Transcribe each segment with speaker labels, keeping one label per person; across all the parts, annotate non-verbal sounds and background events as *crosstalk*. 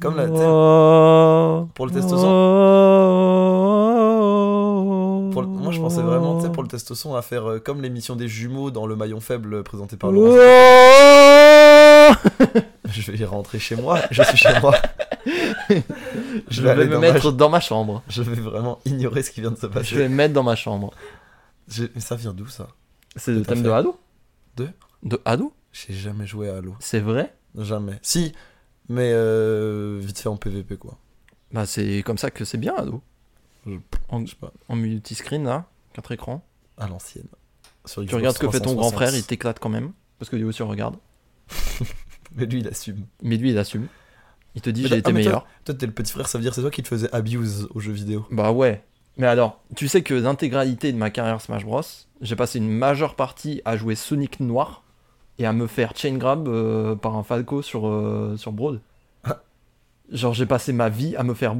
Speaker 1: Comme la, tu sais,
Speaker 2: Pour
Speaker 1: pour le testoson. Pour le- moi, je pensais vraiment, tu sais, pour le testoson, à faire euh, comme l'émission des jumeaux dans Le Maillon Faible euh, présenté par Laurent. Je vais rentrer chez moi, je suis chez
Speaker 2: *laughs*
Speaker 1: moi.
Speaker 2: Je
Speaker 1: vais
Speaker 2: vais,
Speaker 1: aller
Speaker 2: me
Speaker 1: dans ma
Speaker 2: mettre dans ma chambre.
Speaker 1: Je vais vraiment ignorer ce qui vient de se
Speaker 2: Je
Speaker 1: passer.
Speaker 2: vais me mettre dans ma chambre.
Speaker 1: J'ai- Mais ça vient d'où ça
Speaker 2: C'est
Speaker 1: Tout
Speaker 2: le
Speaker 1: à
Speaker 2: thème
Speaker 1: fait.
Speaker 2: de Hado
Speaker 1: De
Speaker 2: De Hado
Speaker 1: J'ai jamais joué à Halo.
Speaker 2: C'est vrai
Speaker 1: Jamais. Si, mais euh, vite fait en PVP quoi.
Speaker 2: Bah c'est comme ça que c'est bien Hado.
Speaker 1: Je-
Speaker 2: En,
Speaker 1: Je sais pas.
Speaker 2: en multiscreen là, quatre écrans.
Speaker 1: À l'ancienne. Sur
Speaker 2: Tu
Speaker 1: Xbox
Speaker 2: regardes ce que fait ton grand
Speaker 1: 360.
Speaker 2: frère, il t'éclate quand même. Parce que lui aussi on regarde.
Speaker 1: Mais lui, il assume.
Speaker 2: Mais lui il assume. Il te dit
Speaker 1: Mais
Speaker 2: j'ai
Speaker 1: t'as-
Speaker 2: été
Speaker 1: ah, mais
Speaker 2: meilleur.
Speaker 1: Toi, t'es le petit frère, ça veut dire c'est toi qui te faisais abuse aux jeux vidéo.
Speaker 2: Bah ouais. Mais alors, tu sais que l'intégralité de ma carrière Smash Bros, j'ai passé une majeure partie à jouer Sonic Noir et à me faire chain grab euh, par un Falco sur, euh,
Speaker 1: *laughs*
Speaker 2: sur Broad.
Speaker 1: Ah.
Speaker 2: Genre, j'ai passé ma vie à me faire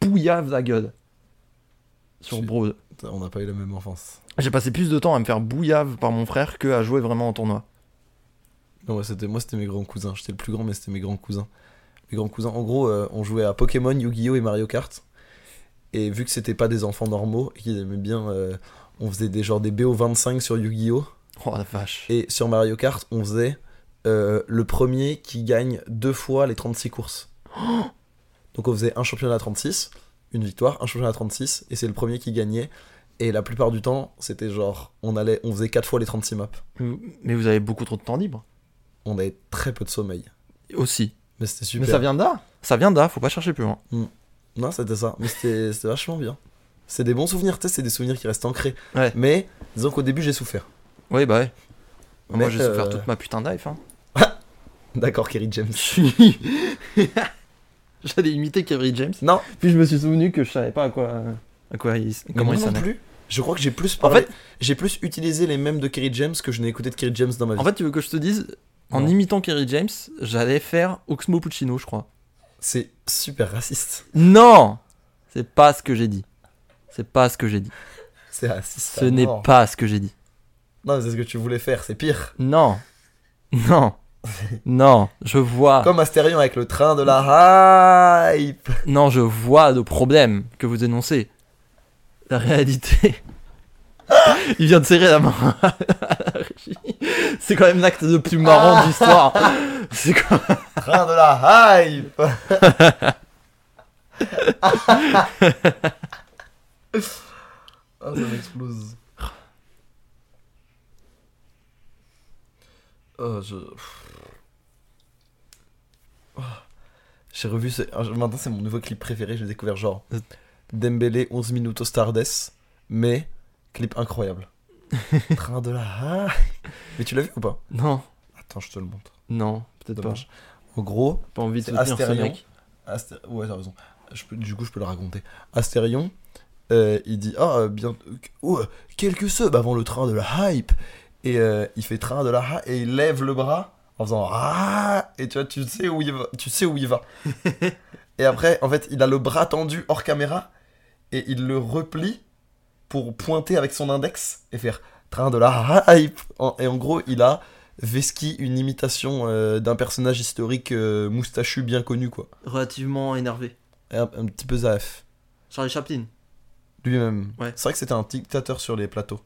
Speaker 2: bouillave la gueule sur
Speaker 1: Tu-
Speaker 2: Broad.
Speaker 1: Putain, On n'a pas eu la même enfance.
Speaker 2: J'ai passé plus de temps à me faire bouillave par mon frère que à jouer vraiment en tournoi.
Speaker 1: Non, ouais, c'était moi, c'était mes grands cousins. J'étais le plus grand, mais c'était mes grands cousins. Mes grands cousins, en gros, euh, on jouait à Pokémon, Yu-Gi-Oh et Mario Kart. Et vu que c'était pas des enfants normaux et qu'ils aimaient bien, euh, on faisait des genre des BO25 sur Yu-Gi-Oh
Speaker 2: Oh la vache.
Speaker 1: et sur Mario Kart, on faisait euh, le premier qui gagne deux fois les 36 courses. *gasps* Donc on faisait un championnat à 36, une victoire, un championnat à 36 et c'est le premier qui gagnait. Et la plupart du temps, c'était genre on allait, on faisait quatre fois les 36 maps.
Speaker 2: Mais vous avez beaucoup trop de temps libre.
Speaker 1: On avait très peu de sommeil.
Speaker 2: Aussi.
Speaker 1: Mais c'était
Speaker 2: Mais ça
Speaker 1: super.
Speaker 2: vient d'A. Ça vient d'A, faut pas chercher plus loin.
Speaker 1: Non, c'était ça. Mais c'était c'était vachement bien. C'est des bons souvenirs, tu sais, c'est des souvenirs qui restent ancrés.
Speaker 2: Ouais.
Speaker 1: Mais disons qu'au début, j'ai souffert.
Speaker 2: Oui, bah ouais. Moi
Speaker 1: Mais,
Speaker 2: j'ai souffert
Speaker 1: euh,
Speaker 2: toute ma putain de life. Hein.
Speaker 1: D'accord, Kerry James.
Speaker 2: Je suis. *laughs* J'allais imiter Kerry James.
Speaker 1: Non,
Speaker 2: Puis je me suis souvenu que je savais pas à quoi. À quoi il.
Speaker 1: mais
Speaker 2: Comment
Speaker 1: moi
Speaker 2: il
Speaker 1: non
Speaker 2: s'appelle.
Speaker 1: plus. Je crois que j'ai plus
Speaker 2: En
Speaker 1: parlé. j'ai plus utilisé les mêmes de Kerry James que je n'ai écouté de Kerry James dans ma vie.
Speaker 2: En fait, tu veux que je te dise, en
Speaker 1: Non.
Speaker 2: imitant Kerry James, j'allais faire Oxmo Puccino, je crois.
Speaker 1: C'est super raciste.
Speaker 2: Non C'est pas ce que j'ai dit. C'est pas ce que j'ai dit.
Speaker 1: C'est raciste. à
Speaker 2: Ce n'est
Speaker 1: mort.
Speaker 2: pas ce que j'ai dit.
Speaker 1: Non, mais c'est ce que tu voulais faire, c'est pire.
Speaker 2: Non *laughs* Non Non Je vois.
Speaker 1: Comme Astérion avec le train de la hype.
Speaker 2: Non, je vois le problème que vous dénoncez. La réalité. *laughs* Il vient de serrer la main *laughs* à la régie. C'est quand même l'acte le plus marrant de l'histoire. C'est quand-
Speaker 1: Train de la hype. ah, ça m'explose. Oh, je. Oh. J'ai revu ce. ah, je- Maintenant, c'est mon nouveau clip préféré, j'ai découvert genre. Dembélé 11 minutes au Stardust, mais clip incroyable. Train de la. Mais tu l'as vu ou pas
Speaker 2: Non,
Speaker 1: Attends, je te le montre.
Speaker 2: non, peut-être pas.
Speaker 1: Dommage. En gros,
Speaker 2: Pas envie de
Speaker 1: C'est
Speaker 2: soutenir ce
Speaker 1: Astérion.
Speaker 2: mec.
Speaker 1: Asté- Ouais, t'as raison. Je peux- Du coup, je peux le raconter. Astérion, euh, il dit Ah, euh, bien. oh, euh, quelques subs avant le train de la hype. Et euh, il fait train de la hype et il lève le bras en faisant Ah Et tu vois, tu sais où il va. Tu sais où il va. et après, en fait, il a le bras tendu hors caméra et il le replie pour pointer avec son index et faire train de la hype. En- Et en gros, il a. Veski, une imitation euh, d'un personnage historique euh, moustachu bien connu, quoi.
Speaker 2: Relativement énervé.
Speaker 1: Et un, un petit peu Zaf.
Speaker 2: Charlie Chaplin.
Speaker 1: Lui-même.
Speaker 2: Ouais.
Speaker 1: C'est vrai que c'était un dictateur sur les plateaux.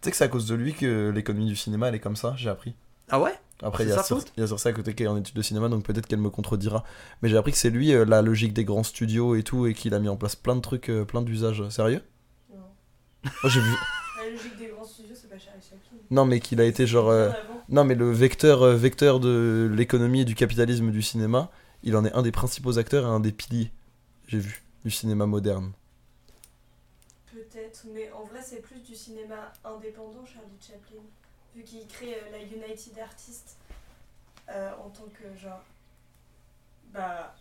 Speaker 1: Tu sais que c'est à cause de lui que l'économie du cinéma, elle est comme ça, j'ai appris.
Speaker 2: Ah ouais
Speaker 1: Après, il
Speaker 2: C'est
Speaker 1: y, a
Speaker 2: sa
Speaker 1: sur,
Speaker 2: faute
Speaker 1: il y a sur ça à côté qui est en études de cinéma, donc peut-être qu'elle me contredira. Mais j'ai appris que c'est lui euh, la logique des grands studios et tout, et qu'il a mis en place plein de trucs, euh, plein d'usages. Sérieux
Speaker 3: Non.
Speaker 1: Moi, j'ai vu. *laughs*
Speaker 3: La logique des grands studios, c'est pas Charlie Chaplin.
Speaker 1: Non, mais qu'il a été genre. euh,
Speaker 3: Bien avant.
Speaker 1: Non, mais le vecteur, euh, vecteur de l'économie et du capitalisme du cinéma, il en est un des principaux acteurs et un des piliers, j'ai vu, du cinéma moderne.
Speaker 3: Peut-être, mais en vrai, c'est plus du cinéma indépendant, Charlie Chaplin. Vu qu'il crée euh, la United Artists euh, en tant que, genre, bah,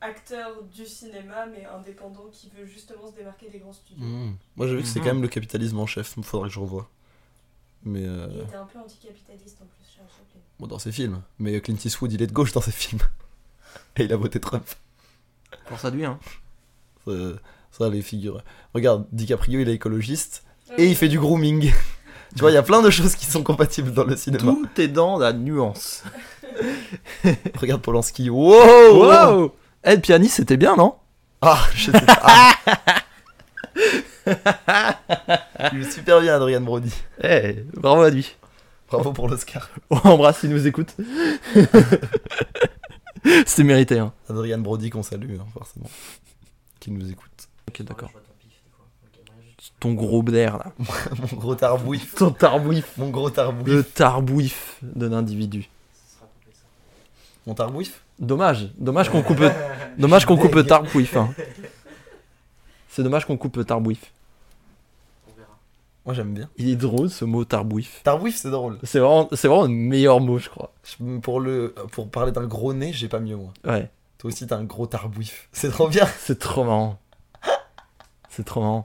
Speaker 3: acteur du cinéma, mais indépendant qui veut justement se démarquer des grands studios.
Speaker 1: Mm. Mmh. Moi j'avoue que c'est
Speaker 2: Mhm.
Speaker 1: quand même le capitalisme en chef, faudrait que je revoie. Mais euh,
Speaker 3: Il était un peu anticapitaliste en plus, Charlie Chaplin.
Speaker 1: bon, dans ses films. Mais euh, Clint Eastwood il est de gauche dans ses films. *laughs* Et il a voté Trump.
Speaker 2: Force à lui, hein.
Speaker 1: Ça, ça, les figures. Regarde, DiCaprio il est écologiste
Speaker 3: Euh,
Speaker 1: et il fait du grooming. *laughs* tu vois, il y a plein de choses qui sont compatibles dans le cinéma.
Speaker 2: Tout est dans la nuance.
Speaker 1: Regarde Polanski. Wow,
Speaker 2: Oh Wow Eh, le pianiste, c'était bien, non
Speaker 1: Ah, je sais pas. Ah. Il est super bien, Adrien Brody.
Speaker 2: Eh, bravo à lui.
Speaker 1: Bravo pour l'Oscar.
Speaker 2: On embrasse s'il nous écoute. *laughs* c'était mérité, hein.
Speaker 1: Adrien Brody qu'on salue, hein, forcément. Qui nous écoute.
Speaker 2: Ok, d'accord.
Speaker 4: Je vois ton pif, des fois. Ok, moi, je-
Speaker 2: Ton gros blaire, là.
Speaker 1: Mon gros tarbouif.
Speaker 2: *laughs* Ton tarbouif.
Speaker 1: Mon gros tarbouif.
Speaker 2: Le tarbouif de l'individu.
Speaker 4: ce sera coupé, ça.
Speaker 1: Mon tarbouif
Speaker 2: Dommage, dommage qu'on
Speaker 4: *laughs*
Speaker 2: coupe, dommage qu'on coupe le tarbouif. hein. C'est dommage qu'on coupe le tarbouif.
Speaker 4: On verra.
Speaker 1: Moi j'aime bien.
Speaker 2: Il est drôle ce mot tarbouif.
Speaker 1: Tarbouif c'est drôle.
Speaker 2: C'est vraiment, c'est vraiment le meilleur mot, je crois.
Speaker 1: Je- Pour, le, pour parler d'un gros nez, j'ai pas mieux moi.
Speaker 2: Ouais,
Speaker 1: Toi aussi t'as un gros tarbouif. *laughs* C'est trop bien.
Speaker 2: c'est trop marrant. C'est trop marrant.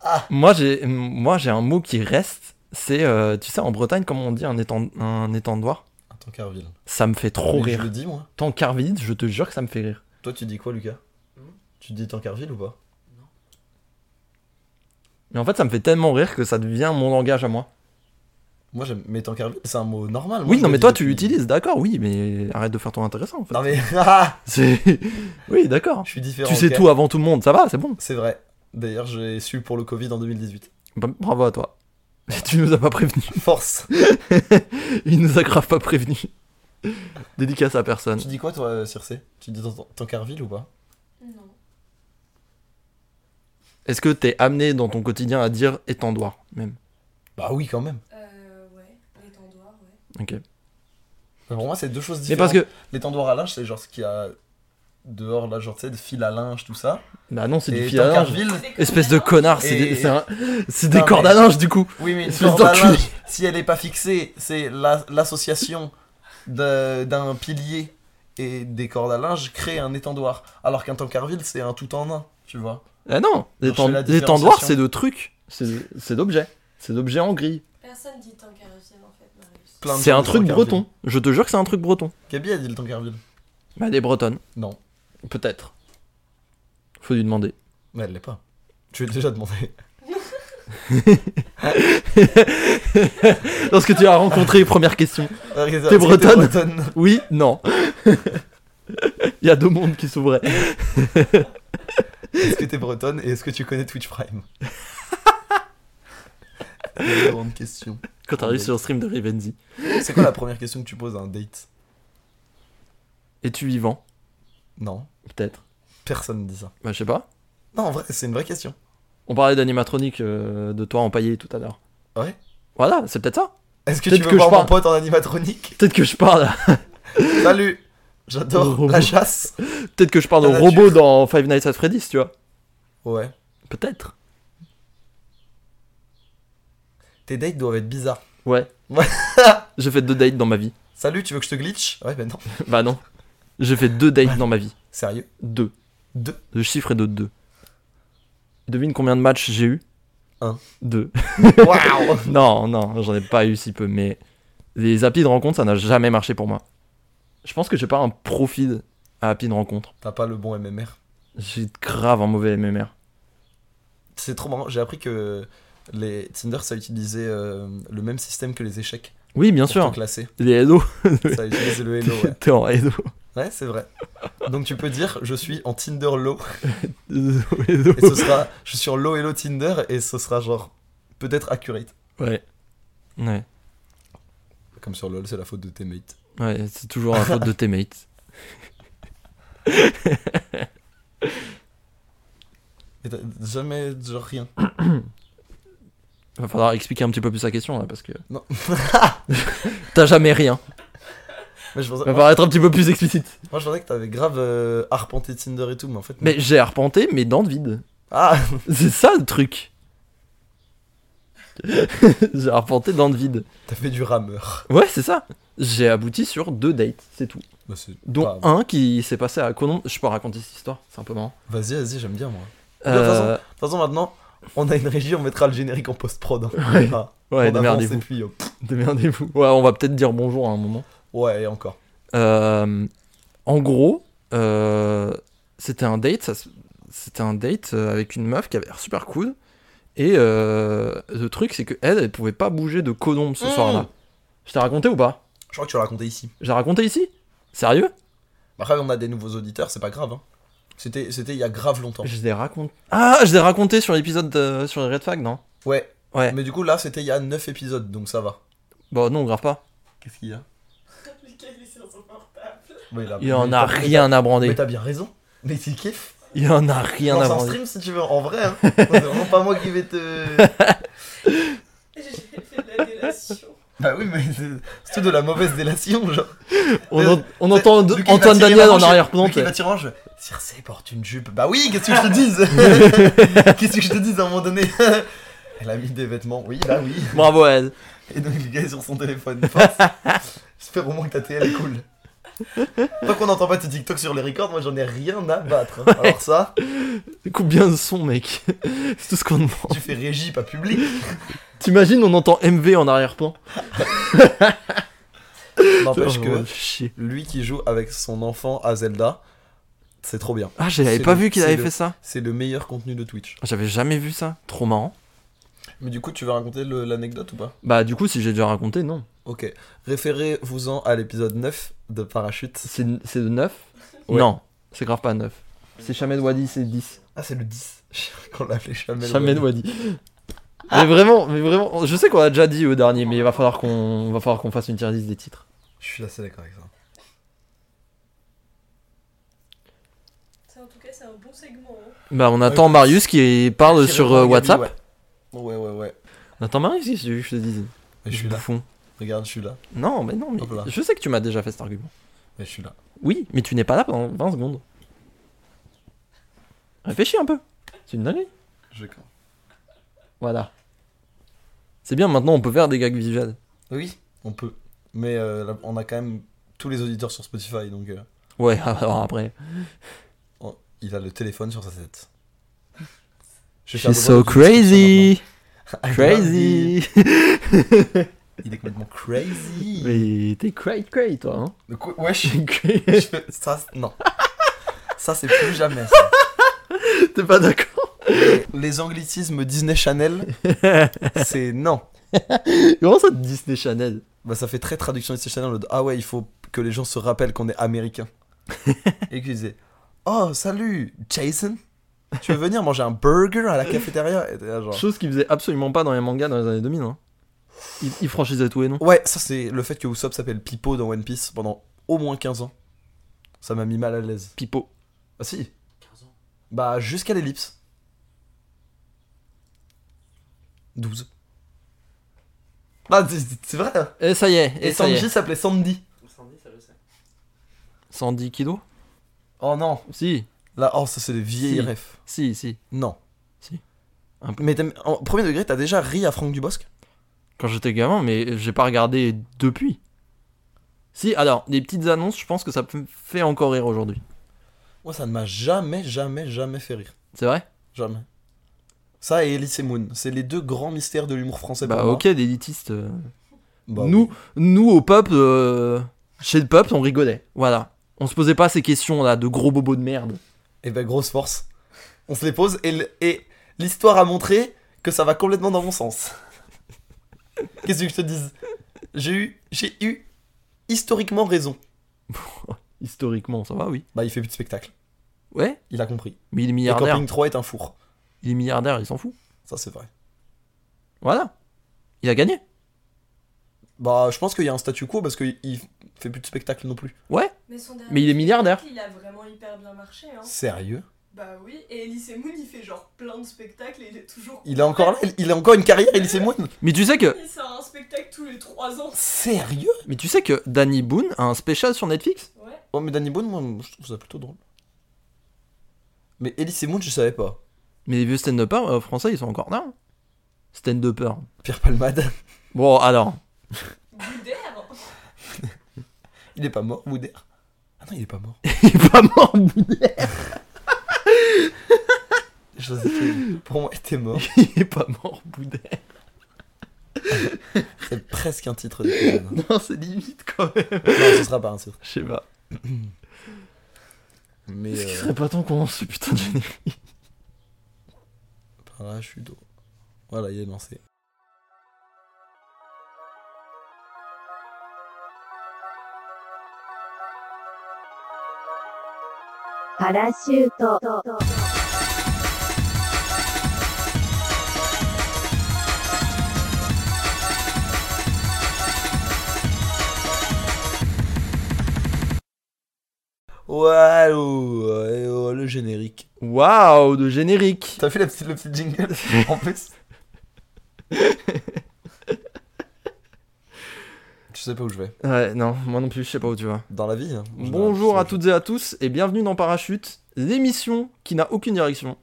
Speaker 4: Ah.
Speaker 2: Moi j'ai, moi j'ai un mot qui reste. C'est, euh, tu sais, en Bretagne, comment on dit un, étend, un étendoir
Speaker 1: Attends Carville.
Speaker 2: Ça me fait trop
Speaker 1: Mais Je
Speaker 2: rire.
Speaker 1: le dis moi.
Speaker 2: Tant qu'Arvid, je te jure que ça me fait rire.
Speaker 1: Toi tu dis quoi Lucas
Speaker 4: Hmm
Speaker 1: Tu dis Tancarville ou pas
Speaker 2: Mais en fait, ça me fait tellement rire que ça devient mon langage à moi.
Speaker 1: Moi j'aime. Mais Tancarville c'est un mot normal. Ah, Moi,
Speaker 2: Oui,
Speaker 1: je
Speaker 2: non,
Speaker 1: le
Speaker 2: mais
Speaker 1: dis
Speaker 2: toi, tu
Speaker 1: depuis-
Speaker 2: l'utilises, d'accord, oui, mais arrête de faire ton intéressant. En
Speaker 1: *laughs*
Speaker 2: fait.
Speaker 1: Non mais. *laughs* ah,
Speaker 2: C'est- *laughs* Oui, d'accord.
Speaker 1: je suis différent.
Speaker 2: Tu sais
Speaker 1: ok.
Speaker 2: tout avant tout le monde, ça va, c'est bon.
Speaker 1: C'est vrai. D'ailleurs j'ai su pour le Covid en 2018.
Speaker 2: Bah, Bravo à toi. *laughs* Tu nous as pas prévenu.
Speaker 1: *laughs* Force.
Speaker 2: Il nous a grave pas prévenu. *laughs* Dédicace à personne.
Speaker 1: tu dis quoi toi Circe Tu dis Tan- Tancarville ou pas
Speaker 3: Non.
Speaker 2: Est-ce que t'es amené dans ton quotidien à dire étendoir même
Speaker 1: Bah oui quand même.
Speaker 3: Euh, ouais. L'étendoir, ouais.
Speaker 2: Ok.
Speaker 1: Mais Pour moi c'est deux choses
Speaker 2: Mais
Speaker 1: différentes.
Speaker 2: parce que.
Speaker 1: L'étendoir à linge c'est genre ce qu'il y a dehors là genre tu sais de fil à linge tout ça.
Speaker 2: Bah non, c'est du
Speaker 1: Et
Speaker 2: fil à linge.
Speaker 1: Tancarville,
Speaker 2: Espèce de connard, c'est
Speaker 1: Et-
Speaker 2: des, c'est un- c'est
Speaker 1: Non,
Speaker 2: des
Speaker 1: mais-
Speaker 2: cordes à linge du coup.
Speaker 1: Oui, mais une
Speaker 2: Espèce
Speaker 1: corde à
Speaker 2: d'enculé.
Speaker 1: linge, si elle n'est pas fixée, c'est la- l'association de- d'un pilier et des cordes à linge crée un étendoir. Alors qu'un tankerville, c'est un tout en un, tu vois.
Speaker 2: Ah non,
Speaker 1: je fais la
Speaker 2: l'étend-
Speaker 1: différenciation.
Speaker 2: l'étendoir c'est de trucs. C'est de- c'est d'objets. C'est d'objets en gris.
Speaker 3: Personne dit tant carrossier en fait, Marius.
Speaker 1: Plein de
Speaker 2: C'est un
Speaker 1: choses
Speaker 2: truc
Speaker 1: sur le Tankerville.
Speaker 2: breton. Je te jure que c'est un truc breton.
Speaker 1: Gabi a dit le tankerville.
Speaker 2: Bah elle est bretonne.
Speaker 1: Non,
Speaker 2: Peut-être. Faut lui demander.
Speaker 1: mais elle l'est pas. Tu l'as déjà
Speaker 2: *laughs*
Speaker 1: demandé.
Speaker 2: Lorsque tu as rencontré, *laughs* première question.
Speaker 1: T'es
Speaker 2: bretonne Oui, non. *laughs* Il y a deux mondes qui s'ouvraient.
Speaker 1: Est-ce que t'es bretonne et est-ce que tu connais Twitch
Speaker 2: *laughs*
Speaker 1: Prime C'est grande question.
Speaker 2: Quand t'arrives sur le stream de Rivenzi.
Speaker 1: C'est quoi la première question que tu poses à un date
Speaker 2: Es-tu vivant
Speaker 1: Non,
Speaker 2: Peut-être.
Speaker 1: personne dit ça.
Speaker 2: Bah, je sais pas.
Speaker 1: Non, en vrai, c'est une vraie question.
Speaker 2: On parlait d'animatronique euh, de toi empaillé tout à l'heure.
Speaker 1: Ouais.
Speaker 2: Voilà, c'est peut-être ça.
Speaker 1: Est-ce que tu
Speaker 2: Peut-être
Speaker 1: veux
Speaker 2: que je
Speaker 1: voir mon
Speaker 2: parle-
Speaker 1: pote en
Speaker 2: *laughs*
Speaker 1: animatronique
Speaker 2: Peut-être que je parle.
Speaker 1: Salut
Speaker 2: Le
Speaker 1: J'adore
Speaker 2: robot.
Speaker 1: la chasse
Speaker 2: Peut-être que je parle
Speaker 1: La
Speaker 2: au
Speaker 1: nature.
Speaker 2: robot dans Five Nights at Freddy's, tu vois.
Speaker 1: Ouais.
Speaker 2: Peut-être.
Speaker 1: Tes dates doivent être bizarres.
Speaker 2: Ouais.
Speaker 1: Ouais.
Speaker 2: J'ai fait deux dates dans ma vie.
Speaker 1: Salut, tu veux que je te glitch Ouais, ben non.
Speaker 2: Bah non. J'ai fait deux
Speaker 1: Bah,
Speaker 2: dates dans ma vie.
Speaker 1: Sérieux
Speaker 2: Deux.
Speaker 1: Deux
Speaker 2: Le chiffre est de deux. Devine combien de matchs j'ai eu
Speaker 1: Un.
Speaker 2: Deux.
Speaker 1: *laughs* Waouh
Speaker 2: *laughs* Non, non, j'en ai pas eu si peu, mais les applis de rencontre, ça n'a jamais marché pour moi. Je pense que j'ai pas un profil à appli de rencontre.
Speaker 1: T'as pas le bon MMR.
Speaker 2: J'ai grave un mauvais MMR.
Speaker 1: C'est trop marrant, j'ai appris que les Tinder, ça utilisait euh, le même système que les échecs.
Speaker 2: Oui, bien
Speaker 1: pour te
Speaker 2: sûr,
Speaker 1: classer.
Speaker 2: les hello,
Speaker 1: Ça utilisait le hello, ouais.
Speaker 2: *laughs* t'es en hello.
Speaker 1: Ouais, c'est vrai. Donc tu peux dire, je suis en Tinder low.
Speaker 2: hello.
Speaker 1: Et ce sera, je suis sur low hello Tinder, et ce sera genre, peut-être accurate.
Speaker 2: *laughs* Ouais. Ouais,
Speaker 1: Comme sur LOL, c'est la faute de tes mates.
Speaker 2: ouais, c'est toujours la faute de tes mates.
Speaker 1: Et t'as jamais, genre rien.
Speaker 2: Va falloir expliquer un petit peu plus la question là parce que.
Speaker 1: Non. *laughs* Bah
Speaker 2: T'as jamais rien.
Speaker 1: Mais je pensais-
Speaker 2: Va falloir être un petit peu plus explicite.
Speaker 1: Moi je pensais que t'avais grave euh, arpenté Tinder et tout, mais en fait. non.
Speaker 2: Mais j'ai arpenté mes dents
Speaker 1: *laughs*
Speaker 2: de vide.
Speaker 1: Ah
Speaker 2: C'est ça le truc. *laughs* j'ai arpenté dents de vide.
Speaker 1: T'as fait du rameur.
Speaker 2: Ouais, c'est ça. J'ai abouti sur deux dates, c'est tout.
Speaker 1: Bah, c'est
Speaker 2: Dont
Speaker 1: pas-
Speaker 2: un qui s'est passé à Conon. Je peux raconter cette histoire, c'est un peu marrant.
Speaker 1: Vas-y, vas-y, j'aime bien moi. De toute façon,
Speaker 2: Euh,
Speaker 1: De toute façon, maintenant, on a une régie, on mettra le générique en post-prod. hein.
Speaker 2: Ouais.
Speaker 1: Ah,
Speaker 2: ouais,
Speaker 1: on avance et
Speaker 2: démerdez-vous.
Speaker 1: puis, euh, pff,
Speaker 2: *laughs* Démerdez-vous. Ouais, on va peut-être dire bonjour à un moment.
Speaker 1: Ouais, et encore.
Speaker 2: Euh, en gros, euh, c'était un date. ça se- C'était un date euh, avec une meuf qui avait l'air super cool. Et euh, le truc, c'est que elle, elle pouvait pas bouger de colombe ce
Speaker 1: Mmh.
Speaker 2: soir-là. Je t'ai raconté ou pas
Speaker 1: Je crois que tu l'as raconté ici. Bah,
Speaker 2: J'ai raconté ici Sérieux
Speaker 1: Après, on a des nouveaux auditeurs, c'est pas grave. hein. C'était c'était il y a grave longtemps.
Speaker 2: Je les raconte. Ah, je les raconté sur l'épisode de- sur les Red Flag, non
Speaker 1: Ouais.
Speaker 2: Ouais.
Speaker 1: Mais du coup, là, c'était il y a 9 épisodes, donc ça va.
Speaker 2: Bon, Bah, non, grave pas.
Speaker 1: Qu'est-ce qu'il y a
Speaker 3: Lucas, il est sur son portable.
Speaker 2: Il en a rien à
Speaker 1: Mais
Speaker 2: brander.
Speaker 1: t'as bien raison. Mais tu kiffes.
Speaker 2: Il en a rien à
Speaker 1: Lance un
Speaker 2: brander.
Speaker 1: stream si tu veux, en vrai.
Speaker 2: *laughs*
Speaker 1: hein. c'est vraiment pas moi qui vais te.
Speaker 3: *laughs* J'ai fait de la délation.
Speaker 1: bah oui, mais c'est surtout de la mauvaise délation, genre.
Speaker 2: On,
Speaker 1: Euh,
Speaker 2: en- on entend
Speaker 1: Luc, il va
Speaker 2: Antoine
Speaker 1: tirer
Speaker 2: Daniel
Speaker 1: ma
Speaker 2: en
Speaker 1: manche,
Speaker 2: arrière-plan.
Speaker 1: Luc, il va tirer en jeu. Circe porte une jupe. Bah oui, qu'est-ce que
Speaker 2: *laughs*
Speaker 1: je te dise *laughs* Qu'est-ce que je te dise à un moment donné *laughs* Elle a mis des vêtements. Oui, là, oui.
Speaker 2: Bravo, Ed.
Speaker 1: Et donc le gars est sur son téléphone.
Speaker 2: *laughs*
Speaker 1: Force. J'espère au moins que ta TL est cool. Tant qu'on n'entend pas tes TikTok sur les records, moi j'en ai rien à battre. hein. Alors ça,
Speaker 2: Coupe bien le son, mec. *laughs* C'est tout ce qu'on demande.
Speaker 1: tu fais régie, pas public.
Speaker 2: T'imagines, on entend MV en arrière-plan.
Speaker 1: N'empêche
Speaker 2: Oh,
Speaker 1: que
Speaker 2: chier.
Speaker 1: lui qui joue avec son enfant à Zelda, c'est trop bien.
Speaker 2: Ah, j'avais
Speaker 1: C'est
Speaker 2: pas
Speaker 1: le-
Speaker 2: vu qu'il
Speaker 1: c'est
Speaker 2: avait
Speaker 1: le-
Speaker 2: fait ça.
Speaker 1: C'est le meilleur contenu de Twitch.
Speaker 2: J'avais jamais vu ça. Trop marrant.
Speaker 1: Mais du coup, tu veux raconter le- l'anecdote ou pas
Speaker 2: Bah, du coup, si j'ai déjà raconté, non.
Speaker 1: Ok. Référez-vous-en à l'épisode 9 de Parachute.
Speaker 2: C'est c'est de 9
Speaker 1: Ouais.
Speaker 2: Non, c'est grave pas 9. C'est Chamed Wadi, c'est 10.
Speaker 1: Ah, c'est le 10. *laughs* Qu'on l'appelait jamais. le
Speaker 2: Chamed
Speaker 1: Wadi.
Speaker 2: Wadi. *laughs* mais vraiment, mais vraiment, je sais qu'on a déjà dit au dernier, mais il va falloir qu'on va falloir qu'on fasse une tier list des titres.
Speaker 1: Je suis assez d'accord avec ça.
Speaker 3: Ça, en tout cas, c'est un bon segment. hein.
Speaker 2: Bah, on attend Marius qui parle
Speaker 1: Qui
Speaker 2: sur
Speaker 1: répond à
Speaker 2: euh,
Speaker 1: Gabi,
Speaker 2: WhatsApp.
Speaker 1: Ouais, ouais, ouais. ouais.
Speaker 2: On attend Marius, qu'est-ce que je te disais
Speaker 1: Mais je suis là.
Speaker 2: Bouffon.
Speaker 1: Regarde, je suis là.
Speaker 2: Non, mais non, mais
Speaker 1: Hop là.
Speaker 2: je sais que tu m'as déjà fait cet argument.
Speaker 1: Mais je suis là.
Speaker 2: Oui, mais tu n'es pas là pendant 20 secondes. Réfléchis un peu. C'est une dinguerie.
Speaker 1: Je
Speaker 2: Voilà. C'est bien, maintenant on peut faire des gags visuels.
Speaker 1: Oui, on peut. Mais euh, là, on a quand même tous les auditeurs sur Spotify, donc euh,
Speaker 2: Ouais, *laughs* alors après.
Speaker 1: on- il a le téléphone sur sa tête. Je vais faire
Speaker 2: She's
Speaker 1: de moi
Speaker 2: so
Speaker 1: une *laughs* description
Speaker 2: crazy! Ah,
Speaker 1: maintenant.
Speaker 2: Crazy!
Speaker 1: Il est complètement crazy.
Speaker 2: Mais t'es cray cray toi, hein?
Speaker 1: De quoi- Wesh. Je
Speaker 2: *laughs* T'es
Speaker 1: fais- Ça, c'est- non. Ça, c'est plus jamais. ça.
Speaker 2: pas *laughs* d'accord?
Speaker 1: Les anglicismes Disney Channel, c'est non.
Speaker 2: Comment ça Disney Channel?
Speaker 1: Bah, ça fait très traduction Disney Channel en mode Ah ouais, il faut que les gens se rappellent qu'on est américain. Et qu'ils disaient Oh, salut, Jason. Tu veux venir manger un burger à la cafétéria Et t'es là, genre,
Speaker 2: Chose qu'ils faisaient absolument pas dans les mangas dans les années 2000, hein. Ils, ils franchissaient tous les noms.
Speaker 1: Ouais, ça, c'est le fait que Usopp s'appelle Pipo dans One Piece pendant au moins 15 ans. Ça m'a mis mal à l'aise.
Speaker 2: Pipo.
Speaker 1: Ah si,
Speaker 4: 15 ans.
Speaker 1: bah jusqu'à l'ellipse. 12. Ah, c'est- c'est- c'est vrai. hein.
Speaker 2: Et ça y est, et,
Speaker 1: Et
Speaker 2: ça y
Speaker 1: Sanji
Speaker 2: est.
Speaker 1: s'appelait Sandy.
Speaker 4: Sandy, ça je sais.
Speaker 2: 110 kilos?
Speaker 1: Oh non.
Speaker 2: Si,
Speaker 1: Là, oh, ça, c'est des vieilles
Speaker 2: Si.
Speaker 1: refs.
Speaker 2: si, si.
Speaker 1: Non.
Speaker 2: Si. Un peu.
Speaker 1: Mais t'aimes- en premier degré, t'as déjà ri à Franck Dubosc
Speaker 2: Quand j'étais gamin, mais j'ai pas regardé depuis. Si, alors, des petites annonces, je pense que ça me fait encore rire aujourd'hui.
Speaker 1: Moi, ça ne m'a jamais, jamais, jamais fait rire.
Speaker 2: C'est vrai?
Speaker 1: Jamais. Ça et Elise et Moon, c'est les deux grands mystères de l'humour français.
Speaker 2: Bah,
Speaker 1: pour moi.
Speaker 2: ok, des litistes. euh,
Speaker 1: Bah,
Speaker 2: nous,
Speaker 1: oui.
Speaker 2: nous au peuple, euh, chez le peuple, on rigolait. Voilà. On se posait pas ces questions là de gros bobos de merde.
Speaker 1: Et bah, grosse force. On se les pose et l- et l'histoire a montré que ça va complètement dans mon sens. *laughs* Qu'est-ce que je te dise J'ai eu, j'ai eu historiquement raison.
Speaker 2: Historiquement, ça va, oui.
Speaker 1: Bah, il fait plus de spectacle.
Speaker 2: Ouais,
Speaker 1: Il a compris.
Speaker 2: mais il est
Speaker 1: Et
Speaker 2: milliardaire.
Speaker 1: Camping 3 est un four.
Speaker 2: Il est milliardaire, il s'en fout.
Speaker 1: Ça, c'est vrai.
Speaker 2: Voilà. Il a gagné.
Speaker 1: Bah, je pense qu'il y a un statu quo parce qu'il il fait plus de spectacle non plus.
Speaker 3: Mais, son dernier
Speaker 2: Mais il est
Speaker 3: spectacle,
Speaker 2: milliardaire.
Speaker 3: Il a vraiment hyper bien marché. Hein.
Speaker 1: Sérieux
Speaker 3: Bah oui, et Elise Moon, il fait genre plein de spectacles et il est toujours.
Speaker 1: Il a encore là- il a encore une carrière, Elise et Moon
Speaker 2: Mais tu sais que,
Speaker 3: Il sort un spectacle tous les 3 ans.
Speaker 1: Sérieux
Speaker 2: mais tu sais que Danny Boone a un spécial sur Netflix.
Speaker 3: Ouais.
Speaker 1: Oh mais Danny Boone, moi je trouve ça plutôt drôle. Mais Elise et Moon, je savais pas.
Speaker 2: Mais les vieux stand-uppers euh, français, ils sont encore là. hein. Stand-uppers.
Speaker 1: Pierre Palmade,
Speaker 2: Bon, alors. *laughs*
Speaker 3: Boudère
Speaker 1: il est pas mort, Wooder. Ah non, il est pas mort.
Speaker 2: Il est pas mort, Boudet.
Speaker 1: Je sais pas, pour moi, il était mort.
Speaker 2: *laughs* Il est pas mort, Boudet.
Speaker 1: C'est presque un titre de film. Non,
Speaker 2: *laughs* Non, c'est limite quand même.
Speaker 1: ce sera pas un titre.
Speaker 2: Je sais pas.
Speaker 1: Mais
Speaker 2: Est-ce qu'il
Speaker 1: euh,
Speaker 2: serait pas temps qu'on lance ce putain de générique
Speaker 1: Parachuto. Voilà, il est lancé.
Speaker 5: パラシュート。
Speaker 1: Waouh et oh, Le générique.
Speaker 2: Waouh, de générique.
Speaker 1: T'as fait la petite, le petit
Speaker 2: *laughs*
Speaker 1: jingle en plus Je sais pas où je vais.
Speaker 2: Ouais, non, moi non plus, je sais pas où tu vas.
Speaker 1: Dans la vie hein, en général, je
Speaker 2: Bonjour
Speaker 1: sais
Speaker 2: à
Speaker 1: pas où
Speaker 2: toutes et à tous et bienvenue dans Parachute, l'émission qui n'a aucune direction.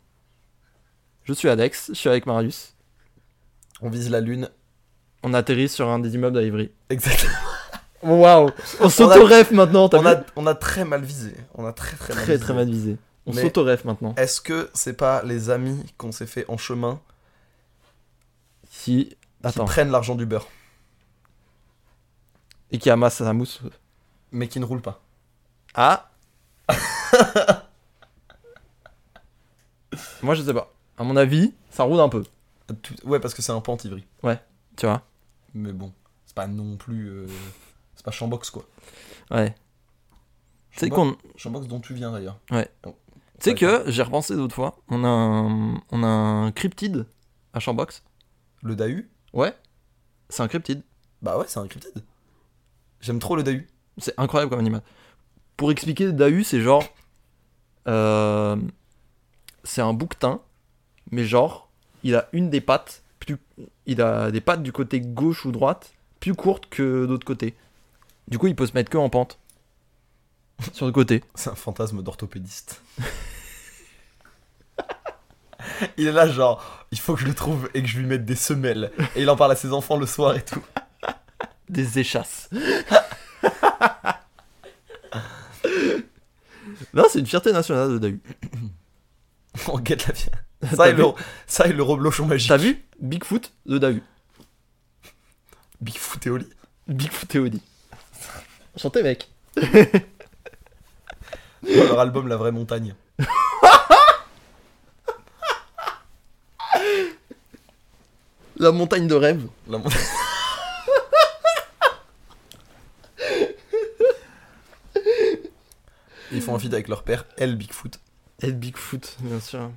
Speaker 2: Je suis Alex, je suis avec Marius.
Speaker 1: je vais. On vise la
Speaker 2: *laughs*
Speaker 1: lune.
Speaker 2: On atterrit sur un des immeubles à Ivry.
Speaker 1: Exactement.
Speaker 2: Waouh On s'auto-ref maintenant, t'as
Speaker 1: On
Speaker 2: vu
Speaker 1: a, on a très mal visé. On a très très mal
Speaker 2: Très
Speaker 1: visé.
Speaker 2: très mal visé. On
Speaker 1: Mais-
Speaker 2: s'auto-ref maintenant.
Speaker 1: Est-ce que c'est pas les amis qu'on s'est fait en chemin
Speaker 2: Si... Attends.
Speaker 1: qui prennent l'argent du beurre
Speaker 2: Et qui amasse sa mousse.
Speaker 1: mais qui ne roulent pas
Speaker 2: Ah *laughs* Moi je sais pas. À mon avis, ça roule un peu,
Speaker 1: Tout- Ouais, parce que c'est un pente ivry.
Speaker 2: tu vois.
Speaker 1: Mais bon, c'est pas non plus. euh, C'est pas Chambox quoi.
Speaker 2: Ouais. Tu sais
Speaker 1: Chambox-
Speaker 2: qu'on...
Speaker 1: Chambox dont tu viens d'ailleurs.
Speaker 2: Tu sais que, j'ai repensé d'autres fois, on a un, on a un cryptide à Chambox.
Speaker 1: Le Dahu
Speaker 2: Ouais. C'est un cryptide.
Speaker 1: Bah ouais, c'est un cryptide. J'aime trop le Dahu.
Speaker 2: C'est incroyable comme animal. Pour expliquer, Dahu, c'est genre. euh, c'est un bouquetin, mais genre, il a une des pattes, plus, il a des pattes du côté gauche ou droite, plus courtes que d'autre côté. Du coup, il peut se mettre que en pente. *laughs* Sur le côté.
Speaker 1: C'est un fantasme d'orthopédiste. il est là, genre, il faut que je le trouve et que je lui mette des semelles. Et il en parle à ses enfants le soir et tout.
Speaker 2: Des échasses. *laughs* non, c'est une fierté nationale de Dahu.
Speaker 1: On guette la vie. Ça
Speaker 2: T'as
Speaker 1: et le,
Speaker 2: vu
Speaker 1: ça et le reblochon magique.
Speaker 2: T'as vu Bigfoot de Dahu.
Speaker 1: Bigfoot et Oli.
Speaker 2: Bigfoot et Audi. Chantez, mec.
Speaker 1: Dans leur album La Vraie Montagne.
Speaker 2: La montagne de rêve.
Speaker 1: La montagne. Ils font un feed avec leur père, elle Bigfoot.
Speaker 2: Et Bigfoot, bien sûr.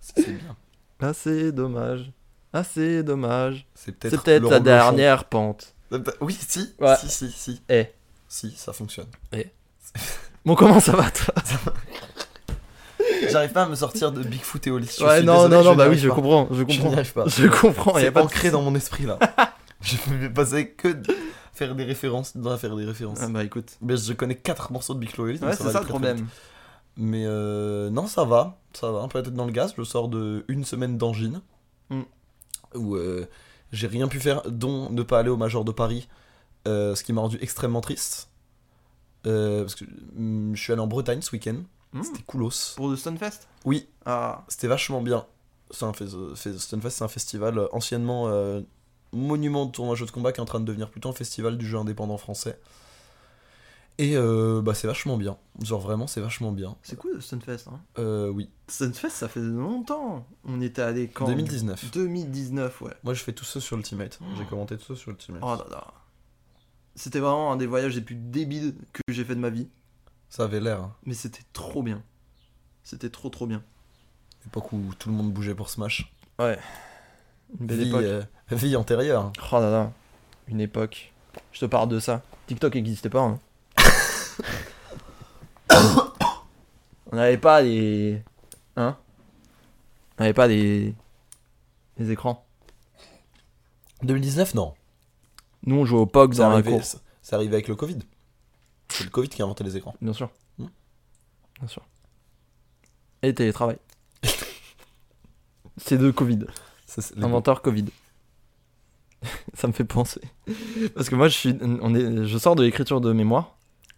Speaker 1: C'est bien.
Speaker 2: Ah, c'est dommage. Ah, c'est dommage.
Speaker 1: C'est peut-être
Speaker 2: C'est peut-être
Speaker 1: le
Speaker 2: la
Speaker 1: reblochon.
Speaker 2: dernière pente.
Speaker 1: Euh, bah, Oui, si,
Speaker 2: Ouais.
Speaker 1: si, si, si.
Speaker 2: Eh.
Speaker 1: Si, ça fonctionne.
Speaker 2: Bon, comment ça va, toi
Speaker 1: J'arrive pas à me sortir de Bigfoot et Oli. Je
Speaker 2: Ouais,
Speaker 1: suis
Speaker 2: non,
Speaker 1: désolé,
Speaker 2: non, non,
Speaker 1: n'y
Speaker 2: bah oui,
Speaker 1: arrive
Speaker 2: je
Speaker 1: pas.
Speaker 2: comprends. Je
Speaker 1: Je
Speaker 2: comprends. Bah.
Speaker 1: n'y arrive pas.
Speaker 2: Je comprends. y a
Speaker 1: C'est
Speaker 2: pas de
Speaker 1: ancré dans mon esprit
Speaker 2: *laughs*
Speaker 1: là. je vais passer que de faire des références, dans faire des références.
Speaker 2: Ah, bah écoute.
Speaker 1: Mais je connais 4 morceaux de Big Flo et Oli, donc
Speaker 2: Ouais,
Speaker 1: va
Speaker 2: c'est
Speaker 1: aller
Speaker 2: ça le
Speaker 1: très, très vite.
Speaker 2: problème.
Speaker 1: Mais euh, non, ça va, ça va. Peut-être dans le gaz, je sors de une semaine d'angine
Speaker 2: Mm.
Speaker 1: où euh, j'ai rien pu faire, dont ne pas aller au Major de Paris, euh, ce qui m'a rendu extrêmement triste. Euh, parce que mm, je suis allé en Bretagne ce week-end,
Speaker 2: Hmm,
Speaker 1: c'était coolos.
Speaker 2: Pour le Stunfest
Speaker 1: Oui,
Speaker 2: Ah.
Speaker 1: c'était vachement bien. C'est un fes- fes- Stunfest, c'est un festival euh, anciennement euh, monument de tournoi jeu de combat qui est en train de devenir plutôt un festival du jeu indépendant français. Et euh, bah c'est vachement bien. Genre vraiment c'est vachement bien.
Speaker 2: C'est cool le Stunfest. Hein.
Speaker 1: Euh, oui.
Speaker 2: Stunfest, ça fait longtemps. On était allé quand
Speaker 1: 2019.
Speaker 2: 2019, ouais.
Speaker 1: Moi je fais tout ça sur Ultimate. J'ai commenté tout ça sur Ultimate.
Speaker 2: Oh là là. C'était vraiment un des voyages les plus débiles que j'ai fait de ma vie.
Speaker 1: Ça avait l'air. hein.
Speaker 2: Mais c'était trop bien. C'était trop trop bien.
Speaker 1: L'époque où tout le monde bougeait pour Smash.
Speaker 2: Une
Speaker 1: vie, euh, vie antérieure.
Speaker 2: Oh là là, une époque. Je te parle de ça. TikTok n'existait pas. hein. *coughs* On n'avait pas les. Hein On n'avait pas les. Les écrans.
Speaker 1: 2019 non.
Speaker 2: Nous, on jouait au POG
Speaker 1: C'est
Speaker 2: dans la
Speaker 1: arrivé,
Speaker 2: course.
Speaker 1: c'est arrivé avec le Covid. C'est le Covid qui a inventé les écrans.
Speaker 2: Bien sûr.
Speaker 1: Hmm.
Speaker 2: Bien sûr. Et télétravail. *laughs* C'est de Covid.
Speaker 1: Ça, c'est-
Speaker 2: Inventeur Covid. *laughs* ça me fait penser. Parce que moi, je, suis, on est, je sors de l'écriture de mémoire.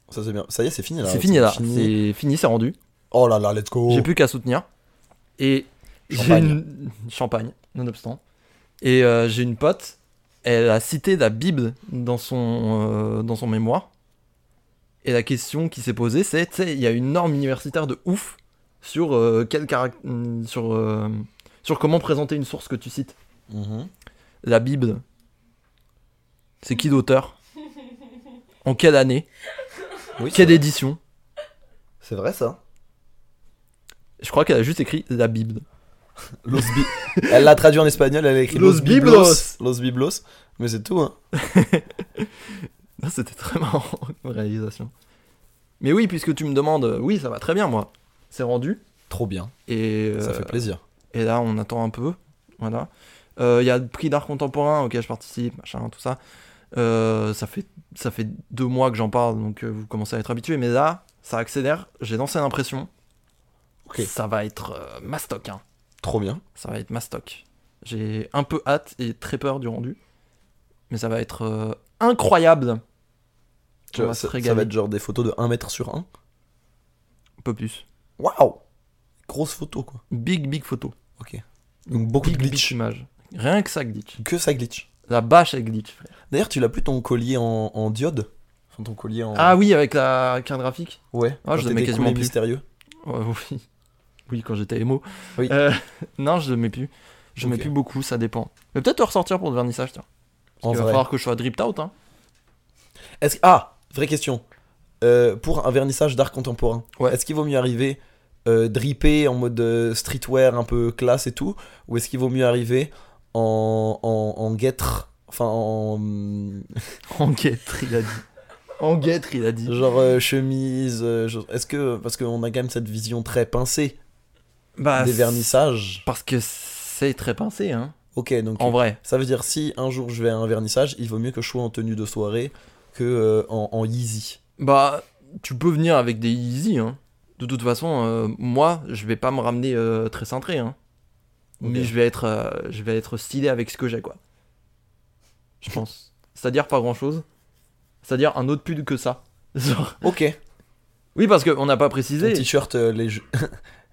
Speaker 1: ça, c'est bien. Ça y est Ah, c'est fini là.
Speaker 2: c'est fini là. C'est fini, c'est rendu.
Speaker 1: Oh là là, let's go.
Speaker 2: J'ai plus qu'à soutenir. Et j'ai
Speaker 1: Champagne.
Speaker 2: une champagne, nonobstant. Et euh, j'ai une pote, elle a cité la Bible dans son euh, dans son mémoire. Et la question qui s'est posée, c'est, tu sais, il y a une norme universitaire de ouf sur euh, quel caract- euh, sur euh, sur comment présenter une source que tu cites.
Speaker 1: Mhm.
Speaker 2: La Bible. C'est qui l'auteur En quelle année
Speaker 1: Oui,
Speaker 2: Quelle
Speaker 1: c'est-
Speaker 2: édition
Speaker 1: C'est vrai ça.
Speaker 2: Je crois qu'elle a juste écrit la Bible. *laughs*
Speaker 1: Los Bi- *laughs* elle l'a traduit en espagnol, elle a écrit
Speaker 2: Los
Speaker 1: Los Biblos.
Speaker 2: Biblos.
Speaker 1: Los Biblos. Mais c'est tout, hein.
Speaker 2: Ah, C'était très marrant comme réalisation. Mais oui, puisque tu me demandes, euh, oui, ça va très bien, moi. C'est rendu.
Speaker 1: Trop bien,
Speaker 2: Et, euh,
Speaker 1: ça fait plaisir.
Speaker 2: et là, on attend un peu. Voilà. Euh, Il y a le prix d'art contemporain auquel je participe, machin, tout ça. Euh, ça, fait, ça fait deux mois que j'en parle, donc euh, vous commencez à être habitué. Mais là, ça accélère. J'ai lancé l'impression.
Speaker 1: Ok.
Speaker 2: Ça va être euh, mastoc. Hein.
Speaker 1: Trop bien.
Speaker 2: Ça va être mastoc. J'ai un peu hâte et très peur du rendu. Mais ça va être euh, incroyable.
Speaker 1: Tu
Speaker 2: On
Speaker 1: vois,
Speaker 2: va se
Speaker 1: ça, ça
Speaker 2: régaler.
Speaker 1: va être genre des photos de 1 mètre sur 1.
Speaker 2: Un peu plus.
Speaker 1: Waouh Grosse photo, quoi.
Speaker 2: Big, big photo.
Speaker 1: Donc beaucoup de
Speaker 2: Big, big
Speaker 1: glitch.
Speaker 2: image. Rien que ça glitch.
Speaker 1: Que ça glitch.
Speaker 2: La bâche, elle glitch, frère.
Speaker 1: D'ailleurs, tu l'as plus ton collier en, en diode Enfin, ton collier en.
Speaker 2: Ah oui, avec la carte graphique
Speaker 1: Ouais.
Speaker 2: Ah, je
Speaker 1: Quand
Speaker 2: l'aimais
Speaker 1: t'étais
Speaker 2: quasiment
Speaker 1: cool et
Speaker 2: plus.
Speaker 1: mystérieux.
Speaker 2: Oh, Oui. Oui, quand j'étais émo.
Speaker 1: Oui.
Speaker 2: Euh, *laughs* non, je ne mets plus. Je ne mets
Speaker 1: Ok.
Speaker 2: plus beaucoup, ça dépend. Mais peut-être te ressortir pour le vernissage, tiens.
Speaker 1: En
Speaker 2: Il va
Speaker 1: vrai.
Speaker 2: falloir que je sois dripped out, hein.
Speaker 1: Est-ce que- Ah, vraie question. Euh, pour un vernissage d'art contemporain,
Speaker 2: Ouais.
Speaker 1: est-ce qu'il vaut mieux arriver euh, drippé en mode euh, streetwear un peu classe et tout Ou est-ce qu'il vaut mieux arriver en, en, en guêtre Enfin,
Speaker 2: Mm.
Speaker 1: en.
Speaker 2: En guêtre, il a dit. En guêtre, il a dit.
Speaker 1: Genre euh, chemise. euh, genre- Est-ce que. Parce qu'on a quand même cette vision très pincée
Speaker 2: Bah,
Speaker 1: des
Speaker 2: c'est-
Speaker 1: vernissages.
Speaker 2: Parce que c'est très pincé, hein.
Speaker 1: Ok, donc.
Speaker 2: En vrai.
Speaker 1: Ça veut dire si un jour je vais à un vernissage, il vaut mieux que je sois en tenue de soirée que euh, en, en Yeezy.
Speaker 2: Bah, tu peux venir avec des Yeezy, hein. De toute façon, euh, moi, je vais pas me ramener euh, très cintré, hein. Mais
Speaker 1: Ok.
Speaker 2: je vais être, euh, je vais être stylé avec ce que j'ai, quoi. Je pense. C'est-à-dire pas grand-chose. C'est-à-dire un autre pull que ça. *laughs* Genre-
Speaker 1: Ok.
Speaker 2: Oui, parce qu'on n'a pas
Speaker 1: Ton
Speaker 2: précisé.
Speaker 1: t-shirt, euh, les jeux, *laughs*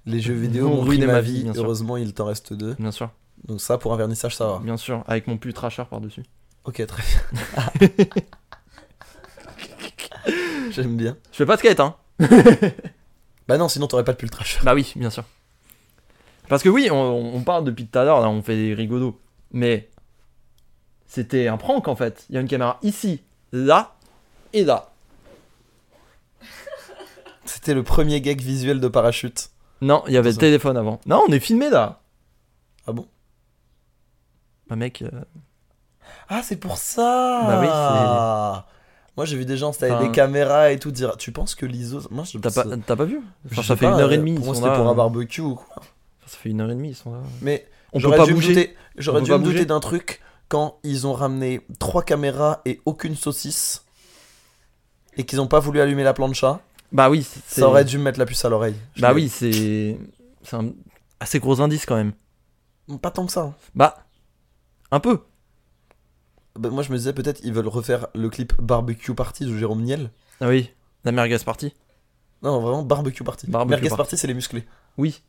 Speaker 1: les jeux vidéo
Speaker 2: Ont
Speaker 1: m'ont
Speaker 2: ruiné
Speaker 1: ruiné
Speaker 2: ma
Speaker 1: ma
Speaker 2: vie,
Speaker 1: vie.
Speaker 2: bien sûr.
Speaker 1: Heureusement, il t'en reste deux.
Speaker 2: Bien sûr,
Speaker 1: Donc ça, pour un vernissage, ça va.
Speaker 2: bien sûr, avec mon pull trasher par-dessus.
Speaker 1: Ok, très
Speaker 2: *laughs*
Speaker 1: bien. J'aime bien.
Speaker 2: Je fais pas
Speaker 1: *laughs*
Speaker 2: de skate, hein.
Speaker 1: Bah non, sinon t'aurais pas de pull trash.
Speaker 2: Bah oui, bien sûr. Parce que oui, on, on parle depuis tout à l'heure, là, on fait des rigolos. Mais c'était un prank en fait. Il y a une caméra ici, là et là.
Speaker 1: C'était le premier gag visuel de parachute.
Speaker 2: Non, il y avait le
Speaker 1: Ça.
Speaker 2: téléphone avant. Non, on est filmé là.
Speaker 1: Ah bon
Speaker 2: Bah mec, euh,
Speaker 1: Ah, c'est pour ça
Speaker 2: Bah oui,
Speaker 1: Moi, j'ai vu des gens, c'était avec
Speaker 2: Enfin-
Speaker 1: des caméras et tout, dire « Tu penses que l'ISO... » Moi, je
Speaker 2: t'as
Speaker 1: ça-
Speaker 2: pas, t'as pas vu
Speaker 1: je
Speaker 2: Enfin,
Speaker 1: sais
Speaker 2: Ça fait
Speaker 1: pas,
Speaker 2: une heure
Speaker 1: euh,
Speaker 2: et demie, ils
Speaker 1: Pour moi,
Speaker 2: sont
Speaker 1: c'était
Speaker 2: là.
Speaker 1: pour un
Speaker 2: euh,
Speaker 1: barbecue ou quoi.
Speaker 2: Ça fait une heure et demie, ils sont là.
Speaker 1: Mais
Speaker 2: On peut
Speaker 1: J'aurais
Speaker 2: pas
Speaker 1: dû me
Speaker 2: bouger.
Speaker 1: douter- J'aurais
Speaker 2: peut
Speaker 1: dû
Speaker 2: pas
Speaker 1: me
Speaker 2: bouger.
Speaker 1: douter d'un truc quand ils ont ramené trois caméras et aucune saucisse et qu'ils ont pas voulu allumer la plancha.
Speaker 2: Bah oui, c'est.
Speaker 1: Ça aurait dû me mettre la puce à l'oreille. Je
Speaker 2: Bah
Speaker 1: l'ai-
Speaker 2: oui, c'est. C'est un assez gros indice quand même.
Speaker 1: Pas tant que ça. hein.
Speaker 2: Bah, un peu.
Speaker 1: Bah, moi je me disais peut-être ils veulent refaire le clip barbecue party de Jérôme Niel.
Speaker 2: Ah oui, la merguez partie.
Speaker 1: Non vraiment barbecue party.
Speaker 2: Barbecue
Speaker 1: Merguez
Speaker 2: party.
Speaker 1: party, c'est les musclés.
Speaker 2: Oui.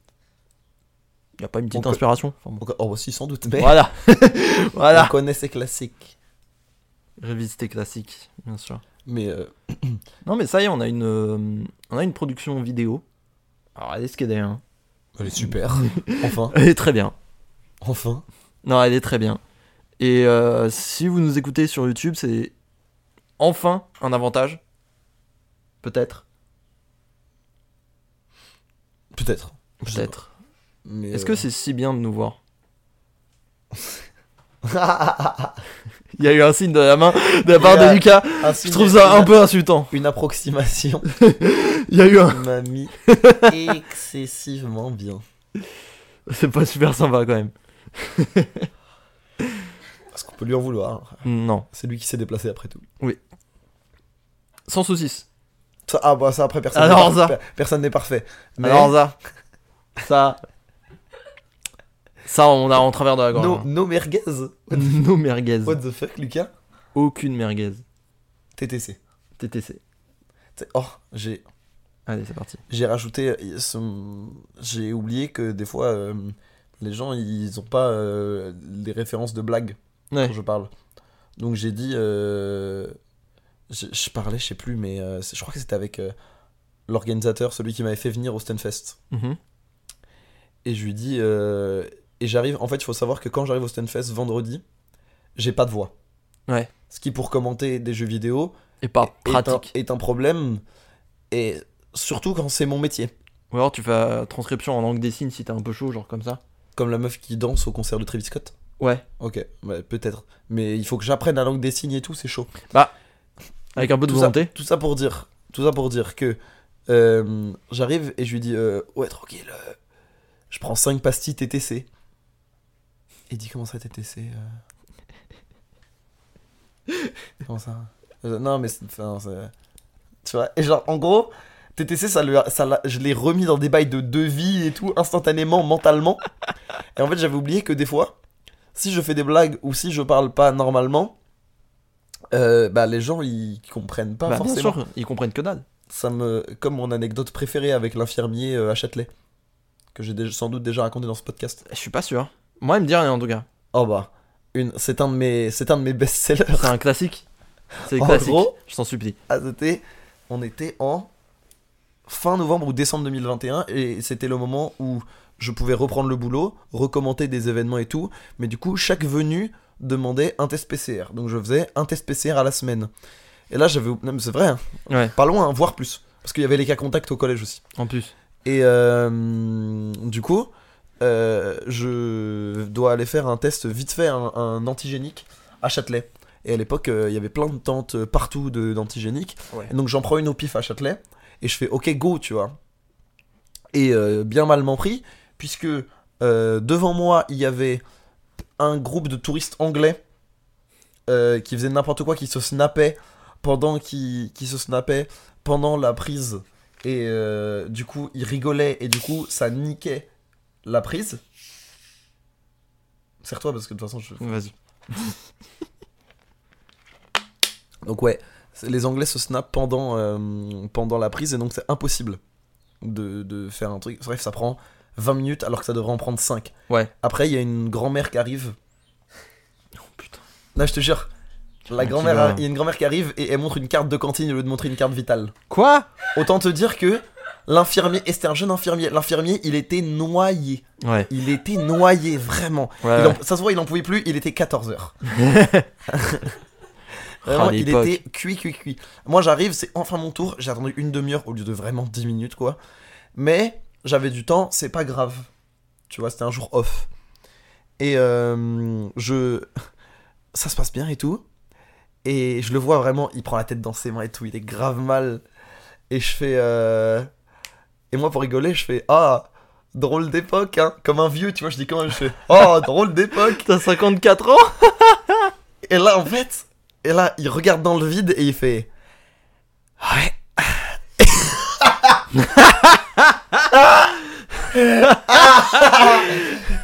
Speaker 2: Y a pas une petite
Speaker 1: On peut-
Speaker 2: inspiration Enfin, bon.
Speaker 1: Donc, oh bah si sans doute. Mais
Speaker 2: Voilà.
Speaker 1: on
Speaker 2: *laughs* voilà.
Speaker 1: connaît ces classiques.
Speaker 2: Révisité classique, bien sûr.
Speaker 1: Mais euh,
Speaker 2: Non, mais ça y est, on a une, euh, on a une production vidéo. Alors, elle est ce qu'elle est. hein.
Speaker 1: elle est
Speaker 2: *laughs*
Speaker 1: super. enfin
Speaker 2: Elle est très bien.
Speaker 1: enfin.
Speaker 2: Non, elle est très bien. Et euh, si vous nous écoutez sur YouTube, c'est enfin un avantage. Peut-être.
Speaker 1: Peut-être. Je sais pas.
Speaker 2: Peut-être.
Speaker 1: Mais,
Speaker 2: Est-ce que
Speaker 1: euh,
Speaker 2: c'est si bien de nous voir Il y a eu un signe de la main de la
Speaker 1: Il
Speaker 2: part
Speaker 1: y
Speaker 2: de
Speaker 1: a-
Speaker 2: Lucas.
Speaker 1: Ah,
Speaker 2: Je
Speaker 1: si,
Speaker 2: trouve
Speaker 1: mais
Speaker 2: ça
Speaker 1: une-
Speaker 2: un peu insultant.
Speaker 1: une approximation.
Speaker 2: Il y a eu un.
Speaker 1: m'a
Speaker 2: *laughs*
Speaker 1: mis excessivement bien.
Speaker 2: C'est pas super sympa quand même.
Speaker 1: Parce qu'on peut lui en vouloir.
Speaker 2: Non.
Speaker 1: C'est lui qui s'est déplacé après tout.
Speaker 2: Sans saucisse.
Speaker 1: Ça- ah bah ça après personne.
Speaker 2: Alors
Speaker 1: n'est
Speaker 2: ça.
Speaker 1: par- per- Personne n'est parfait. Mais
Speaker 2: Alors ça, ça, ça on a en travers de la
Speaker 1: nos,
Speaker 2: gorge.
Speaker 1: nos
Speaker 2: *laughs*
Speaker 1: merguez.
Speaker 2: hein. Nos merguez.
Speaker 1: What the fuck, Lucas
Speaker 2: Aucune merguez.
Speaker 1: TTC.
Speaker 2: TTC.
Speaker 1: C'est- Oh, j'ai
Speaker 2: Allez, c'est parti.
Speaker 1: j'ai rajouté euh, ce- j'ai oublié que des fois euh, les gens ils ont pas euh, les références de blagues
Speaker 2: Ouais.
Speaker 1: quand je parle. Donc j'ai dit euh, je, je parlais, je sais plus, mais euh, c'est- je crois que c'était avec euh, l'organisateur, celui qui m'avait fait venir au Stenfest.
Speaker 2: Mhm.
Speaker 1: et je lui dis euh, et j'arrive en fait il faut savoir que quand j'arrive au Stunfest vendredi j'ai pas de voix
Speaker 2: Ouais.
Speaker 1: ce qui pour commenter des jeux vidéo
Speaker 2: Et pas
Speaker 1: est un,
Speaker 2: pratique.
Speaker 1: est un problème Et surtout quand c'est mon métier.
Speaker 2: Ou alors tu fais euh, transcription en langue des signes si t'es un peu chaud, genre comme ça.
Speaker 1: Comme la meuf qui danse au concert de Travis Scott.
Speaker 2: Ouais.
Speaker 1: Ok, ouais, peut-être. Mais il faut que j'apprenne la langue des signes et tout, c'est chaud.
Speaker 2: Avec un peu de
Speaker 1: tout ça,
Speaker 2: volonté.
Speaker 1: tout ça pour dire, tout ça pour dire que euh, j'arrive et je lui dis euh, ouais tranquille, euh, je prends 5 pastilles TTC. Et dit comment ça TTC euh Comment ça Euh, Non mais c'est- enfin, c'est- tu vois et genre en gros TTC ça lui a- ça l'a- je l'ai remis dans des bails de devis et tout instantanément mentalement et en fait j'avais oublié que des fois si je fais des blagues ou si je parle pas normalement euh, bah les gens ils comprennent pas
Speaker 2: Bah, bien
Speaker 1: forcément
Speaker 2: sûr, ils comprennent que dalle.
Speaker 1: ça me comme mon anecdote préférée avec l'infirmier euh, à Châtelet que j'ai déjà- sans doute déjà raconté dans ce podcast.
Speaker 2: Je suis pas sûr. Moi, il me dit rien en tout cas.
Speaker 1: Oh bah une c'est un de mes c'est un de mes best-sellers.
Speaker 2: C'est un classique. C'est
Speaker 1: En
Speaker 2: classique.
Speaker 1: gros-
Speaker 2: Je t'en supplie.
Speaker 1: Ah, c'était- on était en fin novembre ou décembre 2021 et c'était le moment où je pouvais reprendre le boulot, recommander des événements et tout, mais du coup chaque venue demandait un test PCR. Donc je faisais un test PCR à la semaine. Et là j'avais non, mais c'est vrai, hein.
Speaker 2: Ouais.
Speaker 1: pas loin, hein, voire plus parce qu'il y avait les cas contacts au collège aussi.
Speaker 2: En plus.
Speaker 1: Et euh, du coup, euh, je dois aller faire un test vite fait, un, un antigénique à Châtelet. Et à l'époque, euh, il y avait plein de tentes partout de- d'antigéniques.
Speaker 2: Ouais.
Speaker 1: Et Donc j'en prends une au pif à Châtelet. Et je fais OK, go, tu vois. Et euh, bien mal m'en pris, puisque euh, devant moi, il y avait un groupe de touristes anglais euh, qui faisaient n'importe quoi, qui se snappaient pendant, qui, qui se snappaient pendant la prise et euh, du coup, il rigolait et du coup, ça niquait la prise. Serre-toi parce que de toute façon, je.
Speaker 2: Vas-y.
Speaker 1: Donc, ouais, c'est- les Anglais se snap pendant, euh, pendant la prise et donc c'est impossible de, de faire un truc. Bref, ça prend 20 minutes alors que ça devrait en prendre 5.
Speaker 2: Ouais.
Speaker 1: Après, il y a une grand-mère qui arrive.
Speaker 2: Oh putain.
Speaker 1: Là, je te jure. La
Speaker 2: Qui
Speaker 1: grand-mère,
Speaker 2: va-
Speaker 1: il y a une grand-mère qui arrive et elle montre une carte de cantine au lieu de montrer une carte vitale.
Speaker 2: Quoi
Speaker 1: Autant te dire que l'infirmier, et c'était un jeune infirmier, l'infirmier, il était noyé.
Speaker 2: Ouais.
Speaker 1: Il était noyé, vraiment.
Speaker 2: Ouais.
Speaker 1: Il en-
Speaker 2: ouais.
Speaker 1: ça se voit, il en pouvait plus, il était 14h.
Speaker 2: Ah,
Speaker 1: Vraiment, Ah, il
Speaker 2: l'époque.
Speaker 1: était cuit, cuit, cuit. Moi, j'arrive, c'est enfin mon tour. J'ai attendu une demi-heure au lieu de vraiment 10 minutes, quoi. Mais j'avais du temps, c'est pas grave. Tu vois, c'était un jour off. Et euh, je. *laughs* Ça se passe bien et tout. Et je le vois vraiment, il prend la tête dans ses mains et tout, il est grave mal. Et je fais. euh, Et moi, pour rigoler, je fais Ah, drôle d'époque, hein. Comme un vieux, tu vois, je dis quand même, je fais Oh, drôle d'époque.
Speaker 2: *laughs* T'as 54 ans
Speaker 1: Et là, en fait, et là, il regarde dans le vide et il fait Ouais.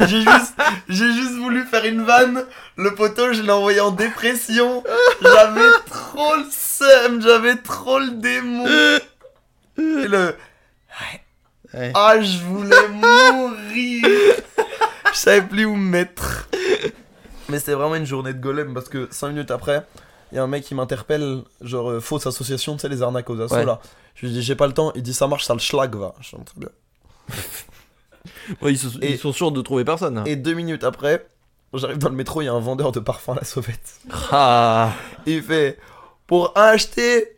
Speaker 1: j'ai juste, j'ai juste voulu faire une vanne. Le poteau, je l'ai envoyé en dépression. J'avais trop le seum, j'avais trop le démon. Et le
Speaker 2: Ouais.
Speaker 1: Ah, je voulais mourir. Je savais plus où me mettre. Mais c'était vraiment une journée de golem parce que 5 minutes après, il y a un mec qui m'interpelle, genre euh, fausse association, tu sais, les arnaques aux assos
Speaker 2: Ouais.
Speaker 1: là. Je lui dis, j'ai pas le temps, il dit ça marche, ça le schlag va. Je suis en train de-
Speaker 2: Ouais, ils, sont,
Speaker 1: Et-
Speaker 2: ils sont sûrs de trouver personne.
Speaker 1: Et 2 minutes après, j'arrive dans le métro, il y a un vendeur de parfum à la sauvette.
Speaker 2: Ah.
Speaker 1: Il fait, pour acheter.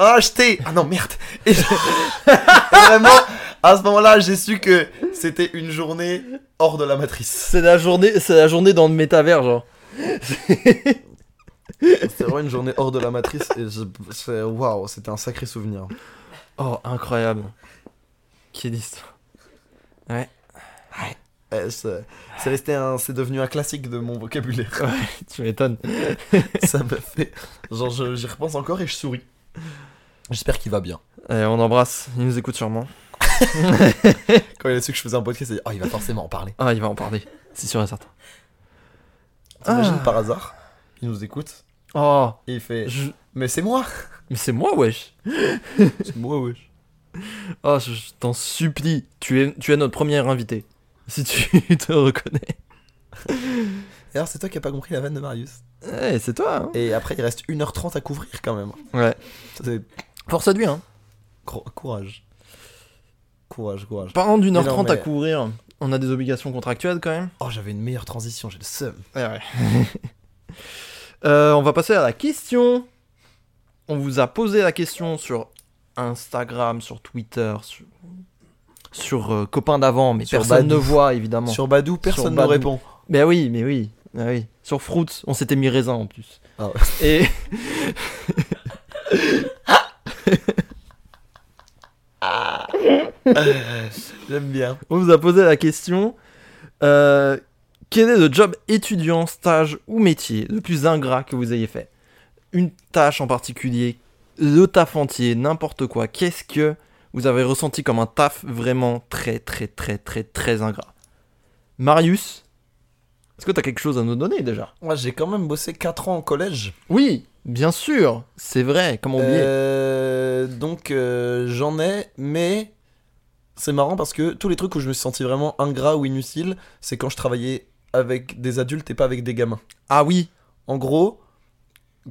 Speaker 1: Acheter Ah non, merde Et je- Et vraiment, à ce moment-là, j'ai su que c'était une journée hors de la matrice.
Speaker 2: C'est la journée, c'est la journée dans le métavers, genre.
Speaker 1: C'était vraiment une journée hors de la matrice et je- c'est- waouh, c'était un sacré souvenir.
Speaker 2: Oh, incroyable. Quelle histoire. *laughs*
Speaker 1: Eh, C'est c'est resté un, c'est devenu un classique de mon *laughs* vocabulaire.
Speaker 2: Tu m'étonnes.
Speaker 1: Ça m'a fait, genre, je- j'y repense encore et je souris. J'espère qu'il va bien.
Speaker 2: Allez, on embrasse. Il nous écoute sûrement.
Speaker 1: Quand il a su que je faisais un podcast, il a dit, oh, il va forcément en parler.
Speaker 2: Ah, il va en parler. C'est sûr et certain.
Speaker 1: T'imagines
Speaker 2: Ah.
Speaker 1: par hasard, il nous écoute
Speaker 2: Oh,
Speaker 1: et il fait,
Speaker 2: je-
Speaker 1: mais c'est moi.
Speaker 2: mais c'est moi, wesh.
Speaker 1: *laughs* C'est moi, wesh.
Speaker 2: Oh, je, je t'en supplie. Tu es, tu es notre premier invité. Si tu *laughs* te reconnais.
Speaker 1: Et alors, c'est toi qui as pas compris la vanne de Marius.
Speaker 2: Eh, c'est toi, hein.
Speaker 1: Et après, il reste 1h30 à couvrir quand même.
Speaker 2: Ouais.
Speaker 1: C'est
Speaker 2: Force à lui, hein.
Speaker 1: cro- courage. Courage, courage.
Speaker 2: Parlant d'une
Speaker 1: Mais
Speaker 2: heure
Speaker 1: non,
Speaker 2: 30 à
Speaker 1: mais-
Speaker 2: courir, on a des obligations contractuelles quand même.
Speaker 1: Oh, j'avais une meilleure transition, j'ai le seum.
Speaker 2: Ouais, ouais. *laughs* Euh, on va passer à la question. On vous a posé la question sur Instagram, sur Twitter, sur, sur, euh, copains d'avant, mais
Speaker 1: Sur
Speaker 2: personne ne
Speaker 1: Badoo.
Speaker 2: voit évidemment.
Speaker 1: Sur Badou, personne ne
Speaker 2: Badoo.
Speaker 1: répond.
Speaker 2: Mais oui, mais oui, ah oui. Sur Fruits, on s'était mis raisin en plus.
Speaker 1: Ah
Speaker 2: Et
Speaker 1: J'aime bien.
Speaker 2: on vous a posé la question euh, quel est le job étudiant, stage ou métier le plus ingrat que vous ayez fait Une tâche en particulier, le taf entier, n'importe quoi. Qu'est-ce que vous avez ressenti comme un taf vraiment très, très, très, très, très ingrat Marius, est-ce que t'as quelque chose à nous donner déjà
Speaker 1: Moi, j'ai quand même bossé 4 ans en collège.
Speaker 2: Oui, bien sûr, c'est vrai, comment oublier
Speaker 1: Euh, donc, euh, j'en ai, mais c'est marrant parce que tous les trucs où je me suis senti vraiment ingrat ou inutile, c'est quand je travaillais avec des adultes et pas avec des gamins.
Speaker 2: Ah oui,
Speaker 1: En gros,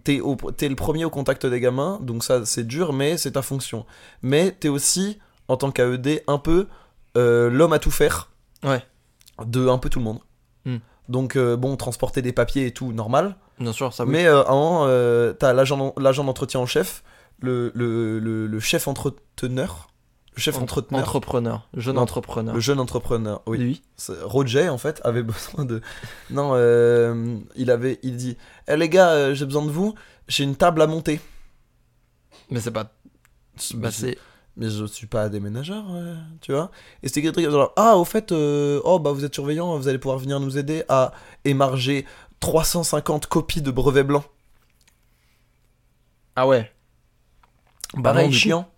Speaker 1: t'es, au- t'es le premier au contact des gamins, donc ça c'est dur, mais c'est ta fonction. Mais t'es aussi, en tant qu'AED, un peu euh, l'homme à tout faire
Speaker 2: Ouais.
Speaker 1: de un peu tout le monde.
Speaker 2: Hmm.
Speaker 1: Donc euh, bon, transporter des papiers et tout, normal.
Speaker 2: bien sûr, ça Ah oui.
Speaker 1: Mais euh, à un moment, euh, t'as l'agent, l'agent d'entretien en chef, le, le, le- le chef entreteneur, le chef
Speaker 2: Entre-
Speaker 1: entreteneur,
Speaker 2: entrepreneur, jeune
Speaker 1: Non.
Speaker 2: entrepreneur.
Speaker 1: le jeune entrepreneur, oui.
Speaker 2: Lui.
Speaker 1: C'est- Roger en fait avait *laughs* besoin de non euh, il avait il dit Eh, les gars euh, j'ai besoin de vous j'ai une table à monter
Speaker 2: Mais c'est pas.
Speaker 1: mais,
Speaker 2: Bah,
Speaker 1: je,
Speaker 2: c'est.
Speaker 1: mais je suis pas déménageur euh, tu vois et c'était quelqu'un qui genre ah au fait euh, oh bah vous êtes surveillant vous allez pouvoir venir nous aider à émarger 350 copies de brevets blancs
Speaker 2: Ah ouais. Bah,
Speaker 1: pareil
Speaker 2: non, du
Speaker 1: chiant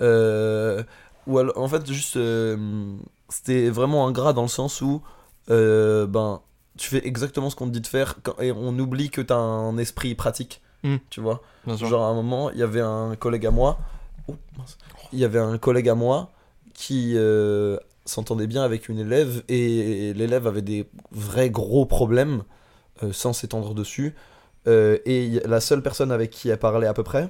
Speaker 1: Euh, ou alors, en fait juste euh, c'était vraiment ingrat dans le sens où euh, ben tu fais exactement ce qu'on te dit de faire quand- et on oublie que t'as un esprit pratique
Speaker 2: Hmm.
Speaker 1: tu vois
Speaker 2: coup, bien sûr.
Speaker 1: genre à un moment il y avait un collègue à moi Oh, mince. il y avait un collègue à moi qui euh, s'entendait bien avec une élève et, et l'élève avait des vrais gros problèmes euh, sans s'étendre dessus Euh, et il y a- la seule personne avec qui elle parlait à peu près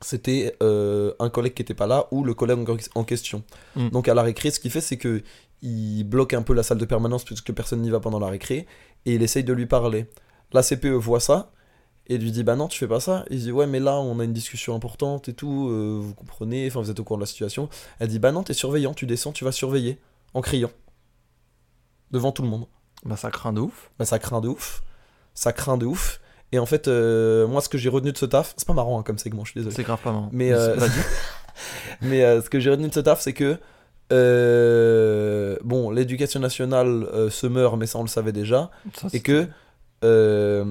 Speaker 1: c'était euh, un collègue qui était pas là ou le collègue en, en question
Speaker 2: Mm.
Speaker 1: donc à la récré ce qu'il fait c'est que il bloque un peu la salle de permanence puisque personne n'y va pendant la récré et il essaye de lui parler la CPE voit ça et lui dit bah non tu fais pas ça il dit ouais mais là on a une discussion importante et tout euh, vous comprenez enfin vous êtes au courant de la situation elle dit bah non t'es surveillant tu descends tu vas surveiller en criant devant tout le monde
Speaker 2: Bah, ça craint de ouf.
Speaker 1: bah ça craint de ouf ça craint de ouf et en fait euh, moi ce que j'ai retenu de ce taf c'est pas marrant hein, comme segment je suis désolé
Speaker 2: C'est grave pas marrant.
Speaker 1: Mais, euh,
Speaker 2: vas-y.
Speaker 1: mais euh, ce que j'ai retenu de ce taf, c'est que euh, bon, l'éducation nationale euh, se meurt, mais ça on le savait déjà,
Speaker 2: *laughs* Ça, c'est-
Speaker 1: et que euh,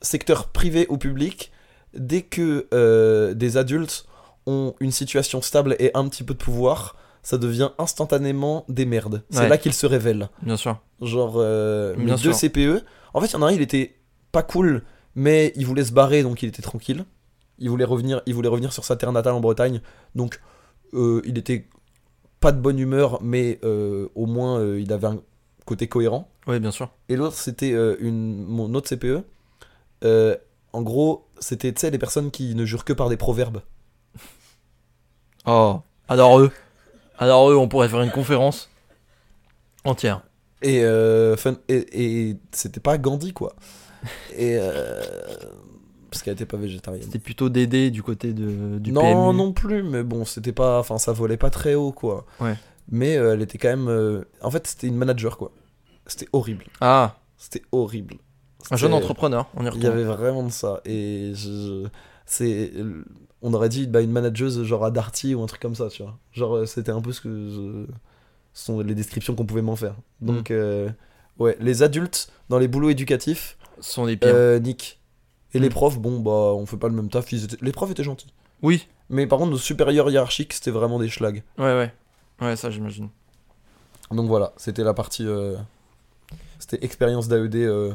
Speaker 1: secteur privé ou public, dès que euh, des adultes ont une situation stable et un petit peu de pouvoir, ça devient instantanément des merdes. C'est
Speaker 2: Ouais.
Speaker 1: là qu'ils se révèlent.
Speaker 2: Bien sûr.
Speaker 1: Genre, euh,
Speaker 2: Bien
Speaker 1: mes deux
Speaker 2: sûr.
Speaker 1: CPE. En fait, il y en a un, il était pas cool, mais il voulait se barrer, donc il était tranquille. Il voulait revenir, il voulait revenir sur sa terre natale en Bretagne, donc euh, il était pas de bonne humeur, mais euh, au moins euh, il avait un côté cohérent.
Speaker 2: Oui, bien sûr.
Speaker 1: Et l'autre, c'était euh, une mon autre CPE. Euh, en gros, c'était tu sais les personnes qui ne jurent que par des proverbes.
Speaker 2: Oh. Alors eux. Alors eux, on pourrait faire une conférence entière.
Speaker 1: Et, euh, fun- et, et c'était pas Gandhi
Speaker 2: *laughs*
Speaker 1: quoi. Et euh, parce qu'elle était pas végétarienne.
Speaker 2: C'était plutôt Dédé du côté de, du
Speaker 1: non,
Speaker 2: PMU.
Speaker 1: non plus, mais bon, c'était pas. Enfin, ça volait pas très haut, quoi.
Speaker 2: Ouais.
Speaker 1: Mais euh, elle était quand même. euh, En fait, c'était une manager, quoi. C'était horrible.
Speaker 2: Ah,
Speaker 1: C'était horrible.
Speaker 2: un jeune
Speaker 1: C'était-
Speaker 2: entrepreneur. On y retourne.
Speaker 1: Il y avait vraiment de ça. Et je- je- c'est. On aurait dit bah, une manageuse, genre à Darty ou un truc comme ça, tu vois. Genre, euh, c'était un peu ce que. Je... ce sont les descriptions qu'on pouvait m'en faire. Donc, euh, ouais, les adultes dans les boulots éducatifs,
Speaker 2: Ce sont des pires.
Speaker 1: euh, Nick. Et les
Speaker 2: Mm.
Speaker 1: profs, bon, bah, on fait pas le même taf. ils étaient- Les profs étaient gentils.
Speaker 2: Oui.
Speaker 1: Mais par contre, nos supérieurs hiérarchiques, c'était vraiment des schlags.
Speaker 2: Ouais, ouais. Ouais, ça j'imagine.
Speaker 1: Donc voilà, c'était la partie. euh, c'était expérience d'AED euh,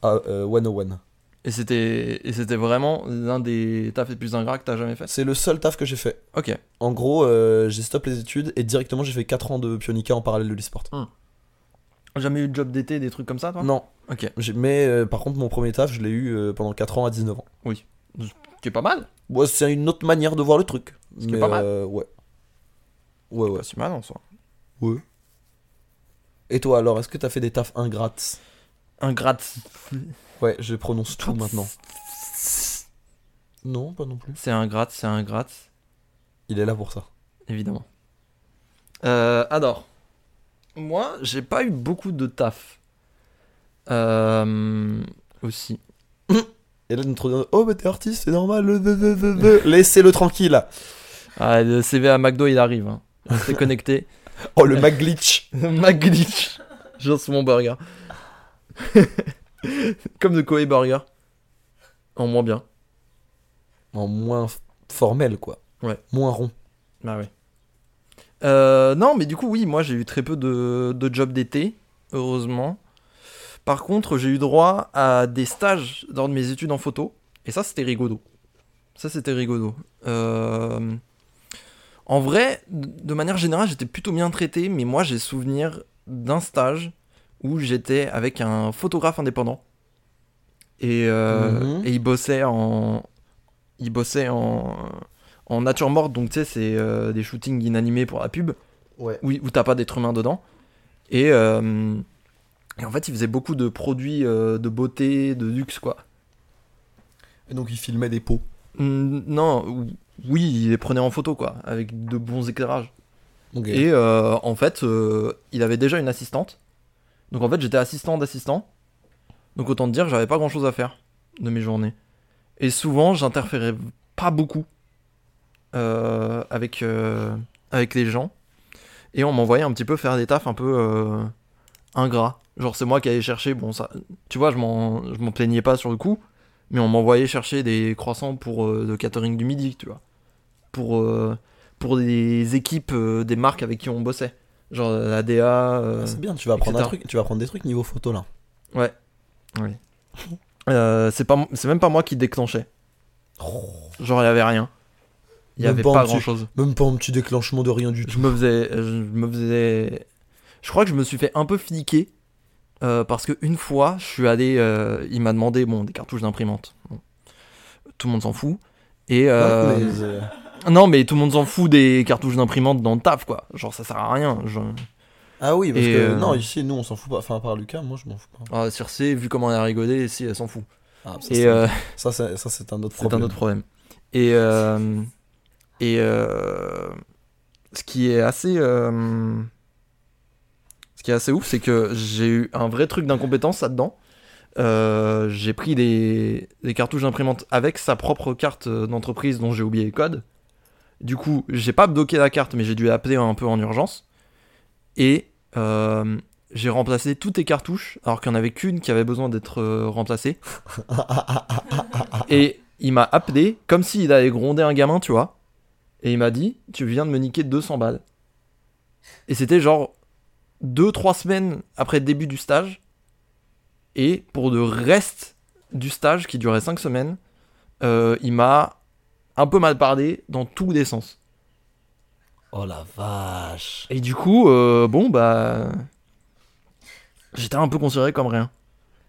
Speaker 1: à, euh, 101.
Speaker 2: Et c'était, et c'était vraiment l'un des tafs les plus ingrats que t'as jamais fait.
Speaker 1: C'est le seul taf que j'ai fait.
Speaker 2: Ok.
Speaker 1: En gros, euh, j'ai stoppé les études et directement j'ai fait 4 ans de pionica en parallèle de l'e-sport.
Speaker 2: Jamais eu de job d'été, des trucs comme ça, toi
Speaker 1: Non,
Speaker 2: Ok.
Speaker 1: j'ai- mais euh, par contre, mon premier taf, je l'ai eu euh, pendant 4 ans à 19 ans.
Speaker 2: Qui est pas mal.
Speaker 1: Ouais, c'est une autre manière de voir le truc.
Speaker 2: qui est pas mal.
Speaker 1: euh, ouais. Ouais, ouais.
Speaker 2: Pas si mal en soi.
Speaker 1: Et toi alors, est-ce que t'as fait des tafs ingrates
Speaker 2: Ingrat.
Speaker 1: Ouais, je prononce tout maintenant. Non, pas non plus.
Speaker 2: C'est un gratte, c'est un gratte,
Speaker 1: Il est là pour ça.
Speaker 2: évidemment. Euh, alors, moi, j'ai pas eu beaucoup de taf. Euh, aussi.
Speaker 1: Et là, notre oh, mais t'es artiste, c'est normal. le- le- le- le- le. Laissez-le tranquille.
Speaker 2: Ah, le CV à McDo, il arrive. Hein. Restez *laughs* connectés.
Speaker 1: Oh, le Mac glitch.
Speaker 2: McGlitch. Genre sur mon burger. *laughs* Comme de Koei Burger. En moins bien.
Speaker 1: En moins f- formel, quoi.
Speaker 2: Ouais.
Speaker 1: Moins rond.
Speaker 2: Bah ouais. Euh, non, mais du coup, oui, moi j'ai eu très peu de, de jobs d'été, heureusement. Par contre, j'ai eu droit à des stages lors de mes études en photo. Et ça, c'était rigodo. Ça, c'était rigodo. Euh, En vrai, de de manière générale, j'étais plutôt bien traité, mais moi j'ai souvenir d'un stage où j'étais avec un photographe indépendant. Et, euh,
Speaker 1: Mhm.
Speaker 2: et il bossait en. Il bossait en. En nature morte, donc tu sais, c'est euh, des shootings inanimés pour la pub
Speaker 1: Ouais.
Speaker 2: où, où t'as pas d'être humain dedans. Et, euh, et en fait, il faisait beaucoup de produits euh, de beauté, de luxe, quoi.
Speaker 1: Et donc, il filmait des pots.
Speaker 2: Mm, Non, ou- oui, il les prenait en photo, quoi, avec de bons éclairages.
Speaker 1: Ok.
Speaker 2: Et euh, en fait, euh, il avait déjà une assistante. Donc en fait, j'étais assistant d'assistant. Donc autant te dire, j'avais pas grand chose à faire de mes journées. Et souvent, j'interférais pas beaucoup euh, avec, euh, avec les gens. Et on m'envoyait un petit peu faire des tafs un peu euh, ingrats. Genre, c'est moi qui allais chercher. Bon, ça, tu vois, je m'en je m'en plaignais pas sur le coup. Mais on m'envoyait chercher des croissants pour euh, le catering du midi, tu vois. Pour, euh, pour des équipes, euh, des marques avec qui on bossait. Genre la DA. euh,
Speaker 1: Ah, c'est bien, tu vas apprendre un
Speaker 2: etc.
Speaker 1: truc, tu vas apprendre des trucs niveau photo là.
Speaker 2: Euh, c'est pas c'est même pas moi qui déclenchais. Genre il y avait rien. Il y
Speaker 1: Même
Speaker 2: avait
Speaker 1: pas
Speaker 2: pas
Speaker 1: en
Speaker 2: grand chose.
Speaker 1: Même pas un petit déclenchement de rien du tout.
Speaker 2: Je me faisais je me faisais je crois que je me suis fait un peu fliquer euh, parce que une fois, je suis allé euh, il m'a demandé bon des cartouches d'imprimante. Bon. Tout le monde s'en fout et euh,
Speaker 1: Ouais, mais, euh,
Speaker 2: non mais tout le monde s'en fout des cartouches d'imprimante dans le taf quoi. Genre ça sert à rien. Je...
Speaker 1: Ah oui, parce
Speaker 2: et,
Speaker 1: que
Speaker 2: euh,
Speaker 1: non, ici, nous, on s'en fout pas. Enfin, à part Lucas, moi, je m'en fous pas.
Speaker 2: Ah, Circé vu comment elle a rigolé, si elle s'en fout.
Speaker 1: Ah, ça,
Speaker 2: Et
Speaker 1: c'est-
Speaker 2: euh,
Speaker 1: ça, c'est- ça, c'est un autre
Speaker 2: C'est un
Speaker 1: problème.
Speaker 2: autre problème. Et, euh, et euh, ce qui est assez. euh, ce qui est assez ouf, c'est que j'ai eu un vrai truc d'incompétence là-dedans. Euh, j'ai pris des, des cartouches d'imprimante avec sa propre carte euh, d'entreprise dont j'ai oublié le code. Du coup, j'ai pas bloqué la carte, mais j'ai dû appeler un peu en urgence. Et euh, j'ai remplacé toutes les cartouches, alors qu'il n'y en avait qu'une qui avait besoin d'être euh, remplacée. Et il m'a appelé comme s'il allait gronder un gamin, tu vois. Et il m'a dit Tu viens de me niquer 200 balles. Et c'était genre 2-3 semaines après le début du stage. Et pour le reste du stage, qui durait 5 semaines, euh, il m'a un peu mal parlé dans tous les sens.
Speaker 1: Oh la vache.
Speaker 2: Et du coup, euh, bon, bah. J'étais un peu considéré comme rien.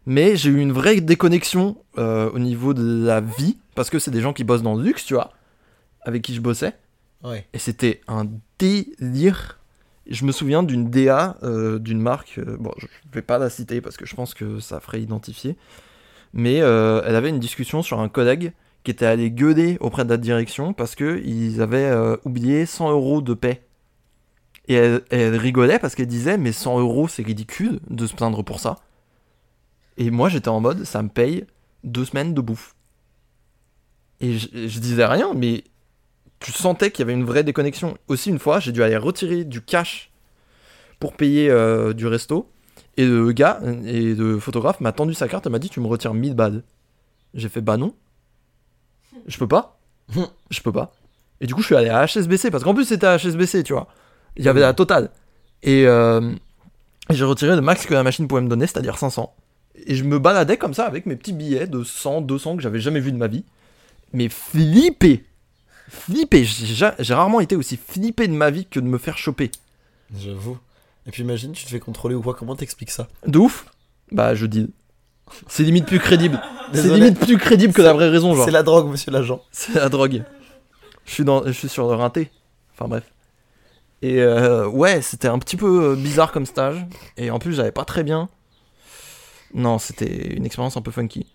Speaker 2: Mais j'ai eu une vraie déconnexion euh, au niveau de la vie, parce que c'est des gens qui bossent dans le luxe, tu vois, avec qui je bossais.
Speaker 1: Ouais.
Speaker 2: Et c'était un délire. Je me souviens d'une DA euh, d'une marque, euh, bon, je je vais pas la citer parce que je pense que ça ferait identifier, mais euh, elle avait une discussion sur un collègue qui était allé gueuler auprès de la direction parce qu'ils avaient euh, oublié 100 euros de paix. Et elle, elle rigolait parce qu'elle disait Mais 100 euros, c'est ridicule de se plaindre pour ça. Et moi, j'étais en mode Ça me paye deux semaines de bouffe. Et je, je disais rien, mais tu sentais qu'il y avait une vraie déconnexion. Aussi, une fois, j'ai dû aller retirer du cash pour payer euh, du resto. Et le gars, et le photographe m'a tendu sa carte et m'a dit Tu me retires 1000 balles. J'ai fait Bah non. Je peux pas. Je peux pas. Et du coup, je suis allé à HSBC parce qu'en plus, c'était à HSBC, tu vois. Il y avait la totale. Et euh, j'ai retiré le max que la machine pouvait me donner, c'est-à-dire 500. Et je me baladais comme ça avec mes petits billets de 100, 200 que j'avais jamais vu de ma vie. Mais flippé Flippé J'ai ja- j'ai rarement été aussi flippé de ma vie que de me faire choper.
Speaker 1: J'avoue. Et puis imagine, tu te fais contrôler ou quoi Comment t'expliques ça
Speaker 2: De ouf Bah, je dis. C'est limite plus crédible. C'est
Speaker 1: Désolé.
Speaker 2: limite plus crédible que la vraie raison, genre.
Speaker 1: C'est la drogue, monsieur l'agent.
Speaker 2: *laughs* C'est la drogue. Je suis, dans, je suis sur le rinté. Enfin bref. Et euh, ouais, c'était un petit peu euh, bizarre comme stage. Et en plus, j'avais pas très bien. Non, c'était une expérience un peu funky.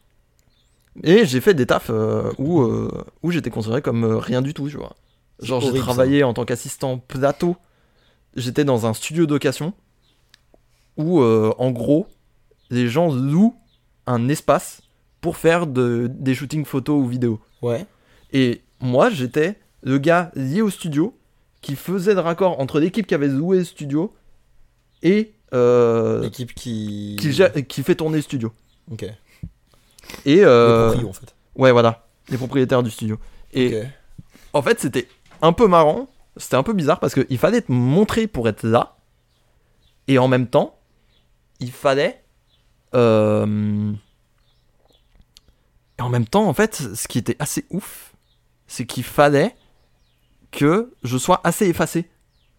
Speaker 2: Et j'ai fait des tafs euh, où, euh, où j'étais considéré comme euh, rien du tout, tu vois. Genre,
Speaker 1: C'est
Speaker 2: j'ai
Speaker 1: horrible,
Speaker 2: travaillé en tant qu'assistant plateau. J'étais dans un studio de location où, euh, en gros, les gens louent un espace pour faire de- des shootings photos ou vidéos.
Speaker 1: Ouais.
Speaker 2: Et moi, j'étais le gars lié au studio qui faisait le raccord entre l'équipe qui avait loué le studio et euh,
Speaker 1: L'équipe qui.
Speaker 2: qui, gère- qui fait tourner le studio.
Speaker 1: Ok. Les
Speaker 2: Et euh,
Speaker 1: proprios, en fait.
Speaker 2: ouais, voilà, les propriétaires du studio. Et
Speaker 1: Ok.
Speaker 2: en fait, c'était un peu marrant, c'était un peu bizarre parce qu'il fallait te montrer pour être là, et en même temps, il fallait. euh, et en même temps, en fait, ce qui était assez ouf, c'est qu'il fallait que je sois assez effacé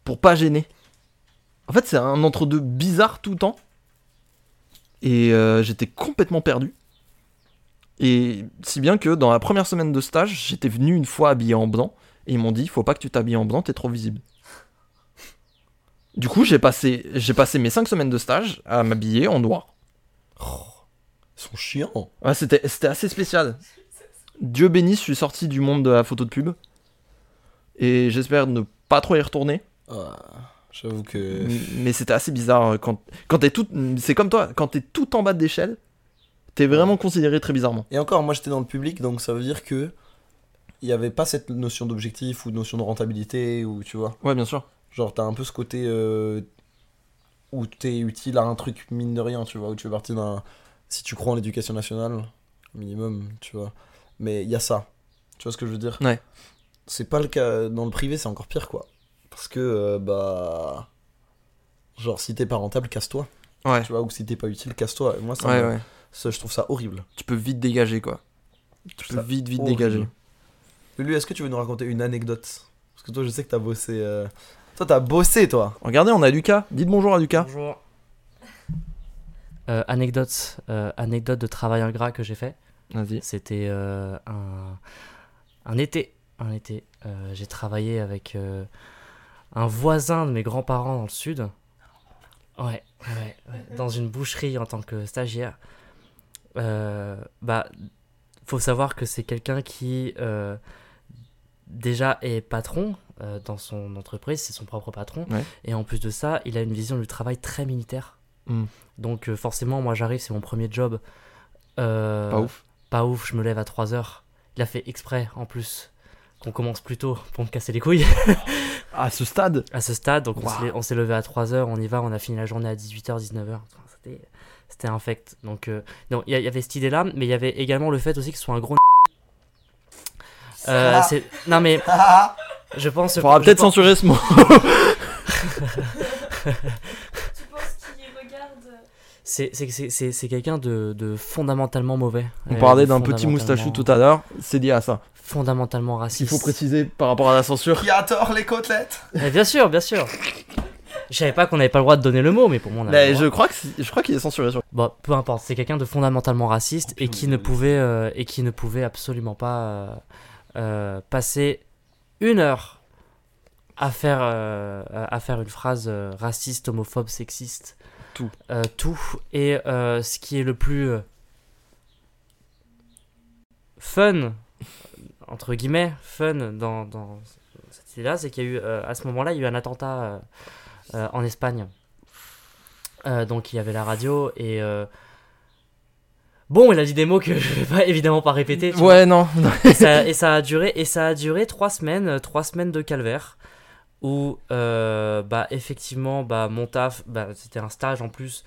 Speaker 2: pour pas gêner. En fait, c'est un entre-deux bizarre tout le temps, et euh, j'étais complètement perdu. Et si bien que dans la première semaine de stage, j'étais venu une fois habillé en blanc et ils m'ont dit faut pas que tu t'habilles en blanc, t'es trop visible. Du coup, j'ai passé, j'ai passé mes 5 semaines de stage à m'habiller en noir.
Speaker 1: Oh, ils sont chiants.
Speaker 2: Ouais, c'était, c'était assez spécial. Dieu bénisse, je suis sorti du monde de la photo de pub. Et j'espère ne pas trop y retourner.
Speaker 1: Ah, J'avoue que.
Speaker 2: M- Mais c'était assez bizarre. euh, Quand, quand t'es tout, c'est comme toi, quand t'es tout en bas de l'échelle, t'es vraiment considéré très bizarrement.
Speaker 1: Et encore, moi j'étais dans le public, donc ça veut dire que. Il n'y avait pas cette notion d'objectif ou de notion de rentabilité, ou tu vois.
Speaker 2: Ouais, bien sûr.
Speaker 1: Genre, t'as un peu ce côté euh, où t'es utile à un truc, mine de rien, tu vois, où tu fais partie d'un. Si tu crois en l'éducation nationale, minimum, tu vois. Mais il y a ça. Tu vois ce que je veux dire
Speaker 2: Ouais.
Speaker 1: C'est pas le cas. Dans le privé, c'est encore pire, quoi. Parce que, euh, bah. Genre, si t'es pas rentable, casse-toi.
Speaker 2: Ouais.
Speaker 1: Tu vois, ou si t'es pas utile, casse-toi. Et Moi, ça,
Speaker 2: Ouais,
Speaker 1: me-
Speaker 2: ouais.
Speaker 1: ça, je trouve ça horrible.
Speaker 2: Tu peux vite dégager quoi.
Speaker 1: Je
Speaker 2: Tu
Speaker 1: trouve
Speaker 2: peux
Speaker 1: ça
Speaker 2: vite, vite
Speaker 1: horrible.
Speaker 2: dégager.
Speaker 1: Lulu, est-ce que tu veux nous raconter une anecdote Parce que toi, je sais que t'as bossé. euh, Toi, t'as bossé, toi
Speaker 2: Regardez, on a Lucas. Dites bonjour à Lucas.
Speaker 4: Bonjour. Euh, anecdote, euh, anecdote de travail ingrat que j'ai fait.
Speaker 2: Vas-y.
Speaker 4: C'était euh, un, un été. Un été. Euh, j'ai travaillé avec euh, un voisin de mes grands-parents dans le sud. Ouais, ouais, ouais. Dans une boucherie en tant que stagiaire. Euh, bah, faut savoir que c'est quelqu'un qui euh, déjà est patron euh, dans son entreprise, c'est son propre patron.
Speaker 2: Ouais.
Speaker 4: Et en plus de ça, il a une vision du travail très militaire.
Speaker 2: Mm.
Speaker 4: Donc euh, forcément, moi j'arrive, c'est mon premier job. Euh,
Speaker 2: Pas ouf.
Speaker 4: pas ouf, je me lève à 3h. Il a fait exprès, en plus, qu'on commence plus tôt pour me casser les couilles *laughs*
Speaker 2: À ce stade,
Speaker 4: à ce stade. Donc on
Speaker 2: Waouh.
Speaker 4: s'est- on s'est levé à 3h, on y va, on a fini la journée à 18h, 19h. Enfin, c'était- C'était infect. Donc, euh, non, il y, a- il y avait cette idée-là, mais il y avait également le fait aussi que ce soit un gros. Euh, c'est- non, mais. Je pense.
Speaker 2: *laughs* Ah. on faudra
Speaker 4: je
Speaker 2: peut-être
Speaker 4: pense-
Speaker 2: censurer ce mot.
Speaker 3: Tu penses qu'il regarde
Speaker 4: C'est c'est- c'est- c'est- c'est quelqu'un de, de fondamentalement mauvais.
Speaker 2: On
Speaker 4: Euh,
Speaker 2: parlait d'un petit
Speaker 4: fondamentalement-
Speaker 2: moustachu tout à l'heure. C'est lié à ça.
Speaker 4: Fondamentalement
Speaker 2: S'il
Speaker 4: raciste.
Speaker 2: faut préciser par rapport à la censure.
Speaker 1: Qui a tort les côtelettes
Speaker 4: Mais Eh, bien sûr, bien sûr. Je savais pas qu'on n'avait pas le droit de donner le mot, mais pour moi on avait
Speaker 2: Mais
Speaker 4: le
Speaker 2: Bah, je
Speaker 4: droit.
Speaker 2: crois que c'est- je crois qu'il est censuré sur.
Speaker 4: Bon, Bah, peu importe, c'est quelqu'un de fondamentalement raciste et qui ne pouvait euh, et qui ne pouvait absolument pas euh, euh, passer une heure à faire euh, à faire une phrase euh, raciste, homophobe, sexiste,
Speaker 2: Tout.
Speaker 4: Euh, tout et euh, ce qui est le plus euh, fun entre guillemets fun dans, dans cette idée-là, c'est qu'il y a eu euh, à ce moment-là, il y a eu un attentat euh, euh, en Espagne. Euh, donc il y avait la radio et euh, bon, il a dit des mots que je vais pas évidemment pas répéter. tu vois.
Speaker 2: Ouais, non.
Speaker 4: Et ça, et ça a duré et ça a duré trois semaines, euh, trois semaines de calvaire où euh, bah effectivement bah mon taf bah, c'était un stage en plus.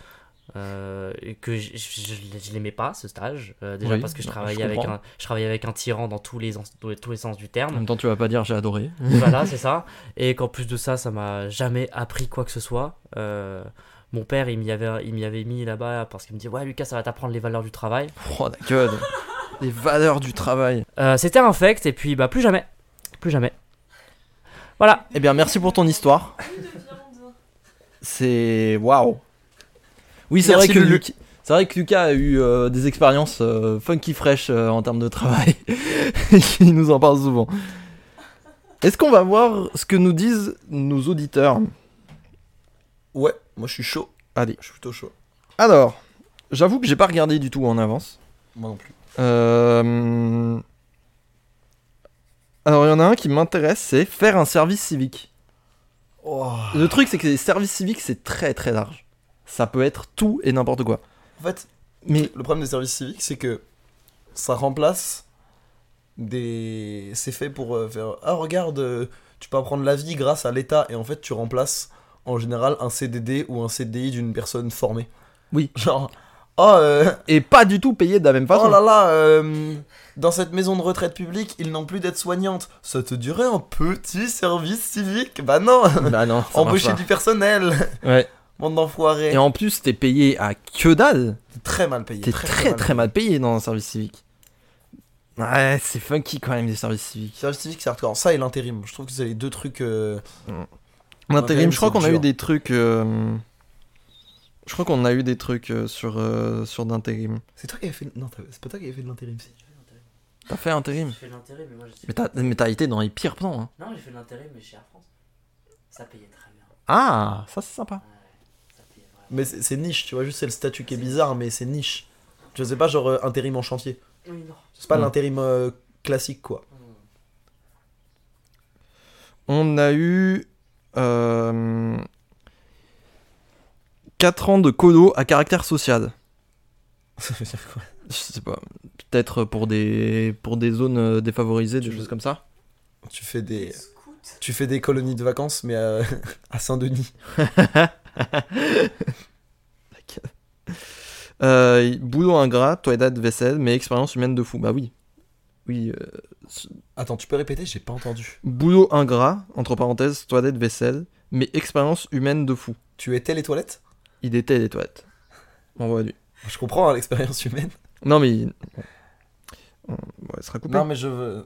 Speaker 4: euh, et que je, je, je- je l'aimais pas ce stage euh, déjà
Speaker 2: Oui,
Speaker 4: parce que je
Speaker 2: bah, je
Speaker 4: travaillais avec
Speaker 2: comprends. Mm.
Speaker 4: un je travaillais avec un tyran dans tous les, en- dans tous les sens du terme
Speaker 2: En même temps, tu vas pas dire j'ai adoré.
Speaker 4: *laughs* voilà, c'est ça. Et qu'en plus de ça, ça m'a jamais appris quoi que ce soit. Euh, mon père, il m'y avait, il m'y avait mis là-bas parce qu'il me dit Ouais, Lucas, ça va t'apprendre les valeurs du travail.
Speaker 2: Oh la gueule. Les valeurs du travail.
Speaker 4: Euh, C'était infect, et puis bah, plus jamais. Plus jamais. Voilà.
Speaker 2: Eh bien, merci pour ton histoire.
Speaker 3: Plus de viande.
Speaker 2: C'est waouh. Oui, c'est vrai
Speaker 1: Merci,
Speaker 2: que
Speaker 1: Lulu.
Speaker 2: Luc- C'est vrai que Lucas a eu euh, des expériences euh, funky fresh euh, en termes de travail. *laughs* Il nous en parle souvent. Est-ce qu'on va voir ce que nous disent nos auditeurs
Speaker 1: Ouais, moi je suis chaud.
Speaker 2: Allez.
Speaker 1: Je suis plutôt chaud.
Speaker 2: Alors, j'avoue que j'ai pas regardé du tout en avance.
Speaker 1: Moi non plus.
Speaker 2: Euh, Alors, il y en a un qui m'intéresse, c'est faire un service civique.
Speaker 1: Oh.
Speaker 2: Le truc, c'est que les services civiques, c'est très très large. Ça peut être tout et n'importe quoi.
Speaker 1: En fait,
Speaker 2: Mais
Speaker 1: le problème des services civiques, c'est que ça remplace des. C'est fait pour euh, faire. Ah, regarde, euh, tu peux apprendre la vie grâce à l'État, et en fait, tu remplaces en général un CDD ou un CDI d'une personne formée.
Speaker 2: Oui.
Speaker 1: Genre. Oh, euh,
Speaker 2: et pas du tout payé de la même façon.
Speaker 1: oh là là, euh, dans cette maison de retraite publique, ils n'ont plus d'aide-soignante. Ça te durait un petit service civique Bah non
Speaker 2: bah non, ça marche
Speaker 1: *laughs* Embaucher
Speaker 2: pas.
Speaker 1: du personnel
Speaker 2: Ouais.
Speaker 1: Bande d'enfoirés
Speaker 2: Et en plus, t'es payé à que dalle.
Speaker 1: T'es Très mal payé.
Speaker 2: T'es très très, mal payé dans un service civique. Ouais, c'est funky quand même les services civiques.
Speaker 1: Service civique, c'est hardcore. Ça et l'intérim. Je trouve que c'est les deux trucs. euh,
Speaker 2: L'intérim, je crois
Speaker 1: c'est
Speaker 2: qu'on a
Speaker 1: dur.
Speaker 2: eu des trucs. euh, Je crois qu'on a eu des trucs euh, sur, euh, sur d'intérim.
Speaker 1: C'est toi qui avais fait. Non, t'avais- c'est pas toi qui avais fait de l'intérim, si.
Speaker 2: T'as fait intérim
Speaker 5: J'ai fait de l'intérim, mais moi je sais
Speaker 2: Mais t'as- mais t'as été dans les pires plans. hein.
Speaker 5: Non, j'ai fait de l'intérim, mais chez Air France. Ça payait très bien.
Speaker 2: Ah, ça c'est sympa.
Speaker 5: Ouais, ça payait vraiment.
Speaker 1: Mais c'est c'est niche, tu vois, juste c'est le statut qui est bizarre, mais c'est niche. Je sais pas, genre euh, intérim en chantier.
Speaker 5: Oui, non.
Speaker 1: C'est pas
Speaker 2: Mm.
Speaker 1: l'intérim euh, classique,
Speaker 2: *laughs*
Speaker 1: quoi.
Speaker 5: Mmh.
Speaker 2: On a eu. 4 ans de colo à caractère social.
Speaker 1: Ça veut dire quoi
Speaker 2: Je sais pas. Peut-être pour des, pour des zones euh, défavorisées, des
Speaker 1: Tu-
Speaker 2: choses comme ça.
Speaker 1: Tu fais
Speaker 3: Les
Speaker 1: des.
Speaker 3: scouts.
Speaker 2: *laughs*
Speaker 1: Tu fais des colonies de vacances, mais euh, *laughs* à Saint-Denis.
Speaker 2: Euh, boulot ingrat, toilette, vaisselle, mais expérience humaine de fou. Bah oui. Oui. euh,
Speaker 1: Attends, tu peux répéter J'ai pas entendu.
Speaker 2: boulot ingrat, entre parenthèses, toilette, vaisselle, mais expérience humaine de fou.
Speaker 1: Tu étais les toilettes
Speaker 2: Il était des *laughs* toilettes. On voit lui.
Speaker 1: Je comprends hein, l'expérience humaine.
Speaker 2: Non mais. il- Bon, il sera coupé.
Speaker 1: Non, mais je veux.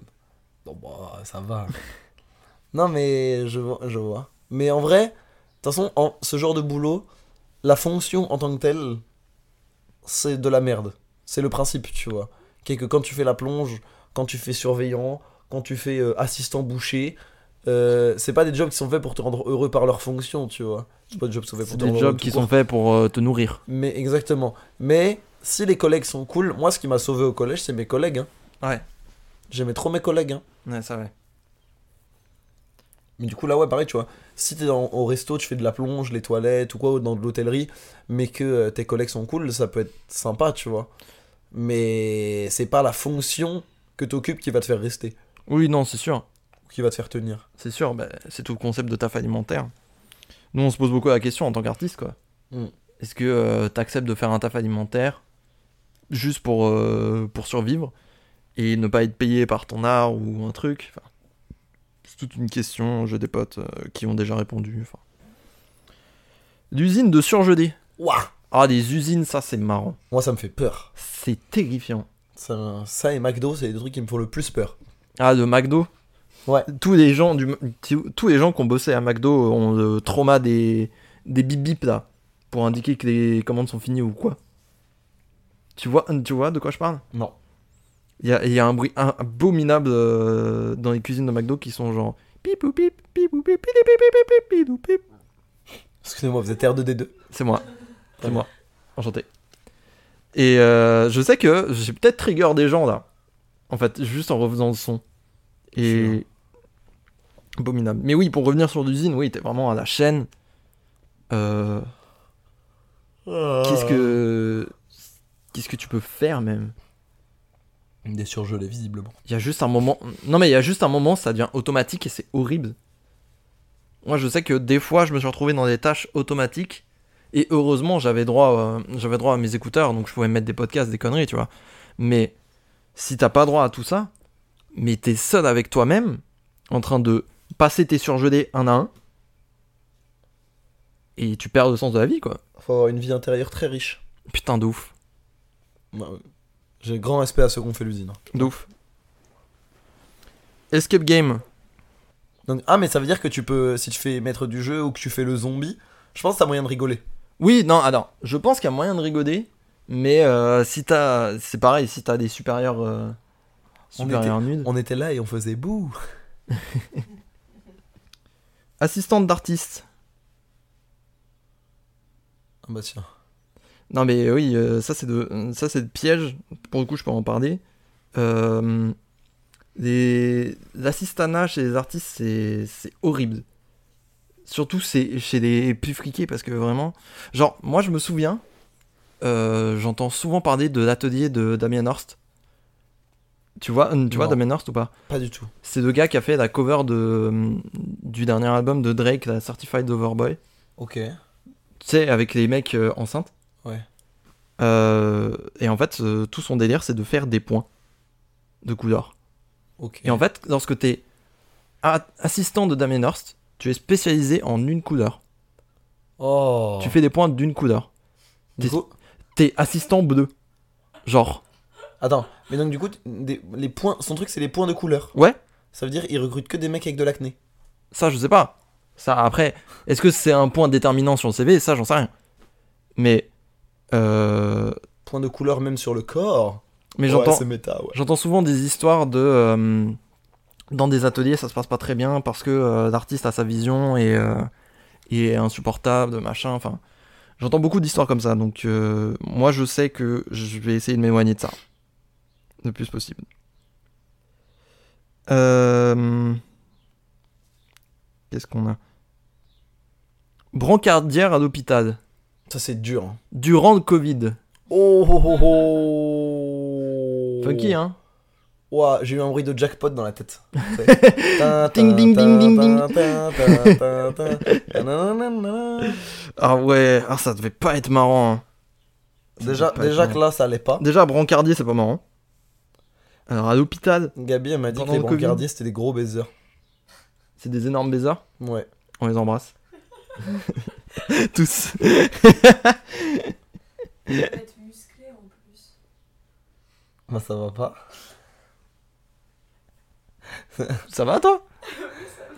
Speaker 1: Non, bah, ça va. non, mais je vois, je vois. Mais en vrai, de toute façon, en, ce genre de boulot, la fonction en tant que telle, c'est de la merde. C'est le principe, tu vois. Qui est que quand tu fais la plonge, quand tu fais surveillant, quand tu fais euh, assistant boucher, euh, c'est pas des jobs qui sont faits pour te rendre heureux par leur fonction, tu vois. C'est pas des jobs qui sont faits
Speaker 2: C'est
Speaker 1: pour te
Speaker 2: des
Speaker 1: rendre
Speaker 2: jobs
Speaker 1: heureux
Speaker 2: qui
Speaker 1: tout court.
Speaker 2: sont faits pour euh, te nourrir.
Speaker 1: Mais exactement. Mais si les collègues sont cool, moi ce qui m'a sauvé au collège, c'est mes collègues. hein.
Speaker 2: Ouais.
Speaker 1: J'aimais trop mes collègues. hein.
Speaker 2: Ouais, c'est vrai.
Speaker 1: Mais du coup, là, ouais, pareil, tu vois. Si t'es dans- au resto, tu fais de la plonge, les toilettes ou quoi, ou dans de l'hôtellerie, mais que euh, tes collègues sont cool, ça peut être sympa, tu vois. Mais c'est pas la fonction que t'occupes qui va te faire rester,
Speaker 2: Oui, non, c'est sûr.
Speaker 1: ou qui va te faire tenir.
Speaker 2: C'est sûr, bah, c'est tout le concept de taf alimentaire. Nous, on se pose beaucoup la question en tant qu'artiste, quoi.
Speaker 1: Mm.
Speaker 2: Est-ce que tu acceptes de faire un taf alimentaire juste pour, euh, pour survivre et ne pas être payé par ton art ou un truc Enfin, C'est toute une question, j'ai des potes euh, qui ont déjà répondu. enfin. L'usine de surgelés.
Speaker 1: Ouah
Speaker 2: Ah, des usines, ça c'est marrant.
Speaker 1: Moi, ça me fait peur.
Speaker 2: C'est terrifiant.
Speaker 1: Ça, ça et McDo, c'est les trucs qui me font le plus peur.
Speaker 2: Ah, de McDo
Speaker 1: Ouais.
Speaker 2: Tous les gens, du, tous les gens qui ont bossé à McDo ont le trauma des, des bip bip là, pour indiquer que les commandes sont finies ou quoi. Tu vois, tu vois de quoi je parle
Speaker 1: Non.
Speaker 2: Il y a, il y a un bruit un- abominable euh, dans les cuisines de McDo qui sont genre pipou pip, pipou pip, pidi pip, pip, pip, pidou pip.
Speaker 1: Excusez-moi, vous êtes R2D2.
Speaker 2: C'est moi. C'est moi. Enchanté. Et euh, je sais que j'ai peut-être trigger des gens là. En fait, juste en refaisant le son. Et. Abominable. Mais oui, pour revenir sur l'usine, oui, t'es vraiment à la chaîne. Euh, Qu'est-ce que. Qu'est-ce que tu peux faire même
Speaker 1: Des surgelés, visiblement.
Speaker 2: Il y a juste un moment. Non, mais il y a juste un moment, ça devient automatique et c'est horrible. Moi, je sais que des fois, je me suis retrouvé dans des tâches automatiques. Et heureusement, j'avais droit, euh, j'avais droit à mes écouteurs, donc je pouvais mettre des podcasts, des conneries, tu vois. Mais si t'as pas droit à tout ça, mais t'es seul avec toi-même, en train de passer tes surgelés un à un, et tu perds le sens de la vie, quoi.
Speaker 1: Faut avoir une vie intérieure très riche.
Speaker 2: Putain, de ouf.
Speaker 1: Ouais, ouais. Bah, J'ai grand respect à ceux qu'on fait l'usine. hein.
Speaker 2: De ouf. Escape game.
Speaker 1: Donc, ah, mais ça veut dire que tu peux, si tu fais maître du jeu ou que tu fais le zombie, je pense que t'as moyen de rigoler.
Speaker 2: Oui, non, alors, je pense qu'il y a moyen de rigoler, mais euh, si t'as. C'est pareil, si t'as des supérieurs. euh,
Speaker 1: On
Speaker 2: supérieurs nudes.
Speaker 1: On était là et on faisait bouh.
Speaker 2: Assistante d'artiste.
Speaker 1: Ah bah tiens.
Speaker 2: Non mais oui, euh, ça c'est de ça c'est de piège. Pour le coup, je peux en parler. Euh, les l'assistanat chez les artistes, c'est c'est horrible. Surtout c'est chez les plus friqués parce que vraiment, genre moi je me souviens, euh, j'entends souvent parler de l'atelier de Damien Horst. Tu vois, tu vois
Speaker 1: Non.
Speaker 2: Damien Horst ou pas
Speaker 1: Pas du tout.
Speaker 2: C'est le gars qui a fait la cover de euh, du dernier album de Drake, la Certified Overboy
Speaker 1: Ok.
Speaker 2: tu sais, avec les mecs euh, enceintes.
Speaker 1: Ouais.
Speaker 2: Euh, et en fait, euh, tout son délire, c'est de faire des points de couleur.
Speaker 1: Ok.
Speaker 2: Et en fait, lorsque t'es a- assistant de Damien Hirst, tu es spécialisé en une couleur.
Speaker 1: Oh.
Speaker 2: Tu fais des points d'une couleur.
Speaker 1: Du
Speaker 2: des-
Speaker 1: coup-
Speaker 2: T'es assistant bleu. Genre,
Speaker 1: Attends, mais donc du coup, t- des- les points, son truc c'est les points de couleur.
Speaker 2: ouais,
Speaker 1: Ça veut dire il recrute que des mecs avec de l'acné.
Speaker 2: ça, je sais pas. Ça, après, est-ce que c'est un point déterminant sur le CV Ça, j'en sais rien. Mais, euh,
Speaker 1: Points de couleur même sur le corps.
Speaker 2: mais
Speaker 1: ouais,
Speaker 2: j'entends.
Speaker 1: c'est méta, ouais.
Speaker 2: J'entends souvent des histoires de. euh, dans des ateliers, ça se passe pas très bien parce que euh, l'artiste a sa vision et, euh, et est insupportable, machin. Enfin, j'entends beaucoup d'histoires comme ça. Donc, euh, moi, je sais que je vais essayer de m'éloigner de ça. Le plus possible. Euh, Qu'est-ce qu'on a Brancardière à l'hôpital.
Speaker 1: Ça c'est dur. hein.
Speaker 2: Durant le Covid.
Speaker 1: Oh oh oh oh.
Speaker 2: Funky, hein
Speaker 1: Ouah, j'ai eu un bruit de jackpot dans la
Speaker 2: *laughs*
Speaker 1: tête.
Speaker 2: Ding, ding, ding, ding, ding. *laughs*
Speaker 1: ding.
Speaker 2: Ah ouais, ah, ça devait pas être marrant. hein. Ça
Speaker 1: Déjà,
Speaker 2: devait pas être
Speaker 1: déjà
Speaker 2: marrant.
Speaker 1: que là ça allait pas.
Speaker 2: Déjà, brancardier, c'est pas marrant. Alors, à l'hôpital,
Speaker 1: Gabi elle m'a dit que
Speaker 2: Pendant
Speaker 1: les
Speaker 2: le Covid.
Speaker 1: brancardiers c'était des gros baisers.
Speaker 2: c'est des énormes baisers.
Speaker 1: Ouais.
Speaker 2: On les embrasse. *laughs* Tous. *laughs*
Speaker 3: Ça peut être musclé en plus.
Speaker 1: Moi ça va pas.
Speaker 2: Ça va, toi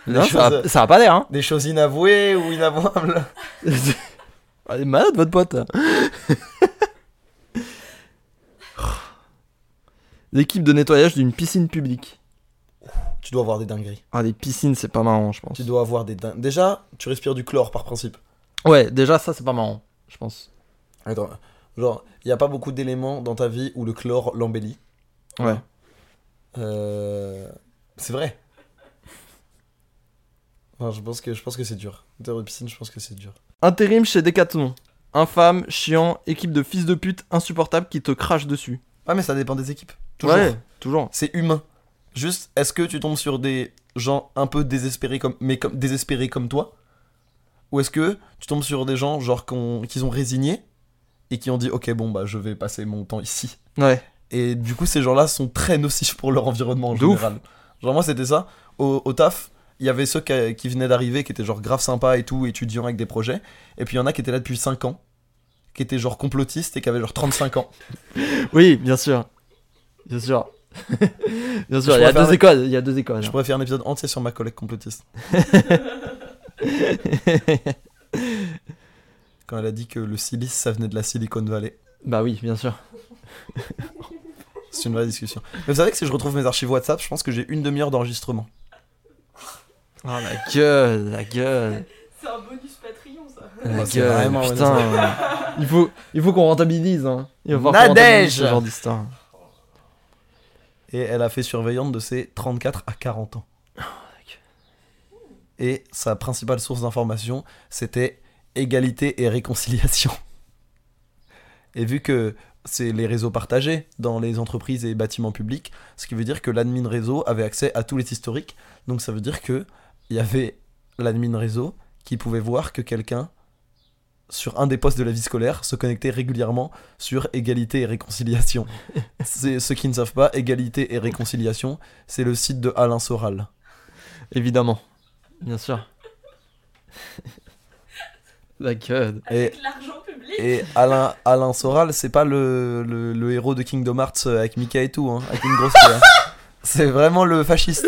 Speaker 2: Non,
Speaker 1: Les
Speaker 2: ça, a-
Speaker 1: choses-
Speaker 2: ça a pas l'air, hein. *laughs*
Speaker 1: Des choses inavouées ou inavouables. *laughs*
Speaker 2: Elle est malade, votre pote. *laughs* L'équipe de nettoyage d'une piscine publique.
Speaker 1: Tu dois avoir des dingueries.
Speaker 2: Ah, les piscines, c'est pas marrant, je pense.
Speaker 1: Tu dois avoir des dingues. Déjà, tu respires du chlore par principe.
Speaker 2: Ouais, déjà, ça, c'est pas marrant, je pense.
Speaker 1: Attends, genre, il n'y a pas beaucoup d'éléments dans ta vie où le chlore l'embellit.
Speaker 2: Ouais.
Speaker 1: Euh, C'est vrai. Non, je pense que, je pense que c'est dur. Dans de piscine, je pense que c'est dur.
Speaker 2: Intérim chez Decathlon. Infâme, chiant, équipe de fils de pute insupportable qui te crache dessus.
Speaker 1: Ah, mais ça dépend des équipes. Toujours.
Speaker 2: Ouais, toujours.
Speaker 1: C'est humain. Juste, est-ce que tu tombes sur des gens un peu désespérés comme, mais comme, désespérés comme toi Ou est-ce que tu tombes sur des gens genre qu'on- qu'ils ont résigné et qui ont dit ok bon bah je vais passer mon temps ici
Speaker 2: Ouais.
Speaker 1: Et du coup, ces gens-là sont très nocifs pour leur environnement en
Speaker 2: De
Speaker 1: général. Genre, moi, c'était ça. Au, au taf, il y avait ceux qui, qui venaient d'arriver, qui étaient genre grave sympas et tout, étudiants avec des projets. Et puis, il y en a qui étaient là depuis 5 ans, qui étaient genre complotistes et qui avaient genre 35 ans.
Speaker 2: Oui, bien sûr. Bien sûr. *laughs* bien sûr,
Speaker 1: Je
Speaker 2: il y a
Speaker 1: préfère-
Speaker 2: deux écoles. Il y a deux écoles.
Speaker 1: Je pourrais faire un épisode entier sur ma collègue
Speaker 2: *laughs*
Speaker 1: complotiste. Quand elle a dit que le silice, ça venait de la Silicon Valley.
Speaker 2: Bah oui, bien sûr.
Speaker 1: C'est une vraie discussion. Mais vous savez que si je retrouve mes archives WhatsApp, je pense que j'ai une demi-heure d'enregistrement.
Speaker 2: Ah la gueule, la gueule,
Speaker 3: C'est un bonus Patreon ça.
Speaker 2: la
Speaker 1: Ouais, c'est
Speaker 2: Oh gueule.
Speaker 1: vraiment-
Speaker 2: putain. il faut, il faut qu'on rentabilise. Hein. Il va falloir qu'on
Speaker 1: Nadège
Speaker 2: rentabilise ce genre d'histoire.
Speaker 1: Et elle a fait surveillante de ses 34 à 40 ans. Et sa principale source d'information, c'était égalité et réconciliation. Et vu que c'est les réseaux partagés dans les entreprises et bâtiments publics, ce qui veut dire que l'admin réseau avait accès à tous les historiques. Donc ça veut dire que il y avait l'admin réseau qui pouvait voir que quelqu'un sur un des postes de la vie scolaire se connectait régulièrement sur égalité et réconciliation. C'est ceux qui ne savent pas, égalité et réconciliation, c'est le site de Alain Soral.
Speaker 2: Évidemment, bien sûr. *laughs* la gueule.
Speaker 3: Avec l'argent public.
Speaker 1: Et Alain, Alain Soral, c'est pas le, le, le héros de Kingdom Hearts euh, avec Mika et tout, hein, avec une grosse
Speaker 2: *laughs*
Speaker 1: pierre. C'est vraiment le fasciste.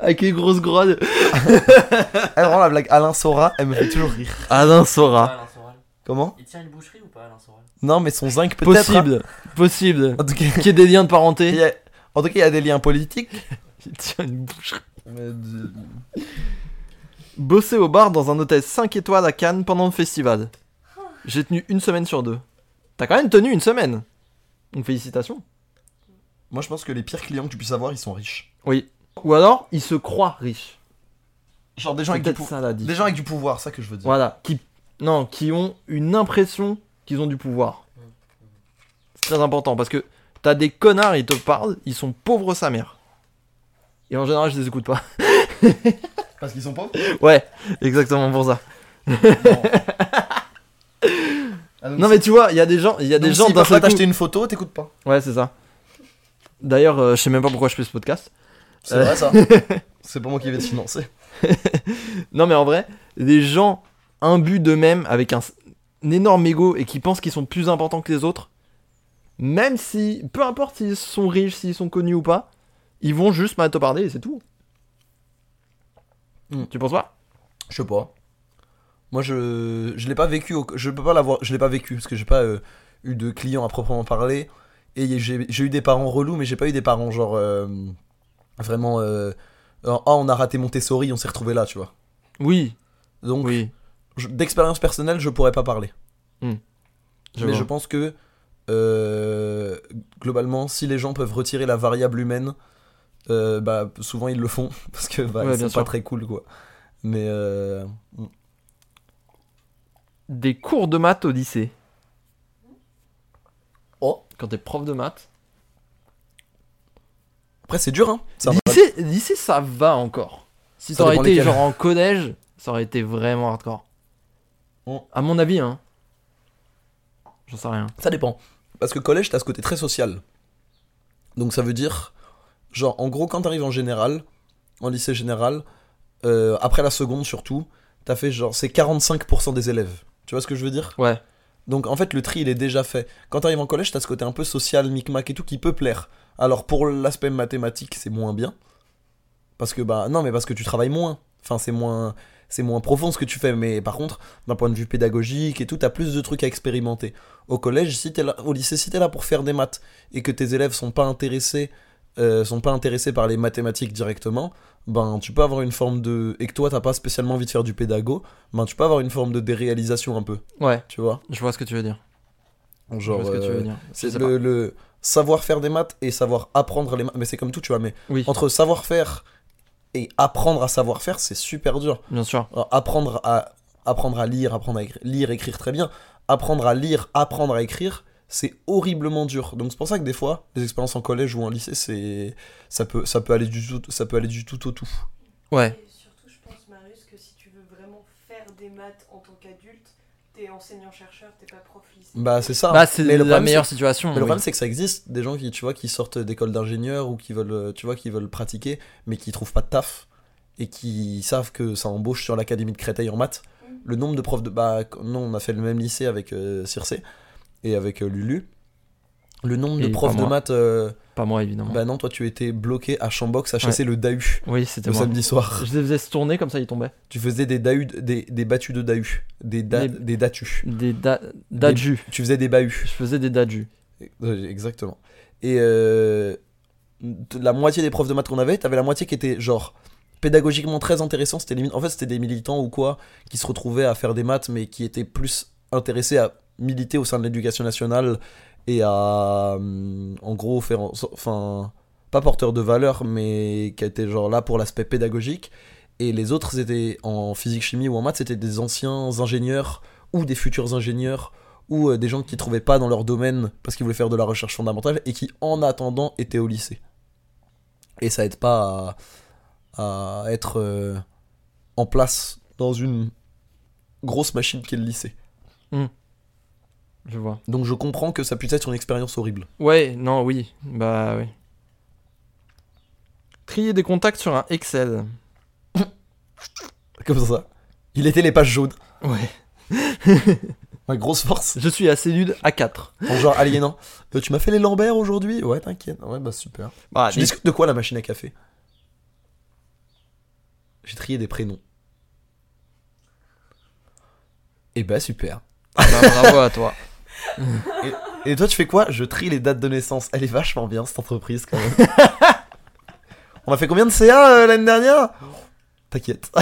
Speaker 2: Avec les grosses grottes.
Speaker 1: Elle rend Ah, la blague. Alain Soral, elle me fait toujours rire.
Speaker 2: Alain Sora.
Speaker 5: Alain Soral.
Speaker 1: Comment
Speaker 5: Il tient une boucherie ou pas, Alain Soral
Speaker 1: Non, mais son zinc peut-être. hein.
Speaker 2: Possible, possible.
Speaker 1: En tout cas,
Speaker 2: Qu'il y ait des liens de
Speaker 1: il
Speaker 2: parenté.
Speaker 1: y
Speaker 2: *laughs*
Speaker 1: a, en tout cas, il y a des liens politiques.
Speaker 2: Il tient une boucherie.
Speaker 1: Mais de-
Speaker 2: Bosser au bar dans un hôtel 5 étoiles à Cannes pendant le festival. J'ai tenu une semaine sur deux. T'as quand même tenu une semaine. Donc félicitations.
Speaker 1: Moi, je pense que les pires clients que tu puisses avoir, ils sont riches.
Speaker 2: Oui. Ou alors, ils se croient riches.
Speaker 1: Genre des gens
Speaker 2: C'est
Speaker 1: avec du,
Speaker 2: peut-être
Speaker 1: pou-
Speaker 2: ça la dit.
Speaker 1: des gens avec du pouvoir, ça que je veux dire.
Speaker 2: Voilà. Qui... Non, qui ont une impression qu'ils ont du pouvoir. C'est très important parce que t'as des connards, ils te parlent, ils sont pauvres sa mère. Et en général, je les écoute pas. *laughs*
Speaker 1: Parce qu'ils sont pauvres
Speaker 2: Ouais, exactement pour ça.
Speaker 1: Ah, donc
Speaker 2: Non, mais tu vois, il y a des gens, il y a
Speaker 1: donc
Speaker 2: des gens
Speaker 1: s'ils
Speaker 2: d'un
Speaker 1: peuvent pas
Speaker 2: seul coup-
Speaker 1: t'acheter une photo, t'écoutes pas.
Speaker 2: Ouais, c'est ça. D'ailleurs, euh, je sais même pas pourquoi je fais ce podcast.
Speaker 1: C'est
Speaker 2: Euh.
Speaker 1: vrai ça. C'est pas moi qui vais te financer.
Speaker 2: Non, mais en vrai, des gens imbus d'eux-mêmes avec un, un énorme ego et qui pensent qu'ils sont plus importants que les autres, même si, peu importe s'ils sont riches, s'ils sont connus ou pas, ils vont juste mal te parler et c'est tout.
Speaker 1: Hmm.
Speaker 2: Tu penses pas
Speaker 1: Je sais pas. Moi, je je l'ai pas vécu. au- Je peux pas l'avoir. Je l'ai pas vécu parce que j'ai pas euh, eu de clients à proprement parler. Et j'ai j'ai eu des parents relous, mais j'ai pas eu des parents genre euh, vraiment. euh, Ah, on a raté Montessori, on s'est retrouvé là, tu vois.
Speaker 2: Oui,
Speaker 1: Donc,
Speaker 2: oui.
Speaker 1: je- d'expérience personnelle, je pourrais pas parler.
Speaker 2: Hmm. Je
Speaker 1: mais
Speaker 2: vois.
Speaker 1: je pense que euh, globalement, si les gens peuvent retirer la variable humaine, euh, bah souvent ils le font *laughs* parce que bah,
Speaker 2: Ouais,
Speaker 1: c'est
Speaker 2: bien
Speaker 1: pas
Speaker 2: sûr.
Speaker 1: très cool quoi. Mais euh,
Speaker 2: Des cours de maths au lycée.
Speaker 1: oh,
Speaker 2: Quand t'es prof de maths.
Speaker 1: après c'est dur hein. Ça va.
Speaker 2: Lycée, lycée, ça va encore. Si
Speaker 1: Ça
Speaker 2: ça aurait
Speaker 1: dépend
Speaker 2: été
Speaker 1: lesquels.
Speaker 2: genre en collège, ça aurait été vraiment hardcore.
Speaker 1: Hmm.
Speaker 2: À mon avis, hein. J'en sais rien.
Speaker 1: Ça dépend. Parce que collège, t'as ce côté très social. Donc ça veut dire, genre, en gros, quand t'arrives en général, en lycée général, euh, après la seconde surtout, t'as fait genre, c'est 45% des élèves. Tu vois ce que je veux dire
Speaker 2: Ouais.
Speaker 1: Donc en fait, le tri, il est déjà fait. Quand t'arrives en collège, t'as ce côté un peu social, micmac et tout, qui peut plaire. Alors pour l'aspect mathématique, c'est moins bien. Parce que, bah, non, mais parce que tu travailles moins. Enfin, c'est moins, c'est moins profond ce que tu fais. Mais par contre, d'un point de vue pédagogique et tout, t'as plus de trucs à expérimenter au collège, si t'es là, au lycée, si t'es là pour faire des maths et que tes élèves sont pas intéressés, euh, sont pas intéressés par les mathématiques directement, ben tu peux avoir une forme de et que toi t'as pas spécialement envie de faire du pédago, ben tu peux avoir une forme de déréalisation un peu,
Speaker 2: Ouais,
Speaker 1: tu vois.
Speaker 2: je vois ce que tu veux dire.
Speaker 1: Genre,
Speaker 2: je vois ce que tu
Speaker 1: euh,
Speaker 2: veux dire. Je
Speaker 1: c'est
Speaker 2: sais
Speaker 1: le,
Speaker 2: pas.
Speaker 1: le savoir faire des maths et savoir apprendre les maths, mais c'est comme tout, tu vois. Mais
Speaker 2: Oui,
Speaker 1: entre savoir faire et apprendre à savoir faire, c'est super dur.
Speaker 2: bien sûr.
Speaker 1: Alors, apprendre à apprendre à lire, apprendre à écrire, lire, écrire très bien, apprendre à lire, apprendre à écrire, c'est horriblement dur. Donc c'est pour ça que des fois, les expériences en collège ou en lycée, c'est ça peut ça peut aller du tout ça peut aller du tout au tout.
Speaker 2: Ouais,
Speaker 3: Et surtout, je pense, Marius, que si tu veux vraiment faire des maths en tant qu'adulte, t'es enseignant-chercheur, t'es pas prof lycée.
Speaker 1: Bah c'est ça.
Speaker 2: bah, c'est
Speaker 1: Mais
Speaker 2: la
Speaker 1: le problème,
Speaker 2: meilleure
Speaker 1: c'est-
Speaker 2: situation.
Speaker 1: mais le
Speaker 2: oui.
Speaker 1: problème c'est que ça existe des gens qui tu vois qui sortent d'école d'ingénieurs ou qui veulent euh, tu vois qui veulent pratiquer mais qui trouvent pas de taf et qui savent que ça embauche sur l'académie de Créteil en maths. Le nombre de profs de bah non, on a fait le même lycée avec euh, Circe et avec euh, Lulu. Le nombre de
Speaker 2: Et
Speaker 1: profs
Speaker 2: pas
Speaker 1: de
Speaker 2: moi.
Speaker 1: maths euh,
Speaker 2: Pas moi, évidemment.
Speaker 1: Bah non, toi tu étais bloqué à Chambox à chasser le DAU
Speaker 2: oui, c'était
Speaker 1: le
Speaker 2: moi.
Speaker 1: samedi soir.
Speaker 2: *laughs* Je les faisais se tourner comme ça, ils tombaient.
Speaker 1: Tu faisais des DAU, des, des battus de DAU, des, da-
Speaker 2: Des-
Speaker 1: des datus.
Speaker 2: Des da- dadjus.
Speaker 1: Tu faisais des bahus.
Speaker 2: Je faisais des dadjus.
Speaker 1: Ouais, Exactement. Et euh, de la moitié des profs de maths qu'on avait, t'avais la moitié qui était genre pédagogiquement très intéressant. C'était limite- en fait c'était des militants ou quoi qui se retrouvaient à faire des maths, mais qui étaient plus intéressés à militer au sein de l'éducation nationale et à hum, en gros faire en so- enfin pas porteur de valeur, mais qui étaient genre là pour l'aspect pédagogique. Et les autres c'était en physique chimie ou en maths, c'était des anciens ingénieurs ou des futurs ingénieurs ou euh, des gens qui trouvaient pas dans leur domaine parce qu'ils voulaient faire de la recherche fondamentale et qui en attendant étaient au lycée. Et ça aide pas à, à être euh, en place dans une grosse machine qu'est le lycée.
Speaker 2: Je vois.
Speaker 1: Donc je comprends que ça puisse être une expérience horrible.
Speaker 2: Ouais, non, oui. Bah oui. Trier des contacts sur un Excel.
Speaker 1: Comme ça. Il était les pages jaunes.
Speaker 2: Ouais.
Speaker 1: Ma grosse force.
Speaker 2: Je suis assez nul à 4.
Speaker 1: Bonjour aliénant. Euh, tu m'as fait les Lambert aujourd'hui Ouais, t'inquiète. Ouais, bah super.
Speaker 2: Bah,
Speaker 1: Tu
Speaker 2: les-
Speaker 1: discutes de quoi la machine à café J'ai trié des prénoms. Et bah super.
Speaker 2: bah, *laughs* bravo à toi.
Speaker 1: Et toi, tu fais quoi Je trie les dates de naissance. Elle est vachement bien, cette entreprise, quand même. *laughs* On a fait combien de CA euh, l'année dernière *laughs* T'inquiète.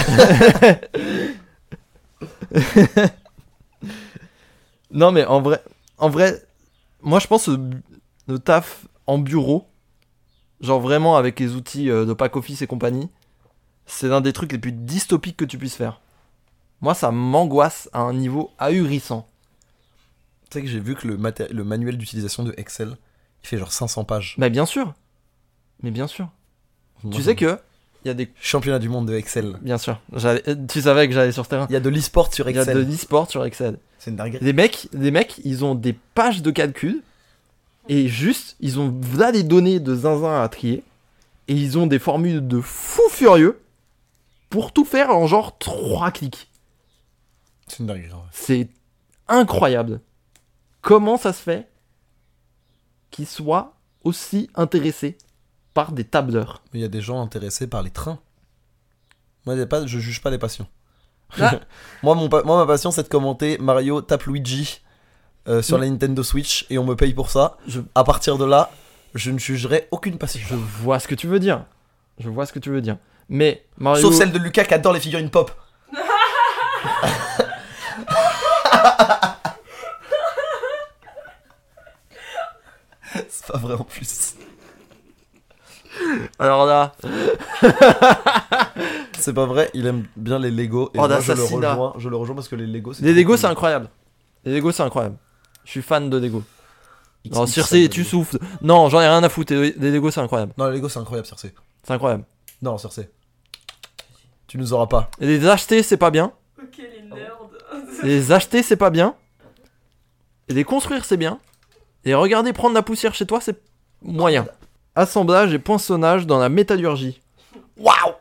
Speaker 2: Non, mais en vrai, en vrai, moi je pense que le taf en bureau, genre vraiment avec les outils euh, de pack office et compagnie, c'est l'un des trucs les plus dystopiques que tu puisses faire. Moi, ça m'angoisse à un niveau ahurissant.
Speaker 1: Tu sais que j'ai vu que le, maté- le manuel d'utilisation de Excel, il fait genre 500 pages.
Speaker 2: Mais bien sûr, mais bien sûr.
Speaker 1: Moi,
Speaker 2: tu
Speaker 1: ça
Speaker 2: sais
Speaker 1: me-
Speaker 2: que il y a des,
Speaker 1: Championnat du monde de Excel.
Speaker 2: bien sûr. j'avais- euh, Tu savais que j'allais sur ce terrain.
Speaker 1: Il y a de l'e-sport sur
Speaker 2: Il y a
Speaker 1: Excel.
Speaker 2: de l'e-sport sur Excel.
Speaker 1: C'est une dinguerie.
Speaker 2: Les mecs, les mecs, ils ont des pages de calcul et juste, ils ont là des données de zinzin à trier et ils ont des formules de fou furieux pour tout faire en genre 3 clics.
Speaker 1: C'est une dinguerie. en vrai.
Speaker 2: C'est incroyable. Comment ça se fait qu'ils soient aussi intéressés par des tableurs
Speaker 1: Mais il y a des gens intéressés par les trains. Moi, il y a pas, je juge pas les passions.
Speaker 2: Ah.
Speaker 1: *laughs* moi, mon, pa- moi, ma passion, c'est de commenter Mario tape Luigi euh, sur la Nintendo Switch et on me paye pour ça.
Speaker 2: Mm. Je-
Speaker 1: À partir de là, je ne jugerai aucune passion.
Speaker 2: Je vois ce que tu veux dire. Je vois ce que tu veux dire. Mais Mario...
Speaker 1: Sauf celle de Lucas qui adore les figurines
Speaker 2: *laughs*
Speaker 1: pop. c'est pas vrai en plus.
Speaker 2: Alors là,
Speaker 1: C'est pas vrai, il aime bien les Lego. Et
Speaker 2: Oh,
Speaker 1: moi, je le,
Speaker 2: d'assassinat.
Speaker 1: rejoins, je le rejoins parce que les Lego, c'est.
Speaker 2: les Lego, c'est
Speaker 1: un.
Speaker 2: incroyable. Les Lego, c'est incroyable. Je suis fan de Lego. Non,
Speaker 1: euh,
Speaker 2: Circe, tu souffles. Non, j'en ai rien à foutre. Les les Lego, c'est incroyable.
Speaker 1: Non, les Lego, c'est incroyable, Circe.
Speaker 2: C'est incroyable.
Speaker 1: Non, Circe. Tu nous auras pas.
Speaker 2: Et les acheter, c'est pas bien.
Speaker 3: Ok, les
Speaker 2: Ah
Speaker 3: nerds. *laughs*
Speaker 2: Les acheter, c'est pas bien. Et les construire, c'est bien. Et regarder prendre la poussière chez toi, c'est moyen. Assemblage et poinçonnage dans la métallurgie. Waouh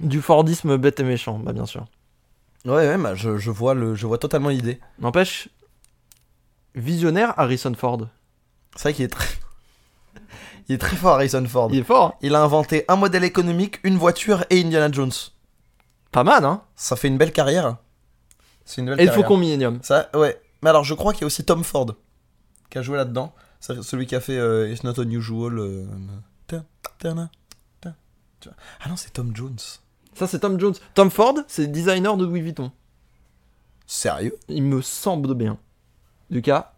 Speaker 2: Du Fordisme bête et méchant, bah bien sûr.
Speaker 1: Ouais, ouais, bah, je, je vois, le, je vois totalement l'idée.
Speaker 2: N'empêche, visionnaire Harrison Ford.
Speaker 1: C'est vrai qu'il est très. *laughs* Il est très fort, Harrison Ford.
Speaker 2: Il est fort. hein.
Speaker 1: Il a inventé un modèle économique, une voiture et Indiana Jones.
Speaker 2: Pas mal, hein
Speaker 1: Ça fait une belle carrière. C'est une belle
Speaker 2: Et le
Speaker 1: carrière.
Speaker 2: Faucon Millennium.
Speaker 1: Ça, ouais. Mais alors, je crois qu'il y a aussi Tom Ford qui a joué là-dedans. C'est celui qui a fait euh, It's Not Unusual. euh, ta- ta- na- ta- tu vois. Ah non, c'est Tom Jones.
Speaker 2: Ça, c'est Tom Jones. Tom Ford, c'est designer de Louis Vuitton.
Speaker 1: Sérieux
Speaker 2: Il me semble bien. Lucas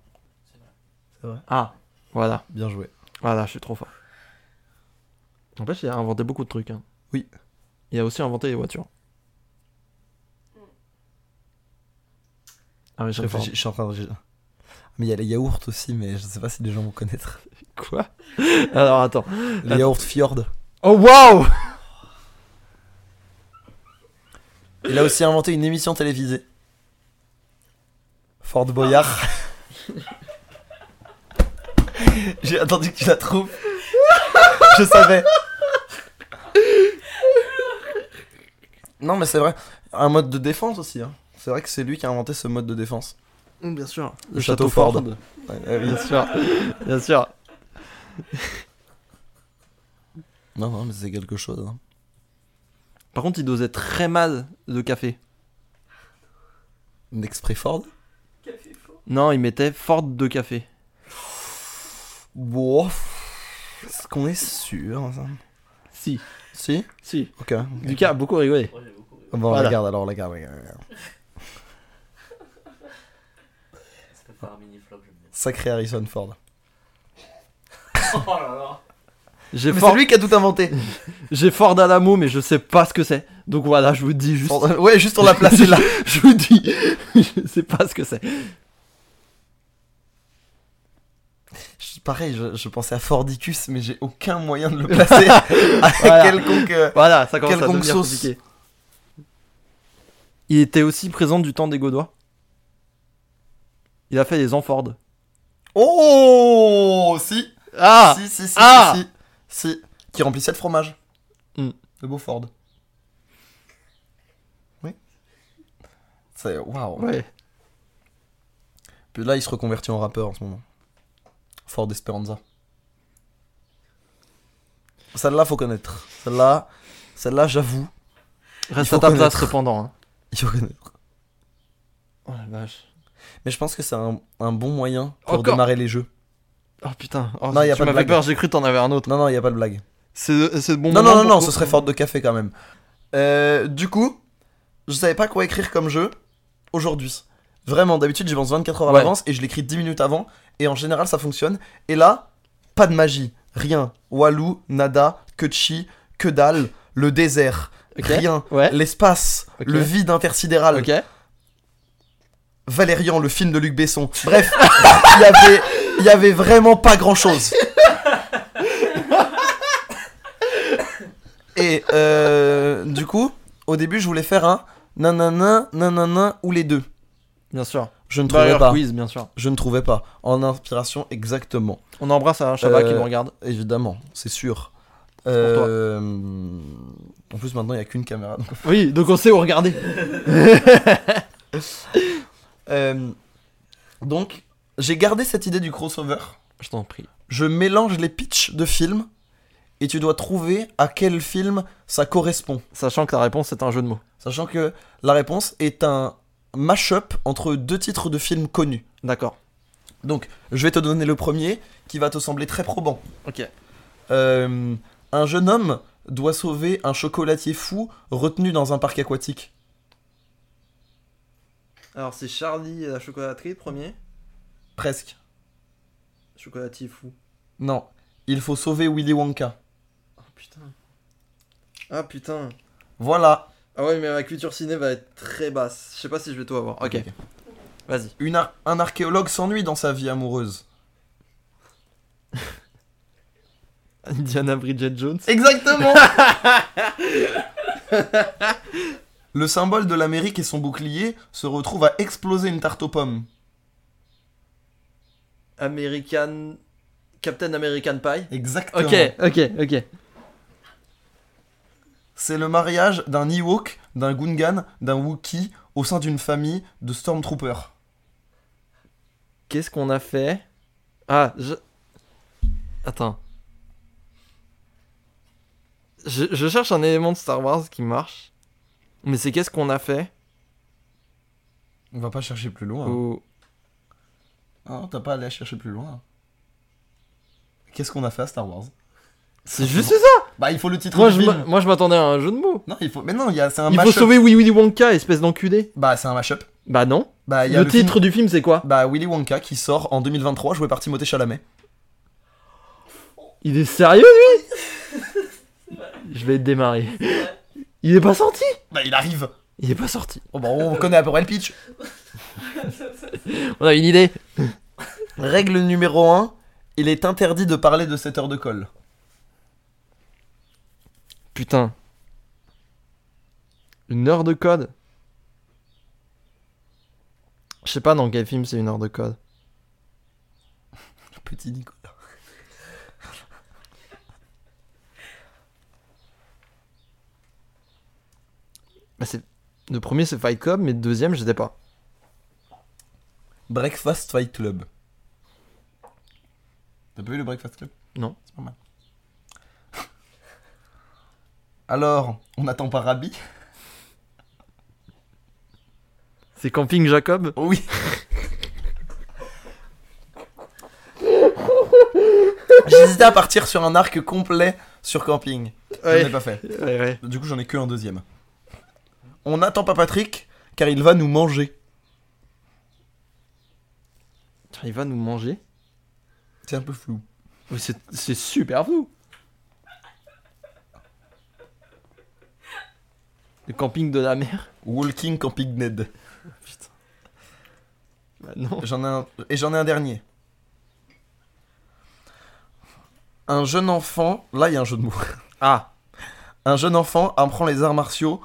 Speaker 1: C'est vrai.
Speaker 2: Ah, voilà.
Speaker 1: Bien joué.
Speaker 2: Voilà, je suis trop fort. En fait, il a inventé beaucoup de trucs. hein.
Speaker 1: Oui.
Speaker 2: Il a aussi inventé les voitures. Ah, mais
Speaker 1: Je,
Speaker 2: j'ai
Speaker 1: réfléchis, je suis en train de. je- Mais il y a les yaourts aussi, mais je sais pas si les gens vont *laughs* connaître.
Speaker 2: Quoi *laughs* Alors, attends.
Speaker 1: Les yaourts Fjord.
Speaker 2: Oh, waouh
Speaker 1: Il a aussi inventé une émission télévisée. Fort *laughs* Boyard. J'ai attendu que tu la trouves. Je savais. Non, mais c'est vrai. Un mode de défense aussi. hein. C'est vrai que c'est lui qui a inventé ce mode de défense.
Speaker 2: Bien sûr.
Speaker 1: Le château Ford. Ouais, ouais, oui.
Speaker 2: Bien sûr. Bien sûr.
Speaker 1: Non, non, mais c'est quelque chose. hein.
Speaker 2: Par contre, il dosait très mal de café.
Speaker 1: Un exprès Ford.
Speaker 3: Café
Speaker 2: *laughs*
Speaker 3: faux.
Speaker 2: Non, il mettait Ford de café.
Speaker 1: Bon. Est-ce qu'on est sûr hein, ça
Speaker 2: Si.
Speaker 1: Si
Speaker 2: Si.
Speaker 1: Ok.
Speaker 2: Lucas a beaucoup rigolé.
Speaker 5: Moi j'ai beaucoup. rigolé.
Speaker 1: Bon, on
Speaker 2: Voilà.
Speaker 1: la garde alors, on la garde, on la garde, on la garde.
Speaker 5: Ça peut faire un mini flop, *laughs* je me dis.
Speaker 1: Sacré Harrison Ford.
Speaker 5: Oh là là.
Speaker 2: J'ai
Speaker 1: Mais
Speaker 2: Ford,
Speaker 1: c'est lui qui a tout
Speaker 2: *laughs*
Speaker 1: inventé.
Speaker 2: j'ai Ford Alamo, mais je sais pas ce que c'est. Donc voilà, je vous dis juste.
Speaker 1: Ford- Ouais, juste on l'a placé là.
Speaker 2: *laughs* je vous dis, *laughs* je sais pas ce que c'est.
Speaker 1: Je- Pareil, je, je pensais à Fordicus, mais j'ai aucun moyen
Speaker 2: *laughs*
Speaker 1: de le placer avec
Speaker 2: Voilà.
Speaker 1: quelconque. euh,
Speaker 2: Voilà, ça commence à
Speaker 1: Quelconque
Speaker 2: devenir
Speaker 1: sauce.
Speaker 2: compliqué. Il était aussi présent du temps des Gaudois. Il a fait les Enford.
Speaker 1: Oh, si,
Speaker 2: Ah
Speaker 1: si, si, si,
Speaker 2: Ah
Speaker 1: si, si, qui remplissait le fromage
Speaker 2: Hmm.
Speaker 1: de Beauford. Oui. C'est waouh.
Speaker 2: Ouais.
Speaker 1: Puis là, il se reconvertit en rappeur en ce moment. Ford Esperanza. Celle-là, faut connaître. Celle-là, celle-là, j'avoue,
Speaker 2: Reste
Speaker 1: faut
Speaker 2: à ta place
Speaker 1: connaître.
Speaker 2: cependant. hein.
Speaker 1: il faut connaître.
Speaker 2: Oh la vache.
Speaker 1: Mais je pense que c'est un, un bon moyen pour
Speaker 2: Encore.
Speaker 1: démarrer les jeux.
Speaker 2: Oh putain. Oh,
Speaker 1: Non, y a
Speaker 2: tu
Speaker 1: pas de
Speaker 2: m'as fait
Speaker 1: blague.
Speaker 2: peur, j'ai cru que t'en avais un autre.
Speaker 1: Non, non, il n'y a pas de blague.
Speaker 2: C'est c'est le bon
Speaker 1: Non,
Speaker 2: moment
Speaker 1: non, non,
Speaker 2: pour-
Speaker 1: non, ce serait Ford de café quand même. Euh, du coup, je savais pas quoi écrire comme jeu aujourd'hui. Vraiment, d'habitude, j'y pense 24 heures à
Speaker 2: Ouais.
Speaker 1: l'avance et je l'écris 10 minutes avant. Et en général, ça fonctionne. Et là, pas de magie. Rien. Walou, nada, que chi, que dalle, le désert.
Speaker 2: Ok.
Speaker 1: Rien.
Speaker 2: Ouais.
Speaker 1: L'espace,
Speaker 2: Ok.
Speaker 1: le vide intersidéral.
Speaker 2: Ok.
Speaker 1: Valérian, le film de Luc Besson. Bref, *laughs* il y avait, il y avait vraiment pas grand chose. Et euh, du coup, au début, je voulais faire un nanana, nanana ou les deux.
Speaker 2: Bien sûr.
Speaker 1: Je ne trouvais
Speaker 2: Burger
Speaker 1: pas.
Speaker 2: quiz, bien sûr.
Speaker 1: Je ne trouvais pas. En inspiration, exactement.
Speaker 2: On embrasse Alain Chabat
Speaker 1: Euh,
Speaker 2: qui nous regarde.
Speaker 1: Évidemment, c'est sûr.
Speaker 2: toi.
Speaker 1: Euh, En plus, maintenant, il n'y a qu'une caméra. donc-
Speaker 2: Oui, donc on sait où regarder.
Speaker 1: Euh, donc j'ai gardé cette idée du crossover.
Speaker 2: Je t'en prie.
Speaker 1: je mélange les pitchs de films et tu dois trouver à quel film ça correspond.
Speaker 2: Sachant que ta réponse c'est un jeu de mots.
Speaker 1: Sachant que la réponse est un mash-up entre deux titres de films connus.
Speaker 2: D'accord.
Speaker 1: Donc, je vais te donner le premier qui va te sembler très probant.
Speaker 2: Ok.
Speaker 1: Euh, un jeune homme doit sauver un chocolatier fou retenu dans un parc aquatique.
Speaker 2: Alors c'est Charlie et la chocolaterie, premier.
Speaker 1: Presque.
Speaker 2: Chocolatier fou.
Speaker 1: Non. Il faut sauver Willy Wonka.
Speaker 2: Oh putain. Ah putain.
Speaker 1: Voilà.
Speaker 2: Ah ouais, mais ma culture ciné va être très basse. Je sais pas si je vais tout avoir. Ok. Vas-y.
Speaker 1: Une ar- un archéologue s'ennuie dans sa vie amoureuse.
Speaker 2: *laughs* Indiana Bridget Jones.
Speaker 1: Exactement *laughs* Le symbole de l'Amérique et son bouclier se retrouvent à exploser une tarte aux pommes.
Speaker 2: American. Captain American Pie.
Speaker 1: Exactement.
Speaker 2: Ok, ok, ok.
Speaker 1: C'est le mariage d'un Ewok, d'un Gungan, d'un Wookiee au sein d'une famille de Stormtroopers.
Speaker 2: Qu'est-ce qu'on a fait Ah, je. Attends. Je, je cherche un élément de Star Wars qui marche. Mais c'est qu'est-ce qu'on a fait
Speaker 1: On va pas chercher plus loin.
Speaker 2: ou...
Speaker 1: Non, t'as pas allé chercher plus loin. Qu'est-ce qu'on a fait à Star Wars
Speaker 2: C'est juste ça
Speaker 1: Bah, il faut le titre
Speaker 2: Moi
Speaker 1: du
Speaker 2: je,
Speaker 1: film.
Speaker 2: m'a- moi, je m'attendais à un jeu de mots.
Speaker 1: Non, il faut. Mais non, il y a- c'est un
Speaker 2: Il faut
Speaker 1: mash-up.
Speaker 2: sauver Willy Willy Wonka, espèce d'enculé.
Speaker 1: Bah, c'est un mash-up.
Speaker 2: Bah non.
Speaker 1: Bah, il y a
Speaker 2: Le
Speaker 1: le, film-
Speaker 2: titre du film, c'est quoi
Speaker 1: Bah, Willy Wonka qui sort en 2023, joué par Timothée Chalamet.
Speaker 2: Il est sérieux, lui Je vais démarrer. Il est pas sorti
Speaker 1: Bah, il arrive.
Speaker 2: Il est pas sorti.
Speaker 1: Oh, bah, on connaît à peu près le pitch. Eh,
Speaker 2: On a une idée.
Speaker 1: Règle numéro 1, il est interdit de parler de cette heure de colle.
Speaker 2: Putain. Une heure de code Je sais pas dans quel film c'est une heure de code.
Speaker 1: Le petit Nicolas.
Speaker 2: Bah, c'est... Le premier c'est Fight Club, mais le deuxième je sais pas.
Speaker 1: Breakfast Fight Club. T'as pas vu le Breakfast Club
Speaker 2: Non.
Speaker 1: C'est pas mal. Alors, on attend pas Rabbi
Speaker 2: C'est Camping Jacob
Speaker 1: Oui. J'hésitais à partir sur un arc complet sur camping. Je l'ai pas fait.
Speaker 2: ouais, ouais.
Speaker 1: Du coup, j'en ai que un deuxième. On n'attend pas Patrick, car il va nous manger.
Speaker 2: Tiens, il va nous manger.
Speaker 1: C'est un peu flou.
Speaker 2: Mais c'est, c'est super flou. Le camping de la mer *laughs*
Speaker 1: Walking Camping Ned.
Speaker 2: Putain. Bah non.
Speaker 1: J'en ai un- Et j'en ai un dernier. Un jeune enfant. Là, il y a un jeu de mots.
Speaker 2: Ah,
Speaker 1: Un jeune enfant apprend les arts martiaux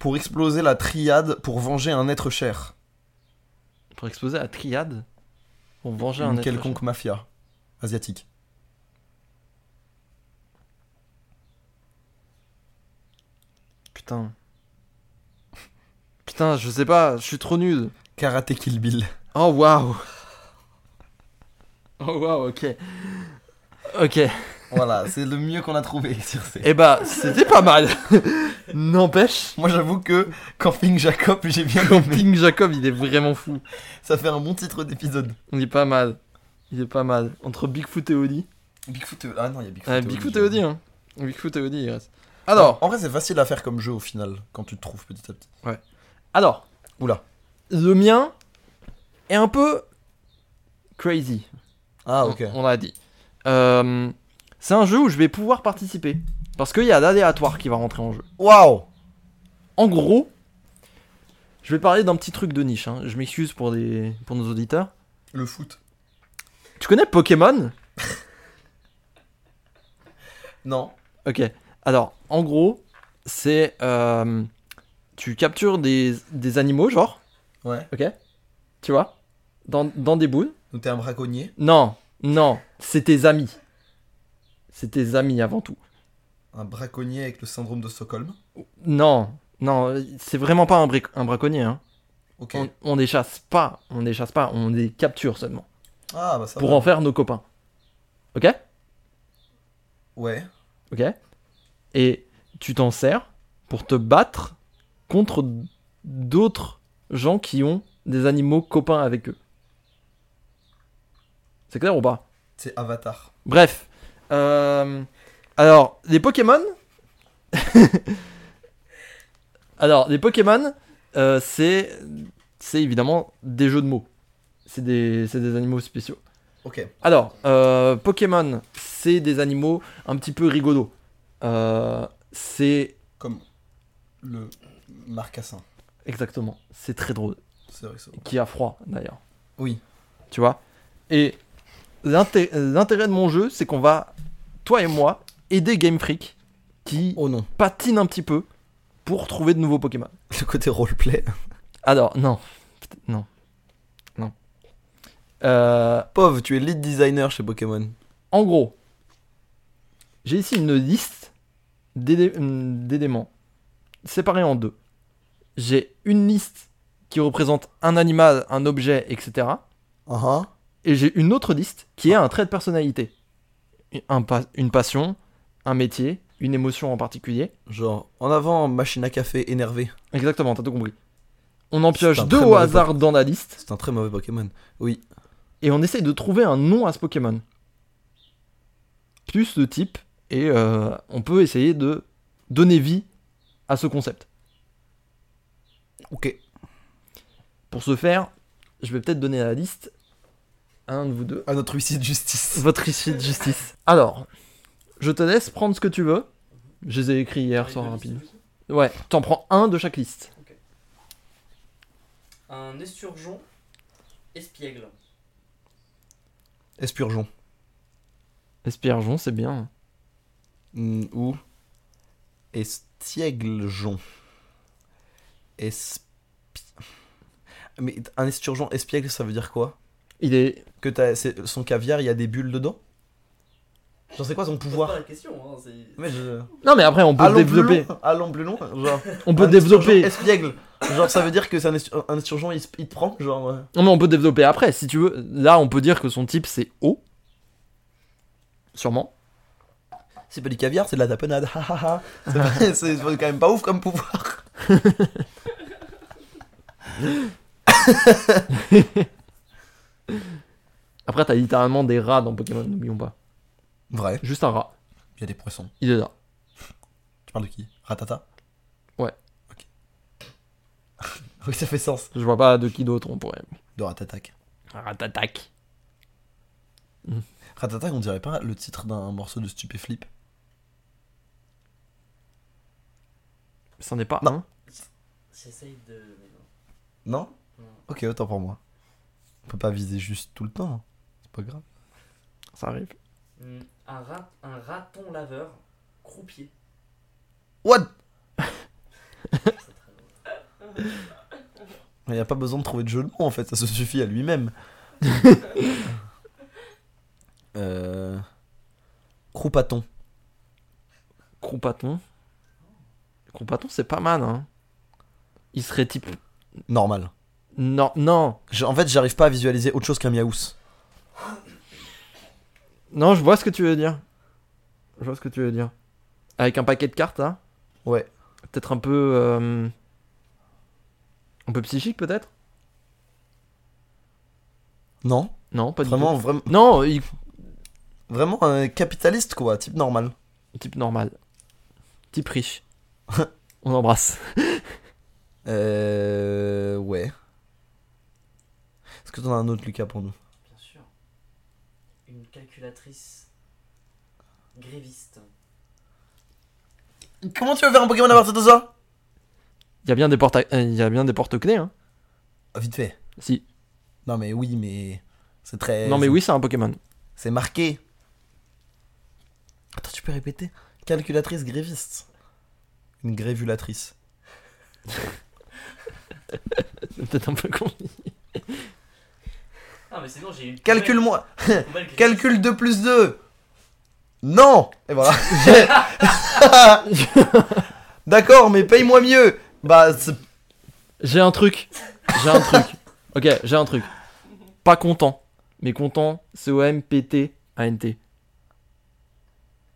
Speaker 1: pour exploser la triade pour venger un être cher.
Speaker 2: pour exposer la triade, on vengeait un
Speaker 1: une
Speaker 2: être
Speaker 1: quelconque mafia asiatique.
Speaker 2: Putain. Putain, je sais pas, je suis trop nul.
Speaker 1: Karate Kill Bill.
Speaker 2: Oh waouh. Oh waouh, ok. Ok.
Speaker 1: *laughs* voilà, c'est le mieux qu'on a trouvé sur ces.
Speaker 2: Eh bah, c'était pas mal. *laughs* N'empêche,
Speaker 1: Moi, j'avoue que Camping Jacob, j'ai bien compris.
Speaker 2: Camping Jacob, il est vraiment fou.
Speaker 1: Ça fait un bon titre d'épisode.
Speaker 2: Il est pas mal. Il est pas mal. Entre Bigfoot et Audi.
Speaker 1: Bigfoot. Ah non, il y a Bigfoot.
Speaker 2: Ah, Bigfoot et Audi, hein. Bigfoot et Audi, il reste. Alors,
Speaker 1: En vrai, c'est facile à faire comme jeu au final quand tu te trouves petit à petit.
Speaker 2: alors.
Speaker 1: Oula.
Speaker 2: Le mien, et un peu crazy.
Speaker 1: Ah, ok.
Speaker 2: On, on l'a dit. Euh, c'est un jeu où je vais pouvoir participer. Parce qu'il y a l'aléatoire qui va rentrer en jeu.
Speaker 1: Waouh
Speaker 2: En gros, je vais parler d'un petit truc de niche. hein. Je m'excuse pour, des- pour nos auditeurs.
Speaker 1: Le foot.
Speaker 2: Tu connais Pokémon
Speaker 1: Non.
Speaker 2: Ok. Alors, en gros, c'est. euh, tu captures des, des animaux, genre,
Speaker 1: Ouais.
Speaker 2: ok Tu vois dans, dans des boules
Speaker 1: Donc t'es un braconnier.
Speaker 2: Non, non, c'est tes amis. C'est tes amis avant tout.
Speaker 1: Un braconnier avec le syndrome de Stockholm.
Speaker 2: Non, non, c'est vraiment pas un, bric- un braconnier. Hein.
Speaker 1: Ok.
Speaker 2: On, on les chasse pas, on les chasse pas, on les capture seulement.
Speaker 1: Ah, bah ça
Speaker 2: pour
Speaker 1: va.
Speaker 2: en faire nos copains. Ok
Speaker 1: Ouais.
Speaker 2: Ok Et tu t'en sers pour te battre contre d'autres gens qui ont des animaux copains avec eux. C'est clair ou pas
Speaker 1: C'est Avatar.
Speaker 2: Bref. Euh, alors, les Pokémon. *laughs* alors, les Pokémon, euh, c'est c'est évidemment des jeux de mots. C'est des, c'est des animaux spéciaux.
Speaker 1: Ok.
Speaker 2: Alors, euh, Pokémon, c'est des animaux un petit peu rigolos. Euh, c'est
Speaker 1: Comme le marcassin.
Speaker 2: exactement, c'est très drôle.
Speaker 1: C'est vrai que c'est
Speaker 2: Qui a froid d'ailleurs,
Speaker 1: Oui.
Speaker 2: tu vois. Et l'inté- l'intérêt de mon jeu, c'est qu'on va, toi et moi, aider Game Freak qui
Speaker 1: Oh non. *laughs*
Speaker 2: patine un petit peu pour trouver de nouveaux Pokémon.
Speaker 1: Le côté roleplay. *laughs*
Speaker 2: Alors, non, Putain, non, non. Euh,
Speaker 1: Pauvre, tu es lead designer chez Pokémon.
Speaker 2: En gros, j'ai ici une liste d'élé- hum, d'éléments séparés en deux. J'ai une liste qui représente un animal, un objet, etc.
Speaker 1: Ah ah.
Speaker 2: Et j'ai une autre liste qui est un trait de personnalité. Un pa- une passion, un métier, une émotion en particulier.
Speaker 1: Genre, en avant, machine à café énervé.
Speaker 2: Exactement, t'as tout compris. On en pioche
Speaker 1: un
Speaker 2: deux
Speaker 1: très
Speaker 2: au
Speaker 1: mauvais
Speaker 2: hasard dans la liste
Speaker 1: C'est un très mauvais Pokémon. Oui.
Speaker 2: et on essaye de trouver un nom à ce Pokémon. Plus le type, et euh, on peut essayer de donner vie à ce concept.
Speaker 1: Ok.
Speaker 2: Pour ce faire, je vais peut-être donner la liste à un de vous deux.
Speaker 1: Un autre huissier de justice.
Speaker 2: Votre ici de justice. Alors, je te laisse prendre ce que tu veux. Je les ai écrits hier soir rapide. Ouais, t'en prends un de chaque liste.
Speaker 5: Un esturgeon espiègle.
Speaker 1: *laughs* Espurgeon.
Speaker 2: Espiergeon, c'est bien.
Speaker 1: Mm, ou Estièglejon. Espi... Mais un esturgeon espiègle, ça veut dire quoi
Speaker 2: Il est.
Speaker 1: Que t'as, c'est- son caviar, il y a des bulles dedans J'en sais quoi son
Speaker 5: C'est pas
Speaker 1: pouvoir
Speaker 5: la question, hein, c'est.
Speaker 1: Mais je-
Speaker 2: Non, mais après, on peut
Speaker 1: Allons
Speaker 2: développer.
Speaker 1: plus loin, allons plus loin, genre.
Speaker 2: On peut
Speaker 1: un esturgeon
Speaker 2: développer.
Speaker 1: Espiègle. Genre ça veut dire que c'est un, estu- un esturgeon, il, se- il te prend, genre. euh,
Speaker 2: Non mais on peut développer après, si tu veux. Là, on peut dire que son type c'est eau. Sûrement.
Speaker 1: C'est pas du caviar, c'est de la tapenade. ha, ha, ha. c'est, *laughs* pas- c'est- c'est quand même pas ouf comme pouvoir.
Speaker 2: Après, t'as littéralement des rats dans Pokémon, n'oublions pas.
Speaker 1: Vrai.
Speaker 2: Juste un rat,
Speaker 1: Il y a des poissons.
Speaker 2: il est là.
Speaker 1: Tu parles de qui Ratata
Speaker 2: Ouais.
Speaker 1: Ok. *laughs* oui, ça fait sens.
Speaker 2: Je vois pas de qui d'autre on pourrait.
Speaker 1: De Ratatac.
Speaker 2: Ratatac.
Speaker 1: Ratatac, on dirait pas le titre d'un morceau de Stupéflip.
Speaker 2: C'en est pas
Speaker 1: Non.
Speaker 2: un.
Speaker 5: J'essaye de. mais non.
Speaker 1: Non
Speaker 5: Non.
Speaker 1: Ok, autant pour moi. On peut pas viser juste tout le temps. hein. C'est pas grave.
Speaker 2: Ça arrive.
Speaker 5: Hmm, Un, rat... un raton laveur croupier.
Speaker 2: *laughs*
Speaker 1: What
Speaker 5: C'est très drôle.
Speaker 1: Il y a pas besoin de trouver de jeu de mots en fait, ça se suffit à
Speaker 2: *laughs*
Speaker 1: lui-même. euh. Croupaton.
Speaker 2: Croupaton. Croupaton, c'est pas mal, hein. Il serait type.
Speaker 1: Normal.
Speaker 2: Non, non.
Speaker 1: J'ai- En fait, j'arrive pas à visualiser autre chose qu'un miaous.
Speaker 2: Non, je vois ce que tu veux dire. Je vois ce que tu veux dire. Avec un paquet de cartes, là.
Speaker 1: Ouais.
Speaker 2: Peut-être un peu. euh, Un peu psychique, peut-être
Speaker 1: Non
Speaker 2: Non, pas du tout.
Speaker 1: Vraiment, vraiment,
Speaker 2: Non, il...
Speaker 1: vraiment un capitaliste quoi, type normal.
Speaker 2: type normal. Type riche.
Speaker 1: *laughs*
Speaker 2: On embrasse.
Speaker 1: Euh. Ouais. Parce que t'en as un autre, Lucas, pour nous
Speaker 5: Bien sûr. Une calculatrice gréviste.
Speaker 1: Comment tu veux faire un Pokémon à partir de ça
Speaker 2: Il y a bien des portes, à- euh, il y a bien des portes clés, hein.
Speaker 1: Ah, Vite fait.
Speaker 2: Si.
Speaker 1: Non, mais oui, mais. C'est très.
Speaker 2: Non mais oui, c'est un Pokémon.
Speaker 1: C'est marqué. Attends, tu peux répéter Calculatrice gréviste. Une grévulatrice.
Speaker 2: C'est peut-être un peu con.
Speaker 5: Ah, mais sinon, j'ai une. poubelle-
Speaker 1: Calcule-moi
Speaker 5: une poubelle gréviste.
Speaker 1: Calcule 2 plus 2 Non Et
Speaker 2: *laughs*
Speaker 1: voilà. D'accord, mais paye-moi mieux Bah, c'est-
Speaker 2: J'ai un truc. J'ai un *laughs* truc. Ok, j'ai un truc. Pas content, mais content. C O M P T A N T.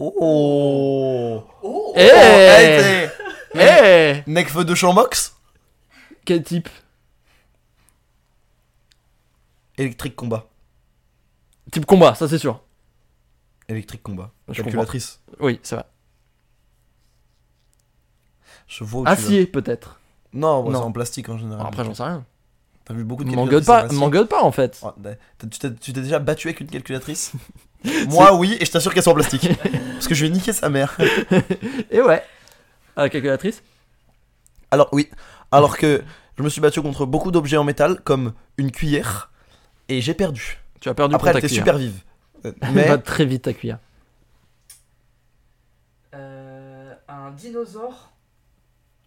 Speaker 1: Oh
Speaker 5: Oh
Speaker 2: Eh
Speaker 1: hey,
Speaker 2: Eh
Speaker 1: t'es- Necfeu de Chambox
Speaker 2: Quel type
Speaker 1: Électrique combat.
Speaker 2: Type combat, ça c'est sûr.
Speaker 1: Électrique combat.
Speaker 2: Je
Speaker 1: Calculatrice.
Speaker 2: Oui, c'est vrai.
Speaker 1: Je vois où Oh, tu
Speaker 2: Acier peut-être.
Speaker 1: vas. Non, bah,
Speaker 2: Non.
Speaker 1: c'est en plastique en général. euh,
Speaker 2: Alors Après j'en sais rien.
Speaker 1: T'as vu beaucoup de
Speaker 2: M'en gueule
Speaker 1: calculatrices
Speaker 2: pas,
Speaker 1: en acier.
Speaker 2: m'en gueule pas en fait.
Speaker 1: Oh, t'as- Tu t'es tu t'es déjà battu avec une
Speaker 2: *laughs*
Speaker 1: calculatrice Moi oui, et je t'assure qu'elle soit en plastique. parce que je vais niquer sa mère.
Speaker 2: Et ouais. À la calculatrice.
Speaker 1: Alors oui, alors que je me suis battu contre beaucoup d'objets en métal, comme une cuillère, et j'ai perdu.
Speaker 2: Tu as perdu
Speaker 1: Après, elle
Speaker 2: pour ta
Speaker 1: était
Speaker 2: cuillère.
Speaker 1: super
Speaker 2: Bah-
Speaker 1: vive. Euh,
Speaker 2: *laughs* Va
Speaker 1: Mais
Speaker 2: très vite ta cuillère.
Speaker 5: Euh, un dinosaure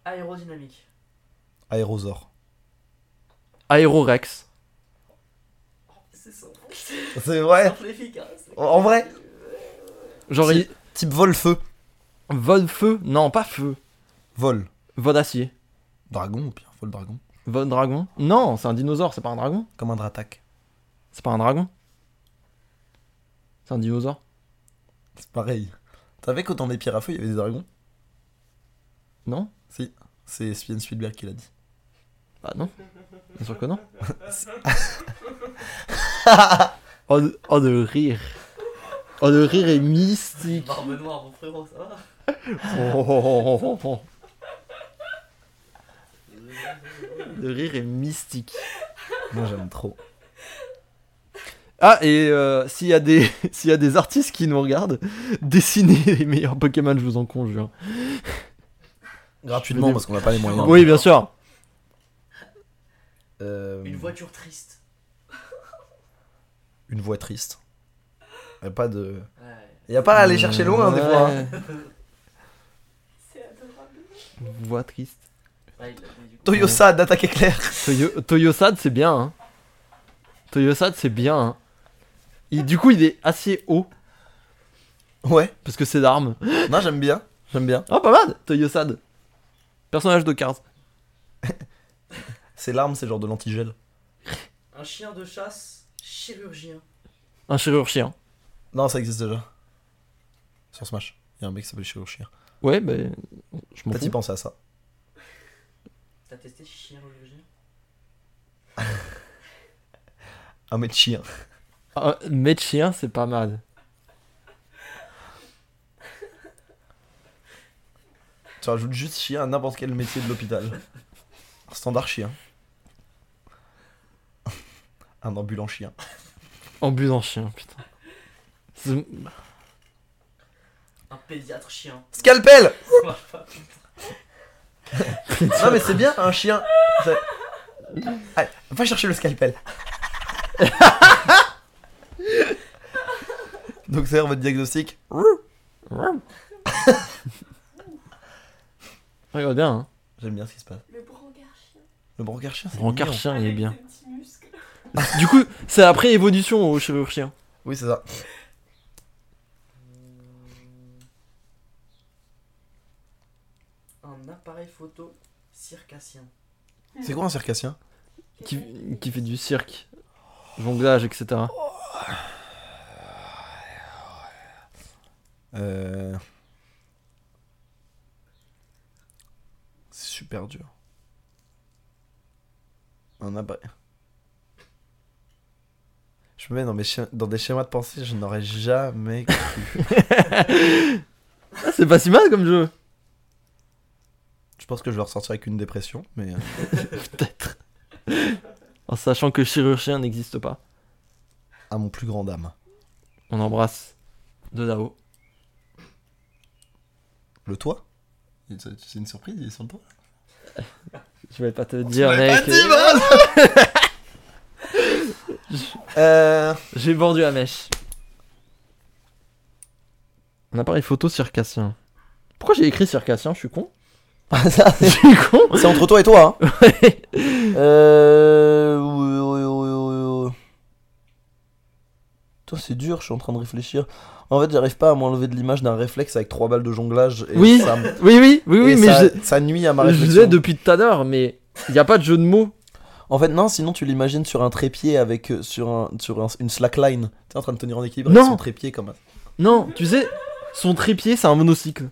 Speaker 5: aérodynamique.
Speaker 1: aérosaure.
Speaker 2: Aérorex.
Speaker 5: C'est ça.
Speaker 1: C'est vrai
Speaker 5: Simple et efficace.
Speaker 1: En vrai
Speaker 2: Genre
Speaker 1: Si.
Speaker 2: il...
Speaker 1: Type vol-feu.
Speaker 2: vol feu. Non, pas feu.
Speaker 1: Vol.
Speaker 2: Vol acier.
Speaker 1: Dragon ou pire, vol dragon.
Speaker 2: Vol dragon. Non, c'est un dinosaure, c'est pas un dragon.
Speaker 1: Comme un drattac.
Speaker 2: C'est pas un dragon. C'est un dinosaure.
Speaker 1: C'est pareil. T'avais qu'au temps des pierres à feu, il y avait des dragons
Speaker 2: Non
Speaker 1: Si. C'est Steven Spielberg qui l'a dit.
Speaker 2: Bah non. Bien sûr que non. *laughs* oh, de, oh, de rire. Oh, le rire est mystique.
Speaker 5: Barbe noire, mon frérot, ça va
Speaker 2: Oh, oh, oh, oh, oh, oh. Le rire est mystique.
Speaker 1: Moi j'aime trop.
Speaker 2: Ah, et euh, s'il y, a des- *laughs* s'il y a des artistes qui nous regardent, *laughs* dessinez les meilleurs Pokémon, je vous en conjure.
Speaker 1: Gratuitement parce qu'on n'a pas les moyens.
Speaker 2: Oui, bien sûr.
Speaker 1: Euh,
Speaker 5: Une voiture triste.
Speaker 1: une voix triste. Y a pas de.
Speaker 5: *laughs* Ouais.
Speaker 1: Y a pas à aller chercher loin hein, des fois. hein.
Speaker 2: Ouais.
Speaker 3: C'est adorable.
Speaker 2: Voix triste.
Speaker 5: Ouais, il l'a dit, du coup.
Speaker 1: Toyosa d'attaque éclair.
Speaker 2: Toyo- Toyosad, c'est bien. Hein. Toyosad, c'est bien. hein. Il- du coup, il est assez haut
Speaker 1: *laughs* Ouais.
Speaker 2: parce que c'est d'armes.
Speaker 1: Non j'aime bien. J'aime bien.
Speaker 2: Oh, pas mal, Toyosad. Personnage de cartes.
Speaker 1: Ces larmes c'est genre de l'antigel.
Speaker 5: Un chien de chasse chirurgien.
Speaker 2: Un chirurgien.
Speaker 1: Non ça existe déjà. Sur Smash. Y a un mec qui s'appelle Chirurgien.
Speaker 2: Ouais, bah, je m'en
Speaker 1: T'as-tu
Speaker 2: fous.
Speaker 1: pensé à ça
Speaker 5: T'as testé chirurgien
Speaker 1: Un mec chien.
Speaker 2: Un médecin, c'est pas mal.
Speaker 1: Tu rajoutes juste chien à n'importe quel métier de *laughs* l'hôpital. Un Standard chien. Un ambulant chien.
Speaker 2: Ambulant chien, putain. C'est-
Speaker 5: Un pédiatre chien.
Speaker 1: *laughs* Scalpel
Speaker 5: Moi, je sais pas.
Speaker 1: Non mais c'est bien un chien. C'est- Allez, va chercher le scalpel. Donc c'est votre diagnostic.
Speaker 2: *laughs* Regarde bien, hein.
Speaker 1: J'aime bien ce qui se passe.
Speaker 3: Le brancard chien.
Speaker 1: Le brancard chien, c'est
Speaker 2: Brancard
Speaker 1: mignon.
Speaker 2: chien, Ah, il est
Speaker 3: Avec
Speaker 2: bien.
Speaker 3: ses petits muscles.
Speaker 2: Du coup, c'est après évolution au chirurgien.
Speaker 1: Oui, c'est ça.
Speaker 5: Un appareil photo circassien.
Speaker 1: C'est quoi un circassien
Speaker 2: Qui, qui fait du cirque, jonglage, etc.
Speaker 1: Euh... C'est super dur. Un appareil. Je me mets dans, mes schémas- dans des schémas de pensée, je n'aurais jamais.
Speaker 2: Ah, c'est pas si mal comme jeu.
Speaker 1: je pense que je vais ressortir avec une dépression, mais. euh,
Speaker 2: Peut-être. en sachant que chirurgien n'existe pas.
Speaker 1: À mon plus grand dame.
Speaker 2: On embrasse de là-haut.
Speaker 1: Le toit C'est une surprise, il est sur le toit.
Speaker 2: Je vais pas hein. te dire, mec.
Speaker 1: *laughs* euh...
Speaker 2: J'ai vendu la mèche. Un appareil photo circassien. Pourquoi j'ai écrit circassien Je suis con. *laughs*
Speaker 1: *laughs* ça,
Speaker 2: Je
Speaker 1: c'est-
Speaker 2: suis con.
Speaker 1: c'est entre toi et toi.
Speaker 2: *laughs*
Speaker 1: Hein. euh... ouais, ouais, ouais, ouais, ouais. Toi, c'est dur, je suis en train de réfléchir. En fait, j'arrive pas à m'enlever de l'image d'un réflexe avec trois balles de jonglage. Et
Speaker 2: Oui.
Speaker 1: ça, me-
Speaker 2: Oui, oui, *laughs* oui, oui,
Speaker 1: et
Speaker 2: mais
Speaker 1: ça,
Speaker 2: je-
Speaker 1: ça nuit à ma
Speaker 2: je
Speaker 1: réflexion.
Speaker 2: disais depuis tout à l'heure, mais il n'y a pas de jeu de mots.
Speaker 1: En fait, non, sinon tu l'imagines sur un trépied avec euh, sur, un, sur un- une slackline. Tu es en train de tenir en équilibre
Speaker 2: Non.
Speaker 1: avec son trépied comme un.
Speaker 2: Non, tu sais, son trépied, c'est un monocycle.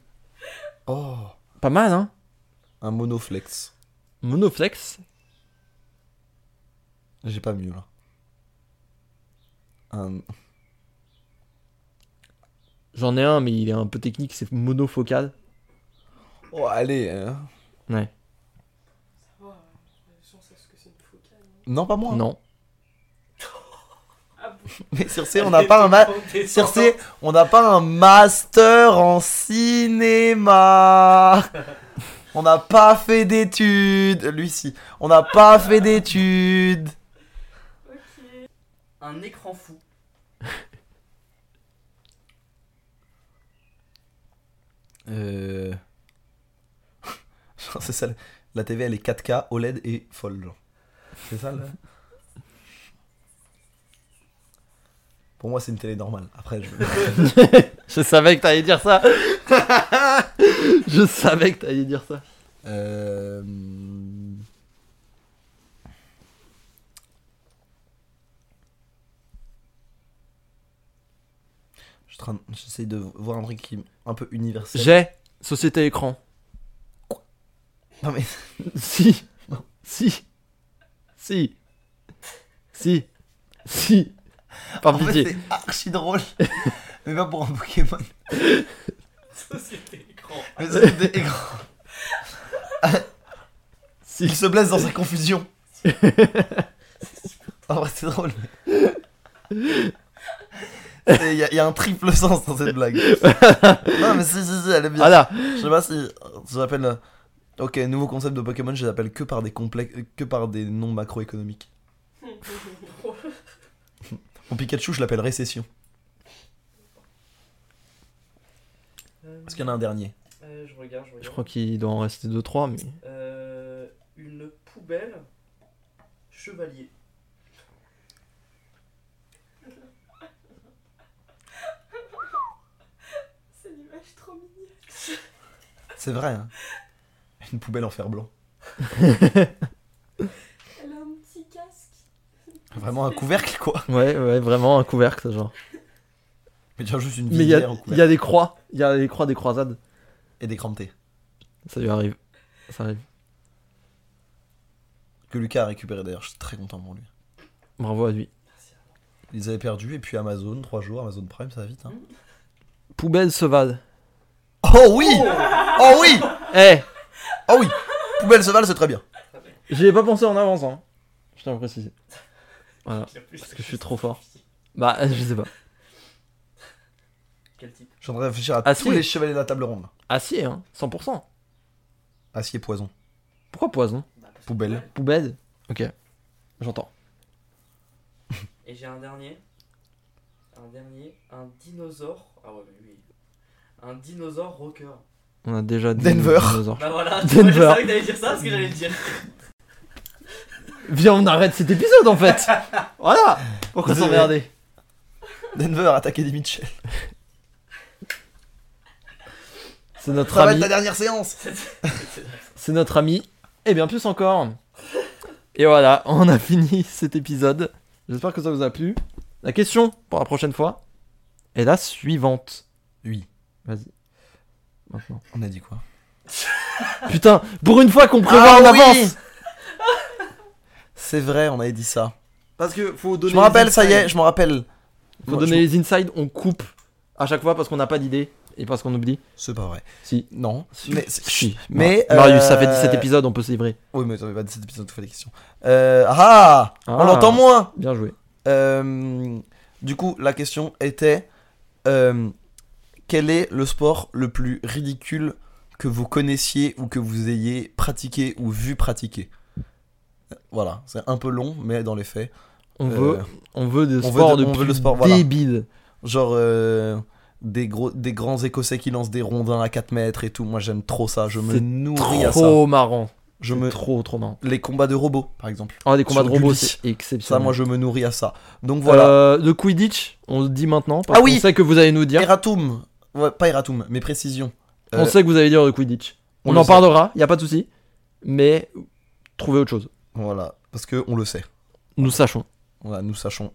Speaker 1: Oh
Speaker 2: Pas mal, hein
Speaker 1: Un monoflex.
Speaker 2: Monoflex.
Speaker 1: J'ai pas mieux là. Un...
Speaker 2: J'en ai un, mais il est un peu technique, c'est monofocal.
Speaker 1: Oh, allez. euh,
Speaker 2: Ouais.
Speaker 3: Ah, Je sais ce que c'est une focale.
Speaker 1: Non, pas moi. hein.
Speaker 2: Non.
Speaker 3: Ah bon
Speaker 1: Mais Circé,
Speaker 2: *laughs*
Speaker 1: on n'a
Speaker 3: *laughs*
Speaker 1: pas un ma... *laughs* Circe, on n'a pas un master en cinéma. On n'a pas fait d'études. Lui, si. On n'a pas fait d'études.
Speaker 5: Un écran fou.
Speaker 1: Euh... genre, *laughs* c'est ça. La TV, elle est 4K, OLED et folle, genre. C'est ça, là Pour moi, c'est une télé normale. Après, je...
Speaker 2: Je savais que t'allais dire ça. *laughs* je savais que t'allais dire ça.
Speaker 1: Euh... Je suis en train- J'essaye de voir un truc qui est un peu universel.
Speaker 2: J'ai société écran.
Speaker 1: Non mais
Speaker 2: *laughs* Si. Si. Si. Si. Si. Par
Speaker 1: en fait,
Speaker 2: pitié.
Speaker 1: c'est archi drôle. mais pas pour un Pokémon.
Speaker 5: Société écran.
Speaker 1: Mais ça, c'était écran. Il se blesse dans sa confusion. En vrai, c'est drôle. Il y, a- y a un triple sens dans cette blague. non, mais si, si, si, elle est bien.
Speaker 2: Voilà.
Speaker 1: Je sais pas si. Ça s'appelle. euh, Ok, nouveau concept de Pokémon, je les appelle que par des complexes, que par des noms macroéconomiques. Mon Pikachu, je l'appelle récession.
Speaker 5: Euh,
Speaker 1: Est-ce qu'il y en a un dernier
Speaker 5: euh, je regarde, je regarde.
Speaker 2: Je crois qu'il doit en rester 2-3, mais.
Speaker 5: Euh, une poubelle chevalier.
Speaker 3: C'est l'image trop mignonne.
Speaker 1: C'est vrai, hein Une poubelle en fer blanc.
Speaker 3: Elle a un petit casque.
Speaker 1: Vraiment un couvercle, quoi.
Speaker 2: Ouais, ouais, vraiment un couvercle, genre.
Speaker 1: Mais tu as juste une
Speaker 2: Mais il y,
Speaker 1: visière
Speaker 2: a-
Speaker 1: en
Speaker 2: il
Speaker 1: couvercle.
Speaker 2: y a des croix. Il y a des croix des croisades.
Speaker 1: Et des crampés.
Speaker 2: Ça lui arrive. Ça arrive.
Speaker 1: Que Lucas a récupéré d'ailleurs, je suis très content pour lui.
Speaker 2: Bravo à lui.
Speaker 1: Ils avaient perdu, et puis Amazon, 3 jours, Amazon Prime, ça va vite. Hein.
Speaker 2: Poubelle sauvade.
Speaker 1: Oh oui Oh oui
Speaker 2: *laughs* Eh
Speaker 1: Oh oui Poubelle Seval, c'est très bien.
Speaker 2: J'y ai pas pensé en avance, hein. Je tiens à le préciser. Voilà.
Speaker 5: Parce
Speaker 2: Ah, que je suis trop fort. Bah, je sais pas.
Speaker 5: Quel type
Speaker 1: Je suis en train de réfléchir à
Speaker 2: Acier.
Speaker 1: tous les chevaliers de la table ronde.
Speaker 2: Acier, hein. 100%.
Speaker 1: Acier poison.
Speaker 2: Pourquoi poison
Speaker 5: Bah, parce que
Speaker 1: Poubelle.
Speaker 2: *laughs*
Speaker 5: poubelle.
Speaker 2: Poubelle Ok. J'entends.
Speaker 5: Et j'ai un dernier. Un dernier. Un dinosaure. Ah ouais, mais lui. Un dinosaure rocker.
Speaker 2: On a déjà dit
Speaker 1: Denver.
Speaker 2: dinosaure.
Speaker 5: Bah voilà, tu vois, je
Speaker 2: Denver.
Speaker 5: savais que t'allais dire ça parce que j'allais le dire.
Speaker 2: Viens, on arrête cet épisode en
Speaker 1: *laughs*
Speaker 2: fait Voilà Pourquoi
Speaker 1: Désolé.
Speaker 2: s'emmerder
Speaker 1: Denver, attaquer des Mitchell.
Speaker 2: C'est notre
Speaker 1: Ça va être
Speaker 2: ami,
Speaker 1: la dernière séance
Speaker 2: c'est notre ami, et bien plus encore Et voilà, on a fini cet épisode. J'espère que ça vous a plu. La question pour la prochaine fois est la suivante.
Speaker 1: Oui.
Speaker 2: Vas-y. Maintenant.
Speaker 1: On a dit quoi
Speaker 2: Putain, pour une fois qu'on
Speaker 1: Ah
Speaker 2: prévoit en
Speaker 1: oui
Speaker 2: avance
Speaker 1: C'est vrai, on avait dit ça.
Speaker 2: Parce que faut donner.
Speaker 1: Je me rappelle, ça y est, je me rappelle.
Speaker 2: Faut
Speaker 1: Moi,
Speaker 2: donner
Speaker 1: je-
Speaker 2: les insides, on coupe à chaque fois parce qu'on n'a pas d'idée. Et parce qu'on oublie
Speaker 1: C'est pas vrai.
Speaker 2: Si.
Speaker 1: Non.
Speaker 2: Si.
Speaker 1: Mais c'est-
Speaker 2: Si.
Speaker 1: Mais,
Speaker 2: Mar- Marius, ça fait
Speaker 1: euh,
Speaker 2: 17 épisodes, on peut se livrer.
Speaker 1: Oui, mais t'avais pas dit cet épisode, tu fais des questions. Euh, ah,
Speaker 2: Ah.
Speaker 1: On l'entend moins
Speaker 2: Bien joué.
Speaker 1: Euh, Du coup, la question était euh, quel est le sport le plus ridicule que vous connaissiez ou que vous ayez pratiqué ou vu pratiquer Euh, Voilà, c'est un peu long, mais dans les faits.
Speaker 2: On
Speaker 1: Euh,
Speaker 2: veut, on veut des
Speaker 1: on veut
Speaker 2: sports
Speaker 1: de-
Speaker 2: de,
Speaker 1: on veut
Speaker 2: plus
Speaker 1: le sport, voilà.
Speaker 2: débile.
Speaker 1: Genre euh, des, gros, des grands écossais qui lancent des rondins à 4 mètres et tout. Moi, j'aime trop ça. Je me
Speaker 2: C'est
Speaker 1: nourris à ça.
Speaker 2: Trop marrant.
Speaker 1: Je
Speaker 2: C'est
Speaker 1: me...
Speaker 2: Trop, trop marrant.
Speaker 1: Les combats de robots, par exemple.
Speaker 2: Ah, des combats
Speaker 1: Sur
Speaker 2: de robots,
Speaker 1: Gulli.
Speaker 2: c'est exceptionnel.
Speaker 1: Ça, moi, je me nourris à ça. Donc voilà.
Speaker 2: Euh, le Quidditch, on le dit maintenant. Parce
Speaker 1: Ah
Speaker 2: qu'on
Speaker 1: oui.
Speaker 2: sait que vous allez nous dire.
Speaker 1: Eratum. Ouais, pas Eratum, mais précision. euh,
Speaker 2: On sait que vous allez dire le Quidditch. On,
Speaker 1: le
Speaker 2: en
Speaker 1: sait.
Speaker 2: parlera, y a pas de souci. Mais trouvez autre chose.
Speaker 1: Voilà, parce que on le sait.
Speaker 2: Nous sachons.
Speaker 1: Voilà, nous sachons.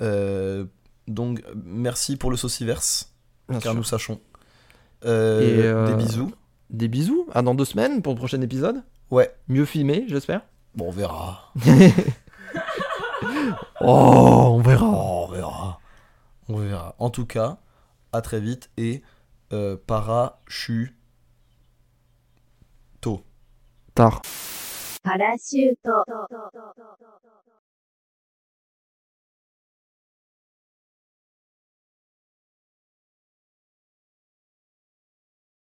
Speaker 1: Euh, donc, merci pour le sauciverse, car nous sachons. Euh,
Speaker 2: Et, euh,
Speaker 1: Des bisous.
Speaker 2: Des bisous. À dans deux semaines pour le prochain épisode.
Speaker 1: Ouais.
Speaker 2: Mieux filmé, j'espère.
Speaker 1: Bon, on verra.
Speaker 2: oh, on verra.
Speaker 1: Oh, on verra. On verra. En tout cas, à très vite et euh, parachu.
Speaker 2: パラシュート
Speaker 6: パラシュート。